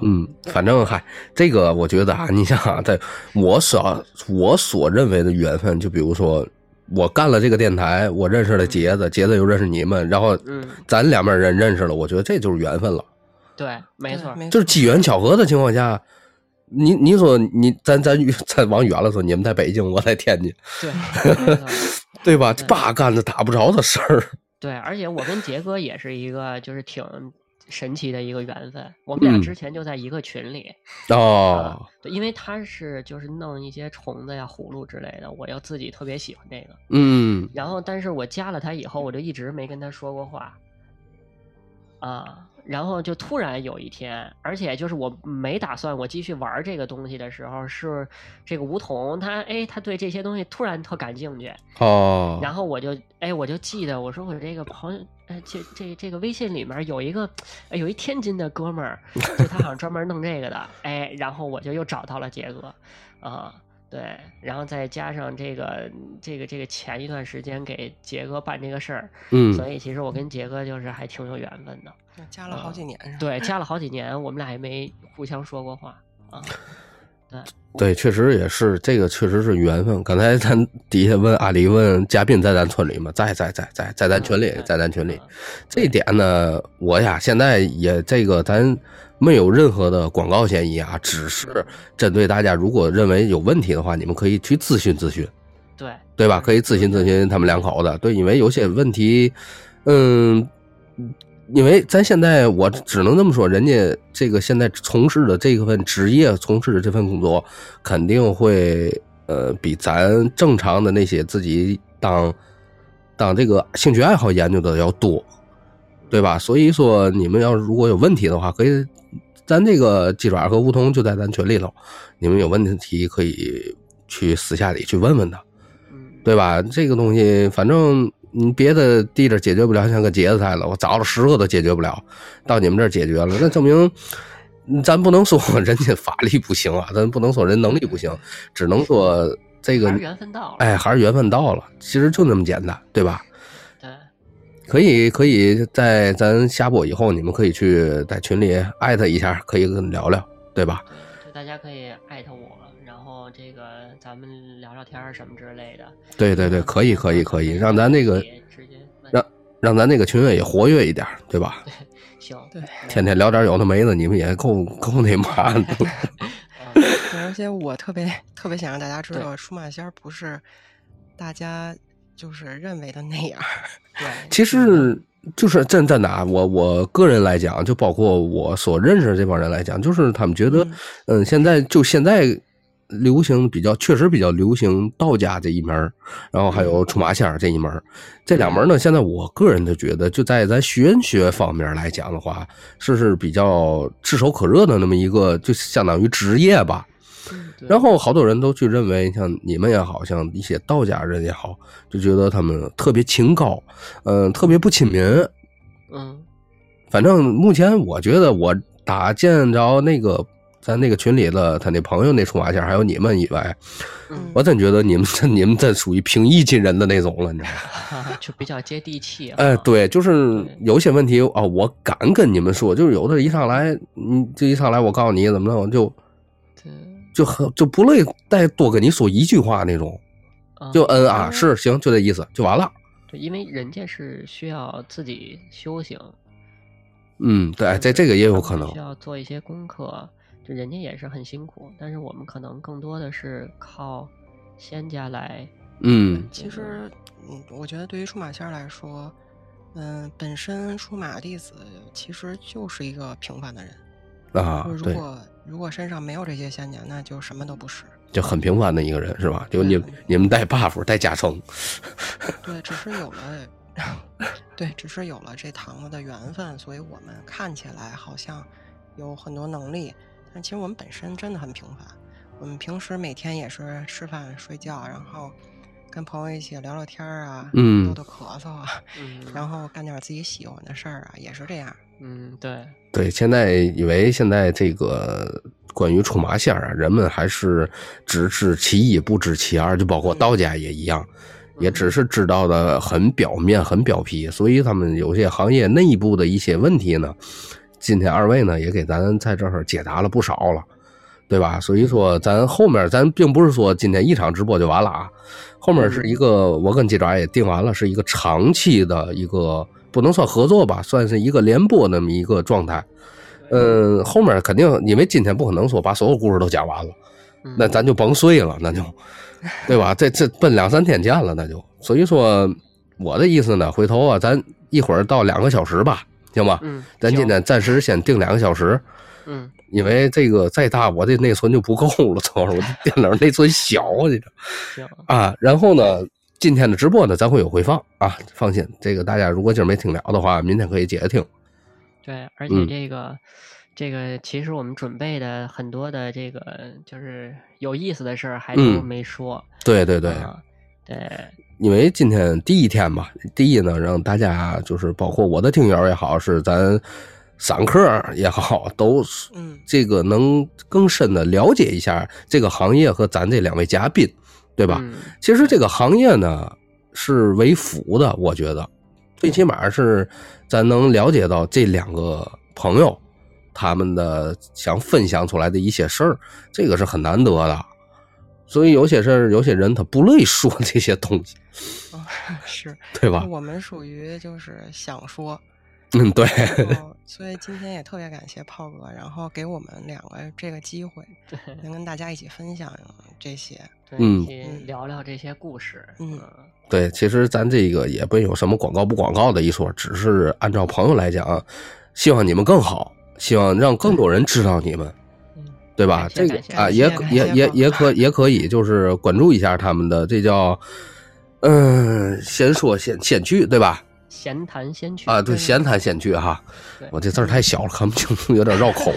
Speaker 1: 嗯，反正嗨，这个我觉得啊，你像啊，在我所我所认为的缘分，就比如说我干了这个电台，我认识了杰子，杰子又认识你们，然后
Speaker 2: 嗯，
Speaker 1: 咱两边人认识了，我觉得这就是缘分了。
Speaker 2: 对，没
Speaker 3: 对
Speaker 2: 错儿，
Speaker 3: 没错
Speaker 1: 就是机缘巧合的情况下，你你所你咱咱咱往远了说，你们在北京，我在天津，
Speaker 2: 对，没
Speaker 3: <laughs>
Speaker 2: 错儿。
Speaker 1: 对
Speaker 2: 嗯
Speaker 1: 吧？这爸干的打不着的事儿，
Speaker 2: 对，而且我跟杰哥也是一个就是挺神奇的一个缘分，我们俩
Speaker 1: 嗯
Speaker 2: 之前就在一个群里。啊
Speaker 1: 哦，
Speaker 2: 对，因为他是就是弄一些虫子呀、葫芦之类的，我又自己特别喜欢这个。
Speaker 1: 嗯，
Speaker 2: 然后，但是我加了他以后，我就一直没跟他说过话，啊，然后就突然有一天，而且就是我没打算我继续玩这个东西的时候，是这个梧桐他哎，他对这些东西突然特感兴趣，
Speaker 1: 哦，
Speaker 2: 然后我就哎，我就记得我说我这个朋友，哎，这这这个微信里面有一个，哎，有一天津的哥们儿，就他好像专门弄这个的， <laughs> 哎，然后我就又找到了杰哥，啊、对，然后再加上这个这个这个前一段时间给杰哥办这个事儿，
Speaker 1: 嗯
Speaker 2: 所以其实我跟杰哥就是还挺有缘分的，
Speaker 3: 嗯
Speaker 2: 嗯
Speaker 3: 就加了好几年是吧？
Speaker 2: 对，加了好几年，我们俩也没互相说过话啊、
Speaker 1: 对，确实也是，这个确实是缘分。刚才咱底下问阿里问嘉宾在咱村里吗？在在在在在咱
Speaker 2: 嗯
Speaker 1: 群里，在咱群里。这一点呢，我呀现在也这个咱没有任何的广告嫌疑啊，只是针对大家，如果认为有问题的话，你们可以去咨询咨询，
Speaker 2: 对
Speaker 1: 嗯对吧？可以咨询咨询他们两口子，对，因为有些问题，嗯。因为咱现在我只能这么说，人家这个现在从事的这份职业，从事的这份工作，肯定会呃比咱正常的那些自己当当这个兴趣爱好研究的要多，对吧？所以说你们要是如果有问题的话，可以咱这个鸡爪和梧桐就在咱群里头，你们有问题可以去私下里去问问他，
Speaker 2: 嗯
Speaker 1: 对吧？这个东西反正。你别的地儿解决不了，像个结子菜了，我找了十个都解决不了，到你们这儿解决了，那证明咱不能说 <laughs> 人家法力不行啊，咱不能说人能力不行，只能说这个
Speaker 2: 还是缘分到了，
Speaker 1: 哎还是缘分到了，其实就那么简单，对吧？
Speaker 2: 对，
Speaker 1: 可以可以在咱下播以后，你们可以去在群里艾特一下，可以跟聊聊，对吧？
Speaker 2: 就大家可以艾特我，然后这个咱们聊聊天儿什么之类的。
Speaker 1: 对对对，可以可以可以，让咱那个
Speaker 2: 直接问
Speaker 1: 让让咱那个群也活跃一点，对吧？
Speaker 2: 行，嗯
Speaker 3: 对
Speaker 2: 没问
Speaker 1: 天天聊点有的没的，你们也够够那嘛的。 <laughs>
Speaker 2: 题
Speaker 3: 对而且我特别特别想让大家知道，舒马仙儿不是大家就是认为的那样儿。
Speaker 2: 对，
Speaker 1: 其实就是真真的啊，我我个人来讲，就包括我所认识的这帮人来讲，就是他们觉得，嗯，现在就现在流行比较，确实比较流行道家这一门儿然后还有出马仙儿这一门儿这两门儿呢，现在我个人就觉得，就在咱玄学方面来讲的话，是是比较炙手可热的那么一个，就相当于职业吧。
Speaker 2: 对
Speaker 1: 然后好多人都去认为，像你们也好像一些道家人也好，就觉得他们特别清高，嗯、特别不亲民。
Speaker 2: 嗯，
Speaker 1: 反正目前我觉得，我打见着那个咱那个群里的他那朋友那出马仙儿，还有你们以外，
Speaker 2: 嗯
Speaker 1: 我真觉得你们这你们这属于平易近人的那种了，你知道吗？
Speaker 2: 就比较接地气。
Speaker 1: 哎，，对，就是有些问题啊、我敢跟你们说，就是有的一上来，你这一上来，我告诉你怎么弄，就
Speaker 2: 对，
Speaker 1: 就很就不累，再多跟你说一句话那种。
Speaker 2: 啊
Speaker 1: 就嗯啊，是行，就这意思，就完了。
Speaker 2: 对，因为人家是需要自己修行，
Speaker 1: 嗯，对，这
Speaker 2: 就是
Speaker 1: 这个也有
Speaker 2: 他
Speaker 1: 可
Speaker 2: 们
Speaker 1: 能
Speaker 2: 需。要做一些功课，就人家也是很辛苦，但是我们可能更多的是靠仙家来，
Speaker 1: 嗯
Speaker 3: 其实，嗯，我觉得对于出马仙儿来说，嗯，本身出马弟子其实就是一个平凡的人。
Speaker 1: 啊
Speaker 3: 就是，如
Speaker 1: 对，
Speaker 3: 果如果身上没有这些仙年，那就什么都不是。
Speaker 1: 就很平凡的一个人是吧？就
Speaker 3: 对
Speaker 1: 你
Speaker 3: 很平
Speaker 1: 你们带 buff 带加成，
Speaker 3: 对，只是有了，对，只是有了这堂子的缘分，所以我们看起来好像有很多能力，但其实我们本身真的很平凡。我们平时每天也是吃饭、睡觉，然后跟朋友一起聊聊天儿啊，
Speaker 1: 嗯
Speaker 3: 逗逗咳嗽啊，
Speaker 2: 嗯
Speaker 3: 然后干点自己喜欢的事儿啊，也是这样。
Speaker 2: 嗯，对，
Speaker 1: 对，现在以为现在这个关于出马仙儿啊，人们还是只知其一不知其二，就包括道家也一样，也只是知道的很表面、很表皮，所以他们有些行业内部的一些问题呢，今天二位呢也给咱在这儿解答了不少了。对吧？所以说，咱后面咱并不是说今天一场直播就完了啊，后
Speaker 2: 嗯
Speaker 1: 面是一个我跟记者也定完了，是一个长期的一个不能算合作吧，算是一个联播那么一个状态。嗯，后面肯定因为今天不可能说把所有故事都讲完了，
Speaker 2: 嗯
Speaker 1: 那咱就甭睡了，那就，
Speaker 2: <laughs>
Speaker 1: 对吧？这这奔两三天见了，那就。所以说，我的意思呢，回头啊，咱一会儿到两个小时吧，行吧？
Speaker 2: 嗯，
Speaker 1: 咱今
Speaker 2: 行
Speaker 1: 天暂时先定两个小时，
Speaker 2: 嗯
Speaker 1: 因为这个再大我的内存就不够了， <laughs> 主要是我的电脑内存小啊，这个
Speaker 2: 行，
Speaker 1: 啊。然后呢，今天的直播呢，咱会有回放啊，放心，这个大家如果今儿没听了的话，明天可以接着听。
Speaker 2: 对，而
Speaker 1: 嗯
Speaker 2: 且这个、这个其实我们准备的很多的这个就是有意思的事儿还都
Speaker 1: 嗯
Speaker 2: 没说，
Speaker 1: 对对对，
Speaker 2: 啊对，
Speaker 1: 因为今天第一天嘛，第一呢，让大家就是包括我的听友也好，是咱散客也好，都是
Speaker 3: 嗯， <laughs>
Speaker 1: 这个能更深的了解一下这个行业和咱这两位嘉宾，对吧？
Speaker 2: 嗯
Speaker 1: 其实这个行业呢是为辅的，我觉得最起码是咱能了解到这两个朋友他们的想分享出来的一些事儿，这个是很难得的。所以有些事儿，有些人他不乐意说这些东西，
Speaker 3: 嗯，是
Speaker 1: 对吧？
Speaker 3: 我们属于就是想说，
Speaker 1: 嗯，对，
Speaker 3: <laughs> 嗯所以今天也特别感谢炮哥，然后给我们两个这个机会，
Speaker 2: 对
Speaker 3: 能跟大家一起分享这 <laughs> 些。
Speaker 2: 对，
Speaker 1: 嗯
Speaker 2: 一起聊聊这些故事，
Speaker 3: 嗯
Speaker 1: 对，其实咱这个也没有什么广告不广告的一说，只是按照朋友来讲，啊希望你们更好，希望让更多人知道你们，
Speaker 2: 嗯，
Speaker 1: 对吧？
Speaker 2: 感谢
Speaker 1: 这个
Speaker 2: 感谢
Speaker 1: 啊，
Speaker 3: 感
Speaker 1: 也
Speaker 3: 谢
Speaker 1: 可
Speaker 3: 感
Speaker 1: 也
Speaker 3: 谢
Speaker 1: 也
Speaker 3: 广
Speaker 1: 也可也可以，就是关注一下他们的，这叫，嗯、先说先先去，对吧？
Speaker 2: 闲谈先驱
Speaker 1: 啊，对，
Speaker 3: 对
Speaker 1: 闲谈闲去哈
Speaker 2: 对。嗯
Speaker 1: 我这字儿太小了，看不清 <laughs> 楚，有点绕口。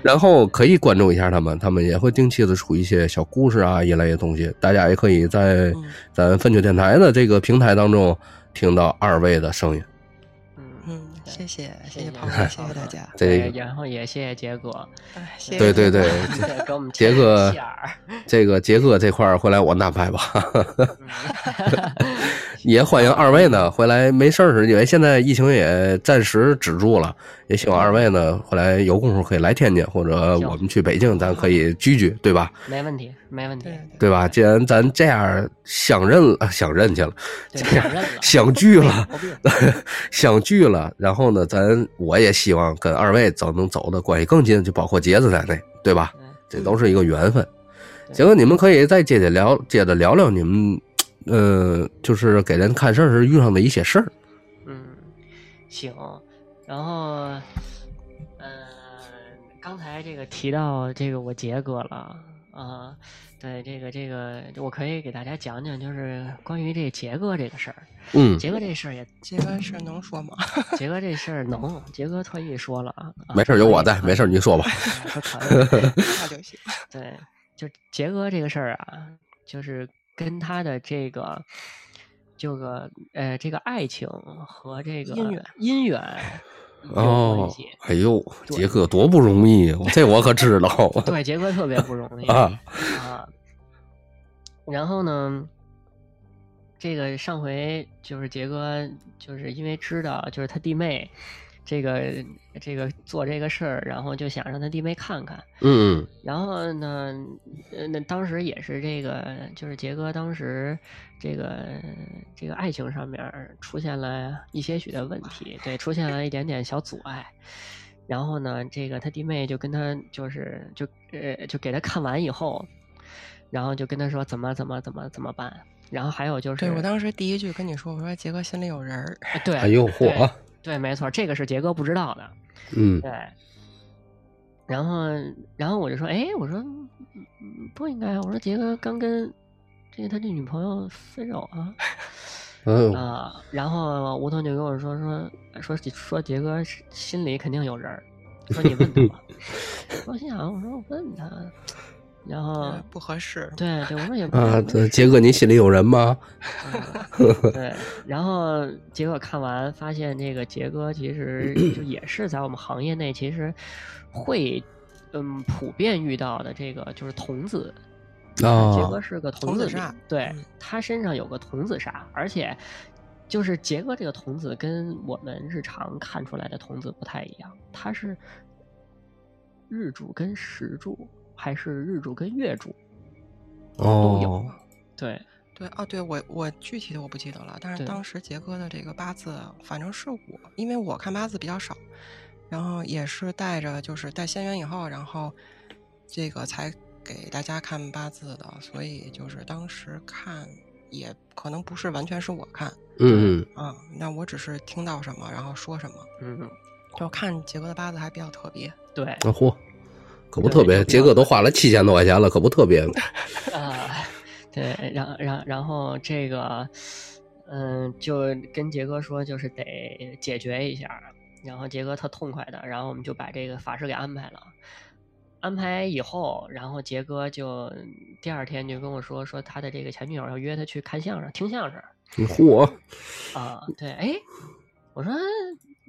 Speaker 1: 然后可以关注一下他们，他们也会定期的出一些小故事啊一类的东西，大家也可以在
Speaker 3: 嗯
Speaker 1: 咱粪球电台的这个平台当中听到二位的声音。
Speaker 2: 嗯，
Speaker 3: 嗯，谢谢
Speaker 2: 谢
Speaker 3: 谢谢
Speaker 2: 谢
Speaker 3: 炮哥，谢谢大家，
Speaker 1: 这
Speaker 2: 对
Speaker 1: 个
Speaker 2: 然后也谢谢杰哥，
Speaker 3: 哎谢谢
Speaker 1: 对对
Speaker 3: 大
Speaker 1: 对
Speaker 3: 家， <laughs>
Speaker 2: 给我们
Speaker 1: 杰
Speaker 2: 牵
Speaker 1: 哥 <laughs>
Speaker 2: 线儿，
Speaker 1: 这个杰哥这块儿回来我安排吧，
Speaker 2: 嗯
Speaker 1: 也欢迎二位呢回来没事儿，因为现在疫情也暂时止住了，也希望二位呢回来有功夫可以来天津，或者嗯
Speaker 2: 行
Speaker 1: 我们去北京，咱可以聚聚，对吧？
Speaker 2: 没问题，没问题，
Speaker 3: 对
Speaker 1: 对吧？既然咱这样相认了，啊相认去了， <laughs>
Speaker 2: 对，承认了，
Speaker 1: 相聚了，
Speaker 2: 毛病，
Speaker 1: 相聚了。然后呢，咱我也希望跟二位走能走的关系更近，就包括杰子在内，对吧？
Speaker 2: 嗯
Speaker 1: 这都是一个缘分。
Speaker 2: 对
Speaker 1: 行，你们可以再接着聊，接着聊聊你们，呃，就是给人看事儿时遇上的一些事儿。
Speaker 2: 嗯，行，然后，呃，刚才这个提到这个我杰哥了啊、对这个这个我可以给大家讲讲，就是关于这杰哥这个事儿，
Speaker 1: 嗯，
Speaker 2: 杰哥这事儿也，
Speaker 3: 杰哥是能说吗？ <laughs>
Speaker 2: 杰哥这事儿能，杰哥特意说了啊，啊
Speaker 1: 没事儿，有我
Speaker 2: <laughs>
Speaker 1: 在，没事儿，你说吧。
Speaker 2: 说可以。
Speaker 3: 那就行。
Speaker 2: 对，就杰哥这个事儿啊，就是跟他的这个，这个呃，这个爱情和这个
Speaker 3: 姻缘
Speaker 2: 姻缘有关
Speaker 1: 哦
Speaker 2: 系。， <laughs>
Speaker 1: 哎呦，
Speaker 2: 对
Speaker 1: 杰哥多不容易，啊这我可知道
Speaker 2: 对，杰哥特别不容
Speaker 1: <laughs>
Speaker 2: 易
Speaker 1: 啊。
Speaker 2: 啊。然后呢，这个上回就是杰哥，就是因为知道就是他弟妹，这个这个做这个事儿，然后就想让他弟妹看看。
Speaker 1: 嗯
Speaker 2: 然后呢，呃，那当时也是这个，就是杰哥当时这个这个爱情上面儿出现了一些许的问题，对，出现了一点点小阻碍。然后呢，这个他弟妹就跟他就是就呃就给他看完以后，然后就跟他说怎么怎么怎么怎么办。然后还有就是，
Speaker 3: 对我当时第一句跟你说，我说杰哥心里有人儿，
Speaker 2: 哎对，
Speaker 1: 哎呦嚯
Speaker 2: 对，对，没错，这个是杰哥不知道的。
Speaker 1: 嗯
Speaker 2: 对。然后，然后我就说，哎，我说嗯嗯不应该啊，我说杰哥刚跟这个他这女朋友分手啊
Speaker 1: 嗯哎呦
Speaker 2: 啊、然后吴桐就跟我说说说说杰哥是心里肯定有人儿，说你问他吧。我心想，我说我问他，然后
Speaker 3: 不合适。
Speaker 2: 对对，我说也不
Speaker 1: 啊，
Speaker 2: 合
Speaker 1: 这
Speaker 2: 适
Speaker 1: 杰哥你心里有人吗？
Speaker 2: 对，然后结果看完发现，这个杰哥其实就也是在我们行业内，其实会嗯普遍遇到的这个就是童子。杰
Speaker 1: 啊
Speaker 2: 哥，是个
Speaker 3: 童
Speaker 2: 子
Speaker 3: 子煞
Speaker 2: 命对
Speaker 3: 嗯
Speaker 2: 他身上有个童子煞，而且就是杰哥这个童子跟我们日常看出来的童子不太一样，他是日柱跟时柱还是日柱跟月柱？都有
Speaker 1: 哦，
Speaker 2: 对，
Speaker 3: 对哦，对我我具体的我不记得了，但是
Speaker 2: 对
Speaker 3: 当时杰哥的这个八字，反正是我，因为我看八字比较少，然后也是带着就是带仙缘以后，然后这个才给大家看八字的，所以就是当时看也可能不是完全是我看
Speaker 1: 嗯嗯
Speaker 3: 啊，那我只是听到什么然后说什么，
Speaker 2: 嗯，
Speaker 3: 就看杰哥的八字还比较特别，
Speaker 2: 对
Speaker 1: 啊嚯，可不
Speaker 2: 对
Speaker 1: 特
Speaker 2: 就
Speaker 1: 别，
Speaker 2: 比
Speaker 1: 杰
Speaker 2: 较
Speaker 1: 哥都花了七千多块钱了，可不特别。
Speaker 2: 啊，对，然然然后这个，嗯，就跟杰哥说，就是得解决一下儿。然后杰哥特痛快的，然后我们就把这个法师给安排了。安排以后，然后杰哥就第二天就跟我说，说他的这个前女友要约他去看相声、听相声
Speaker 1: 嚯，
Speaker 2: 啊。对，哎，我说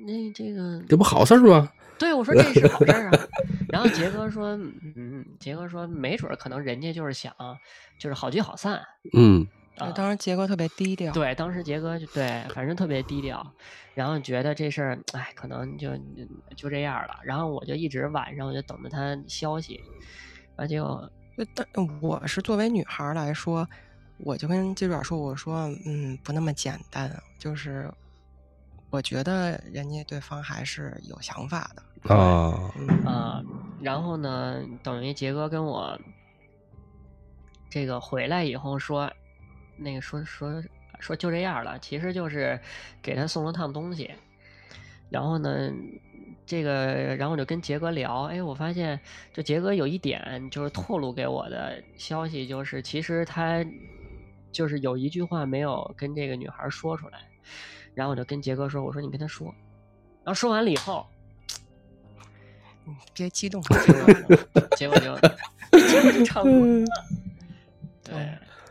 Speaker 2: 那这个
Speaker 1: 这不好事儿吗？
Speaker 2: 对，我说这是好事儿啊。然后杰哥说，嗯嗯，杰哥说，没准儿可能人家就是想，就是好聚好散，
Speaker 1: 嗯
Speaker 3: 对，当时杰哥特别低调，
Speaker 2: 对，当时杰哥就对，反正特别低调，然后觉得这事儿，哎，可能就就这样了。然后我就一直晚上我就等着他消息，完结果
Speaker 3: 就但我是作为女孩儿来说，我就跟记者说，我说，嗯，不那么简单，就是我觉得人家对方还是有想法的。
Speaker 1: 啊，
Speaker 3: 嗯，
Speaker 2: 啊、然后呢，等于杰哥跟我这个回来以后说，那个说说说就这样了，其实就是给他送了趟东西。然后呢，这个然后我就跟杰哥聊，哎，我发现就杰哥有一点就是透露给我的消息，就是其实他就是有一句话没有跟这个女孩说出来。然后我就跟杰哥说，我说你跟他说。然后说完了以后，
Speaker 3: 你嗯别激动，
Speaker 2: 结 <laughs> 果结果就结果就唱滚了。对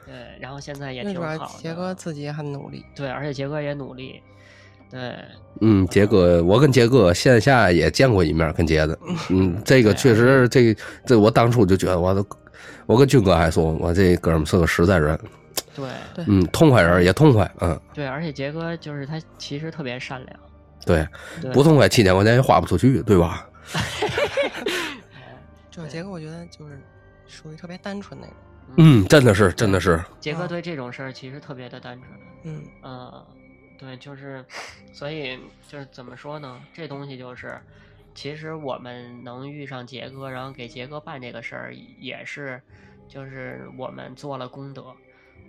Speaker 3: 对
Speaker 2: 对，然后现嗯在也
Speaker 3: 那
Speaker 2: 挺
Speaker 3: 主
Speaker 2: 好
Speaker 3: 要
Speaker 2: 的。啊
Speaker 3: 杰哥自己也很努力。
Speaker 2: 对，而且杰哥也努力。对，
Speaker 1: 嗯，杰哥，我跟杰哥线下也见过一面，跟杰子，嗯，这个确实，这个这我当初就觉得，我都，我跟俊哥还说，我这哥们儿是个实在人，
Speaker 2: 对
Speaker 3: 对
Speaker 1: 嗯，痛快人也痛快，嗯，
Speaker 2: 对，而且杰哥就是他其实特别善良。
Speaker 1: 对，
Speaker 2: 对
Speaker 1: 不痛快七千块钱也花不出去，对吧？
Speaker 3: 这种
Speaker 2: 对
Speaker 3: 杰哥我觉得就是属于特别单纯那种。
Speaker 1: 嗯，真的是，真的是，
Speaker 2: 杰哥
Speaker 3: 啊
Speaker 2: 对这种事儿其实特别的单纯。
Speaker 3: 嗯，
Speaker 2: 嗯，对，就是，所以就是怎么说呢？这东西就是，其实我们能遇上杰哥，然后给杰哥办这个事儿，也是，就是我们做了功德。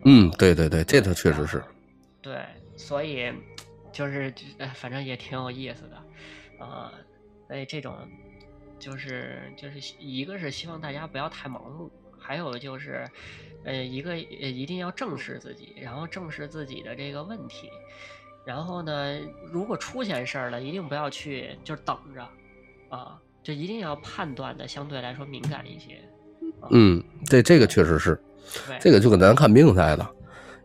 Speaker 1: 嗯，对对对，这他确实是，
Speaker 2: 对，所以就是呃反正也挺有意思的，呃，所以这种就是就是希一个是希望大家不要太盲目，还有就是呃一个呃一定要正视自己，然后正视自己的这个问题，然后呢，如果出现事儿了，一定不要去就是等着，啊、就一定要判断的相对来说敏感一些，啊
Speaker 1: 嗯，这这个确实是，
Speaker 2: 对，
Speaker 1: 这个就跟咱看病似的，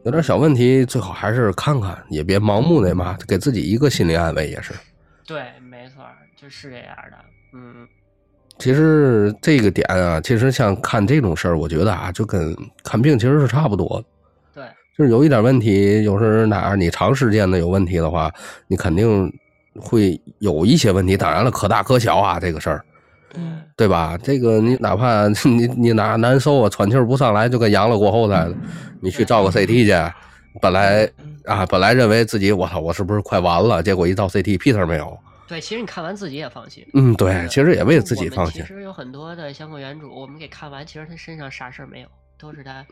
Speaker 1: 有点小问题，最好还是看看，也别盲目那嘛，给自己一个心理安慰也是。
Speaker 2: 对，没错儿，就是这样儿的，嗯，
Speaker 1: 其实这个点啊，其实像看这种事儿，我觉得啊，就跟看病其实是差不多的。
Speaker 2: 对，
Speaker 1: 就是有一点问题，有时候哪儿你长时间的有问题的话，你肯定会有一些问题。当然了，可大可小啊，这个事儿，
Speaker 3: 嗯
Speaker 1: 对吧？这个你哪怕 <laughs> 你你哪难受啊，喘气儿不上来，就跟阳了过后似的，你去照个 CT 去，本来
Speaker 3: 嗯
Speaker 1: 啊，本来认为自己我操，我是不是快完了？结果一照 CT，屁事儿没有。
Speaker 2: 对，其实你看完自己也放心。
Speaker 1: 嗯，对，其实也为自己
Speaker 2: 我们
Speaker 1: 放心
Speaker 2: 其。实有很多的相关原主，我们给看完，其实他身上啥事儿没有，都是他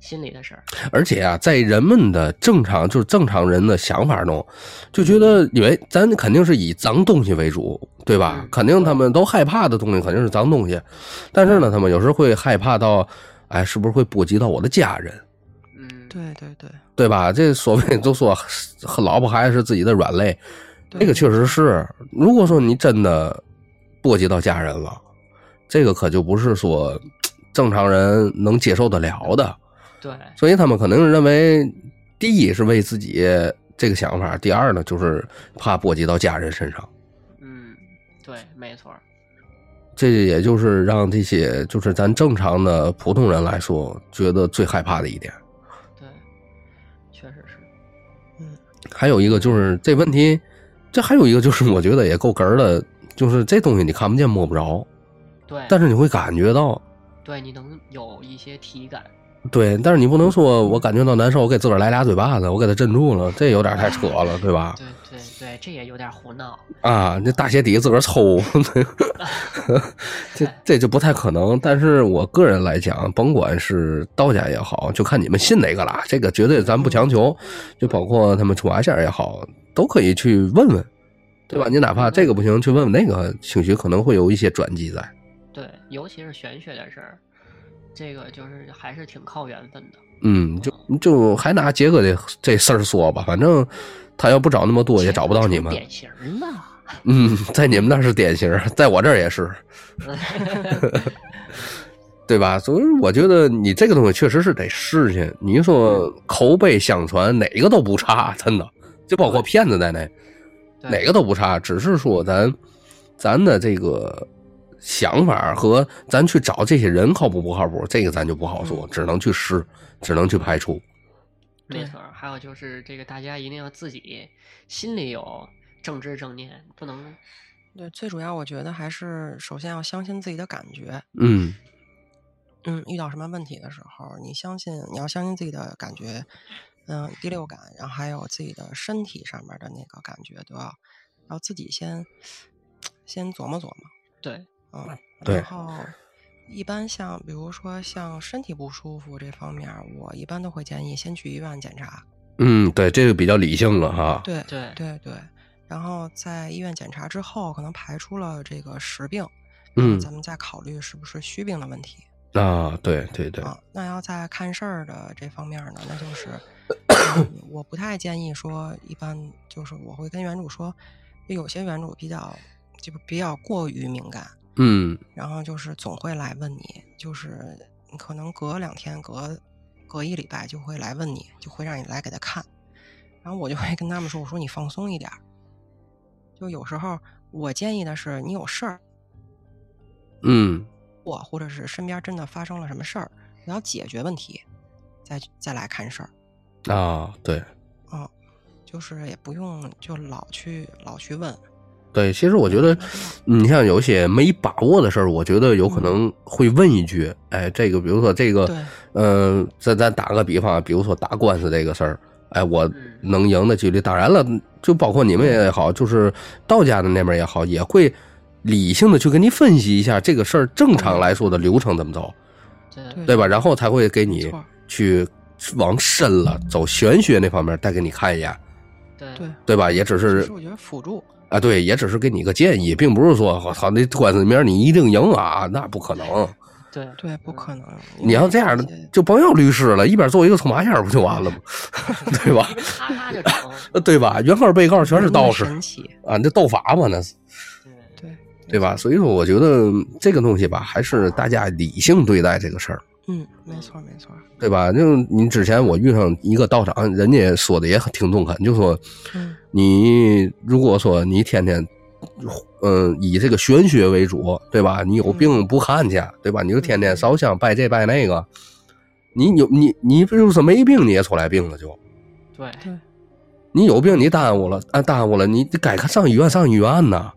Speaker 2: 心里的事儿。
Speaker 1: 而且啊，在人们的正常就是正常人的想法中，就觉得以为咱肯定是以脏东西为主，对吧？
Speaker 2: 嗯
Speaker 1: 肯定他们都害怕的东西肯定是脏东西，但是呢，他们有时候会害怕到，哎，是不是会波及到我的家人，
Speaker 2: 嗯，
Speaker 3: 对对对，
Speaker 1: 对吧？这所谓都说老婆孩子是自己的软肋，
Speaker 3: 对
Speaker 1: 这个确实是。如果说你真的波及到家人了，这个可就不是说正常人能接受得了的。
Speaker 2: 对
Speaker 1: 所以他们可能认为，第一是为自己这个想法，第二呢就是怕波及到家人身上。
Speaker 2: 嗯，对，没错儿。
Speaker 1: 这也就是让这些就是咱正常的普通人来说，觉得最害怕的一点。
Speaker 2: 对，确实是。
Speaker 1: 还有一个就是这问题，这还有一个就是我觉得也够哏儿的，就是这东西你看不见摸不着，
Speaker 2: 对，
Speaker 1: 但是你会感觉到，
Speaker 2: 对你能有一些体感。
Speaker 1: 对，但是你不能说我感觉到难受，我给自个儿来俩嘴巴子，我给他镇住了，这有点太扯了，对吧？
Speaker 2: 对对对，这也有点胡闹。
Speaker 1: 啊，那大鞋底自个儿抽， <laughs> 这这就不太可能。但是我个人来讲，甭管是道家也好，就看你们信哪个啦，这个绝对咱不强求。就包括他们出马仙儿也好，都可以去问问，对吧？你哪怕这个不行，去问问那个，兴许可能会有一些转机在。
Speaker 2: <laughs> 对，尤其是玄学的事儿，这个就是还是挺靠缘分的。
Speaker 1: 嗯，就就还拿杰哥这这事儿说吧，反正他要不找那么多，也找不到你
Speaker 2: 出
Speaker 1: 们。
Speaker 2: 典型儿了。
Speaker 1: 嗯，在你们那儿是典型，在我这儿也
Speaker 3: <laughs>
Speaker 1: 是。对吧？所以我觉得你这个东西确实是得试去。你说口碑相传哪个都不差，真的，就包括骗子在内，
Speaker 2: 对
Speaker 1: 哪个都不差。只是说咱咱的这个想法和
Speaker 3: 嗯
Speaker 1: 咱去找这些人靠谱不靠谱，这个咱就不好说，只能去试，只能去排除。
Speaker 2: 没
Speaker 3: 对
Speaker 2: 错儿。还有就是这个大家一定要自己心里有正知正念，不能
Speaker 3: 对，最主要我觉得还是首先要相信自己的感觉。
Speaker 1: 嗯
Speaker 3: 嗯，遇到什么问题的时候，你相信你要相信自己的感觉，嗯，第六感，然后还有自己的身体上面的那个感觉都要，要自己先先琢磨琢磨。
Speaker 2: 对，
Speaker 3: 嗯，
Speaker 1: 对
Speaker 3: 然后一般像比如说像身体不舒服这方面，我一般都会建议先去医院检查。
Speaker 1: 嗯，对，这个比较理性了哈。
Speaker 3: 对
Speaker 2: 对
Speaker 3: 对对，然后在医院检查之后，可能排除了这个实病，
Speaker 1: 嗯
Speaker 3: 咱们再考虑是不是虚病的问题。
Speaker 1: 啊，对对对，
Speaker 3: 啊，那要在看事儿的这方面呢，那就是嗯我不太建议说，一般就是我会跟原主说，有些原主比较就是比较过于敏感，
Speaker 1: 嗯
Speaker 3: 然后就是总会来问你，就是你可能隔两天、隔隔一礼拜就会来问你，就会让你来给他看。然后我就会跟他们说：“我说你放松一点儿。就有时候我建议的是，你有事儿
Speaker 1: 嗯
Speaker 3: 或或者是身边真的发生了什么事儿，你要解决问题，再再来看事儿。
Speaker 1: 啊，对
Speaker 3: 嗯，就是也不用就老去老去问。
Speaker 1: 对，其实我觉得，你像有些没把握的事儿，我觉得有可能会问一句，哎，这个比如说这个
Speaker 3: 对，
Speaker 1: 嗯，咱咱打个比方啊，比如说打官司这个事儿，哎，我
Speaker 2: 嗯
Speaker 1: 能赢的几率，当然了，就包括你们也好，就是道家的那边也好，也会理性的去跟你分析一下这个事儿正常来说的流程怎么走，
Speaker 2: 对
Speaker 3: 对
Speaker 1: 对吧？然后才会给
Speaker 3: 没
Speaker 1: 你
Speaker 3: 错儿
Speaker 1: 去往深了走玄学那方面，再给你看一眼，
Speaker 2: 对
Speaker 3: 对，
Speaker 1: 对吧？也只
Speaker 3: 其
Speaker 1: 呃是
Speaker 3: 实我觉得辅助，
Speaker 1: 啊，对，也只是给你一个建议，并不是说我操，那官司明儿你一定赢啊，那不可能。
Speaker 2: 对
Speaker 3: 对，不可能。因
Speaker 1: 嗯你
Speaker 3: 为
Speaker 1: 要这样
Speaker 3: 有
Speaker 1: 的
Speaker 3: 些，
Speaker 1: 就甭要律师了，一边做一个搓麻线儿不就完了吗？ <laughs> 对吧？
Speaker 2: 咔咔就整，
Speaker 1: 呃，对吧？原告被告全是
Speaker 3: 那么
Speaker 1: 道士
Speaker 3: 神奇，
Speaker 1: 啊，那斗法嘛，那是
Speaker 2: 对
Speaker 3: 对
Speaker 1: 对吧？？所以说，我觉得这个东西吧，还是大家理性对待这个事儿，
Speaker 3: 嗯，没错儿没错儿，
Speaker 1: 对吧？就你之前我遇上一个道长，人家说的也很挺中肯，就说
Speaker 3: 嗯
Speaker 1: 你如果说你天天。嗯，以这个玄学为主，对吧？你有病不看去，对吧？你就天天烧香拜这拜那个，你有你你不就是没病你也出来病了就，
Speaker 2: 对
Speaker 3: 对
Speaker 1: 你有病你耽误了啊，耽误了，你你该上医院上医院呐。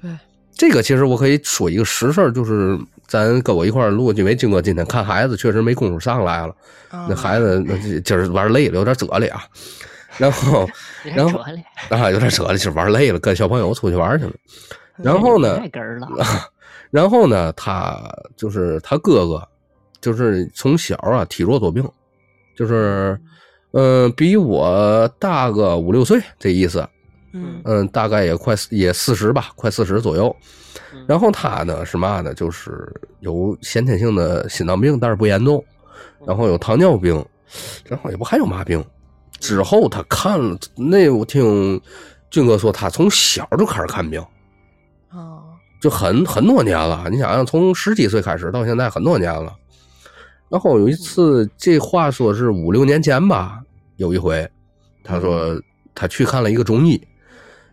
Speaker 3: 对，
Speaker 1: 这个其实我可以说一个实事儿，就是咱跟我一块儿录，因为经过今天看孩子，确实没工夫上来了。
Speaker 3: 啊
Speaker 1: 那孩子那这今儿玩累了，有点折了啊。然后
Speaker 2: 有
Speaker 1: 然
Speaker 2: 点
Speaker 1: 后
Speaker 2: 折了，
Speaker 1: 啊，有点折了，是玩累了，跟小朋友出去玩去了。然后呢
Speaker 2: 太哏
Speaker 1: <laughs>
Speaker 2: 儿了，
Speaker 1: 然后呢，他就是他哥哥，就是从小啊体弱多病，就是嗯、呃比我大个五六岁这意思。
Speaker 3: 嗯
Speaker 1: 嗯，大概也快也四十吧，快四十左右。
Speaker 2: 嗯
Speaker 1: 然后他呢是嘛呢？就是有先天性的心脏病，但是不严重，然后有糖尿病，然后也不还有嘛病。之后他看了那，我听俊哥说他从小就开始看病，
Speaker 3: 啊
Speaker 1: 就很很多年了。你想想，从十几岁开始到现在很多年了。然后有一次，这话说是五六年前吧，有一回，他说他去看了一个中医，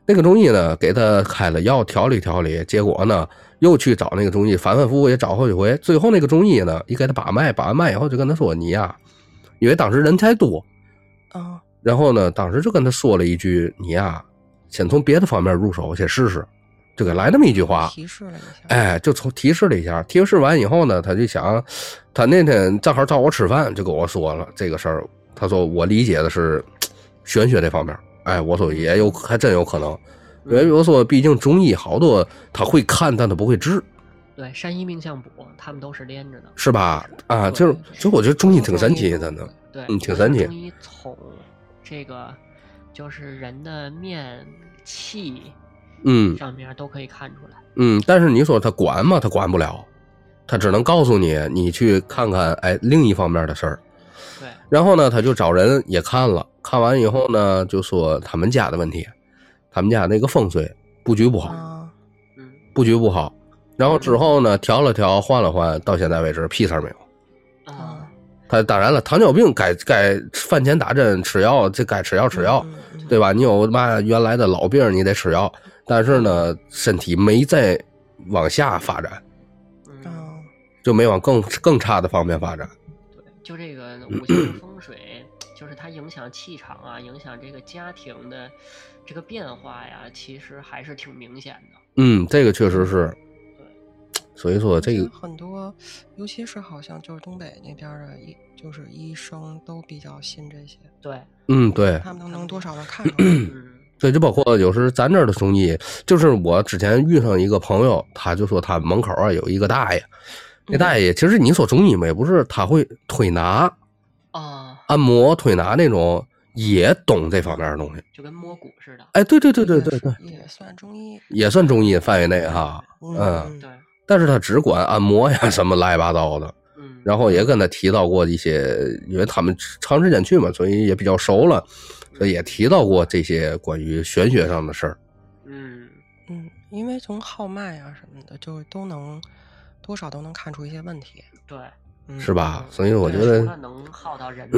Speaker 1: 那个中医呢给他开了药调理调理，结果呢又去找那个中医，反反复复也找好几回，最后那个中医呢也给他把脉，把完脉以后就跟他说你呀、因为当时人才多，
Speaker 3: 啊
Speaker 1: 然后呢当时就跟他说了一句你呀、先从别的方面入手，先试试，就给来那么一句话，
Speaker 3: 提示了一下，
Speaker 1: 哎，就从提示了一下，提示完以后呢，他就想，他那天正好找我吃饭，就跟我说了这个事儿。他说我理解的是玄学这方面，哎，我说也有，还真有可能。
Speaker 2: 嗯
Speaker 1: 因为我说，毕竟中医好多他会看，但他不会治，
Speaker 2: 对山医命相卜，他们都是连着的，
Speaker 1: 是吧？啊，
Speaker 2: 对
Speaker 1: 就是，其实我觉得中医挺神奇
Speaker 3: 中医
Speaker 1: 的呢。
Speaker 2: 对，
Speaker 1: 嗯挺
Speaker 2: 所以
Speaker 1: 神奇
Speaker 2: 中医从这个就是人的面气
Speaker 1: 嗯
Speaker 2: 上面都可以看出来。
Speaker 1: 嗯，但是你说他管吗？他管不了，他只能告诉你，你去看看，哎，另一方面的事儿。
Speaker 2: 对，
Speaker 1: 然后呢，他就找人也看了，看完以后呢，就说他们家的问题，他们家那个风水布局不好，
Speaker 3: 啊
Speaker 2: 嗯
Speaker 1: 布局不好。然后之后呢，调了调，换了换，到现在为止屁事儿没有。
Speaker 2: 啊，
Speaker 1: 他当然了，糖尿病该该饭前打针吃药，这该吃药吃药，
Speaker 3: 嗯嗯嗯
Speaker 1: 对吧？你有嘛原来的老病儿你得吃药，但是呢，身体没再往下发展，
Speaker 2: 嗯，
Speaker 3: 啊
Speaker 1: 就没往更更差的方面发展。
Speaker 2: 对，就这个五行风水，就是它影响气场啊，影响这个家庭的这个变化呀，其实还是挺明显的。
Speaker 1: 嗯，这个确实是。所以说这个
Speaker 3: 很多，尤其是好像就是东北那边的医，就是医生都比较信这些，
Speaker 1: <clears throat>
Speaker 2: 对，
Speaker 1: 嗯，对，
Speaker 3: 他们能能多少能看出来。
Speaker 2: 嗯，
Speaker 1: 对，就包括有时咱这儿的中医，就是我之前遇上一个朋友，他就说他门口啊有一个大爷，那
Speaker 3: 嗯
Speaker 1: 大爷其实你说中医嘛，也不是他会推拿、
Speaker 2: 啊，
Speaker 1: 按摩、推拿那种，也懂这方面的东西。
Speaker 2: 就跟摸骨似的。
Speaker 1: 哎，对对对对对对，
Speaker 3: 也是，也算中医。
Speaker 1: 也算中医范围内哈，嗯
Speaker 3: 嗯，
Speaker 2: 对，
Speaker 1: 但是他只管按摩呀什么乱七八糟的，
Speaker 2: 嗯，
Speaker 1: 然后也跟他提到过一些，因为他们长时间去嘛，所以也比较熟了，所以也提到过这些关于玄学上的事儿。
Speaker 2: 嗯，
Speaker 3: 嗯，因为从号脉啊什么的，就是都能多少都能看出一些问题，
Speaker 2: 对，
Speaker 3: 嗯、
Speaker 1: 是？吧？所以
Speaker 2: 对
Speaker 1: 我觉
Speaker 2: 除了
Speaker 1: 得，
Speaker 2: 能耗到人，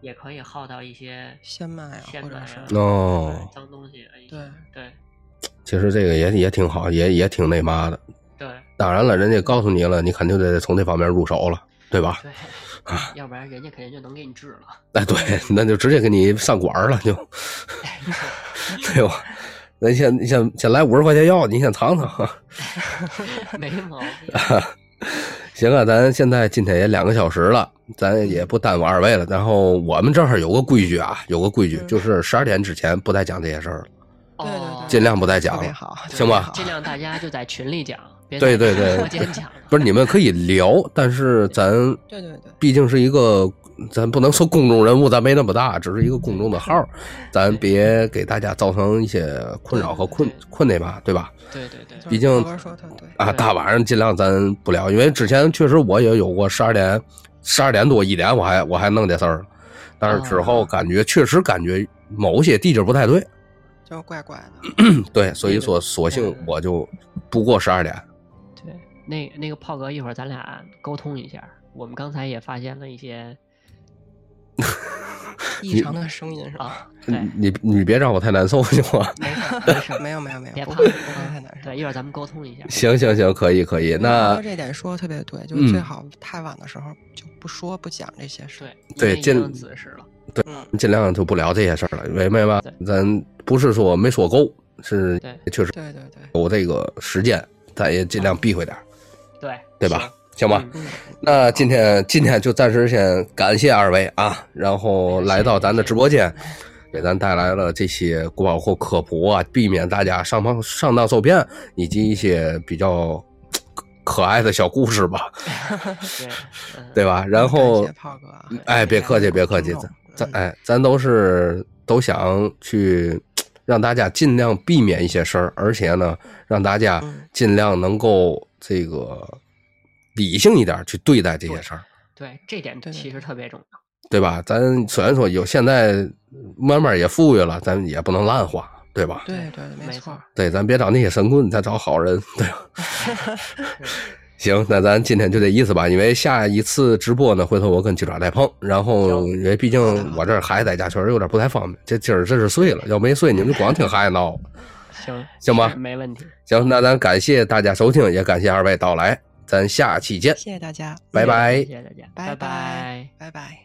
Speaker 2: 也可以耗到一些
Speaker 3: 仙脉啊，
Speaker 2: 仙
Speaker 3: 或者
Speaker 2: 奶
Speaker 3: 是
Speaker 2: 啊
Speaker 1: 哦
Speaker 2: 对脏东西。哎
Speaker 3: 对
Speaker 1: <laughs>
Speaker 2: 对
Speaker 1: 其实这个也也挺好，也也挺那嘛的。
Speaker 2: 对
Speaker 1: 当然了，人家告诉你了，你肯定得从这方面入手了，对吧？ <laughs>
Speaker 2: 对，要不然人家肯定就能给你治了。 <laughs>
Speaker 1: 哎，对，那就直接给你上管儿了，就
Speaker 3: 哎
Speaker 1: <laughs> 对吧？那先先先来五十块钱药，你先尝尝。 <laughs>
Speaker 2: 没毛病。
Speaker 1: 行啊，咱现在今天也两个小时了，咱也不耽误二位了。然后我们这儿有个规矩啊，有个规矩
Speaker 3: 嗯
Speaker 1: 就是十二点之前不再讲这些事儿了，
Speaker 3: 对对
Speaker 2: 哦
Speaker 1: 尽量不再
Speaker 3: 特
Speaker 1: 讲
Speaker 3: 别
Speaker 1: 了。
Speaker 3: 嗯好，特
Speaker 1: 行
Speaker 3: 别
Speaker 1: 吧
Speaker 3: 好
Speaker 2: 尽量大家啊就在群里讲，别
Speaker 1: 对
Speaker 2: <laughs> 在
Speaker 1: 对对
Speaker 2: 直播间讲了。
Speaker 1: <laughs> 不是你们可以聊，但是咱
Speaker 3: 对对对，
Speaker 1: 毕竟是一个，咱不能说公众人物，咱没那么大，只是一个公众的号儿，咱别给大家造成一些困扰和困
Speaker 2: 对
Speaker 1: 困那吧，对吧？
Speaker 2: 对对对
Speaker 3: 就是
Speaker 1: 毕竟
Speaker 3: 宝哥说的对，
Speaker 1: 啊，
Speaker 2: 对
Speaker 1: 大晚上尽量咱不聊，因为之前确实我也有过十二点、十二点多一点，我还我还弄这事儿了，但是之后
Speaker 2: 哦
Speaker 1: 感觉确实感觉某些地界儿不太对，嗯
Speaker 3: 就是怪怪的。
Speaker 1: 对，所以
Speaker 2: 对
Speaker 1: 说索性
Speaker 2: 嗯
Speaker 1: 我就不过十二点。
Speaker 2: 对，那那个炮哥，一会儿咱俩沟通一下。我们刚才也发现了一些
Speaker 3: 异常的声音是吧？
Speaker 2: 啊，对，
Speaker 1: 你你别让我太难受行吗？
Speaker 2: 没
Speaker 1: <laughs>
Speaker 2: 事儿没事儿，
Speaker 3: 没有没有没有，
Speaker 2: 别
Speaker 3: 不
Speaker 2: 怕，
Speaker 3: 会不会太难受。
Speaker 2: 对，一会儿咱们沟通一下。
Speaker 1: 行行行，可以可以，
Speaker 3: 宝
Speaker 1: 那
Speaker 3: 哥这点说的特别对，就
Speaker 1: 嗯
Speaker 3: 是最好太晚的时候就不说不讲这些事。
Speaker 1: 对
Speaker 2: 对，因为已
Speaker 1: 尽
Speaker 2: 经子时了。
Speaker 3: 嗯，
Speaker 1: 尽量就不聊这些事儿了，明白吧？咱不是说没说够，是
Speaker 2: 对
Speaker 1: 确实
Speaker 3: 对对对，
Speaker 1: 有这个时间，咱也尽量避讳点儿，
Speaker 2: 对
Speaker 1: 对吧？行吧，
Speaker 3: 嗯，
Speaker 1: 那今天今天就暂时先感谢二位啊，然后来到咱的直播间，给咱带来了这些包括科普啊，避免大家上当上当受骗，以及一些比较可爱的小故事吧，
Speaker 2: 对，
Speaker 1: <laughs>
Speaker 2: 嗯，
Speaker 1: 对吧？然后
Speaker 3: 感谢，炮哥啊，
Speaker 1: 哎，别客气，别客气，
Speaker 3: 听
Speaker 1: 咱
Speaker 3: 众
Speaker 1: 咱
Speaker 3: 嗯
Speaker 1: 哎，咱都是都想去让大家尽量避免一些事儿，而且呢，让大家
Speaker 3: 嗯
Speaker 1: 尽量能够这个理性一点去对待这些事儿。
Speaker 2: 对，这点
Speaker 3: 对对
Speaker 2: 其实特别重要。
Speaker 1: 对吧？咱虽然说有现在慢慢也富裕了，咱也不能烂花，对吧？
Speaker 3: 对对，对
Speaker 2: 没
Speaker 3: 没错
Speaker 2: 错，
Speaker 1: 对，咱别找那些神棍，咱找好人，对吧？行，那咱今天就这意思吧，因为下一次直播呢，回头我跟鸡爪再碰。然后，因为毕竟我这孩子在家确实有点不太方便，这今儿这是睡了，要没睡你们就光听孩子闹。
Speaker 2: 行
Speaker 1: 行吧
Speaker 2: 是没问题。
Speaker 1: 行，那咱感谢大家收听，也感谢二位到来，咱下期见，
Speaker 3: 谢谢大家，嗯
Speaker 1: 拜拜。
Speaker 2: 谢谢大家，
Speaker 3: 拜拜
Speaker 2: 拜。
Speaker 3: 拜拜。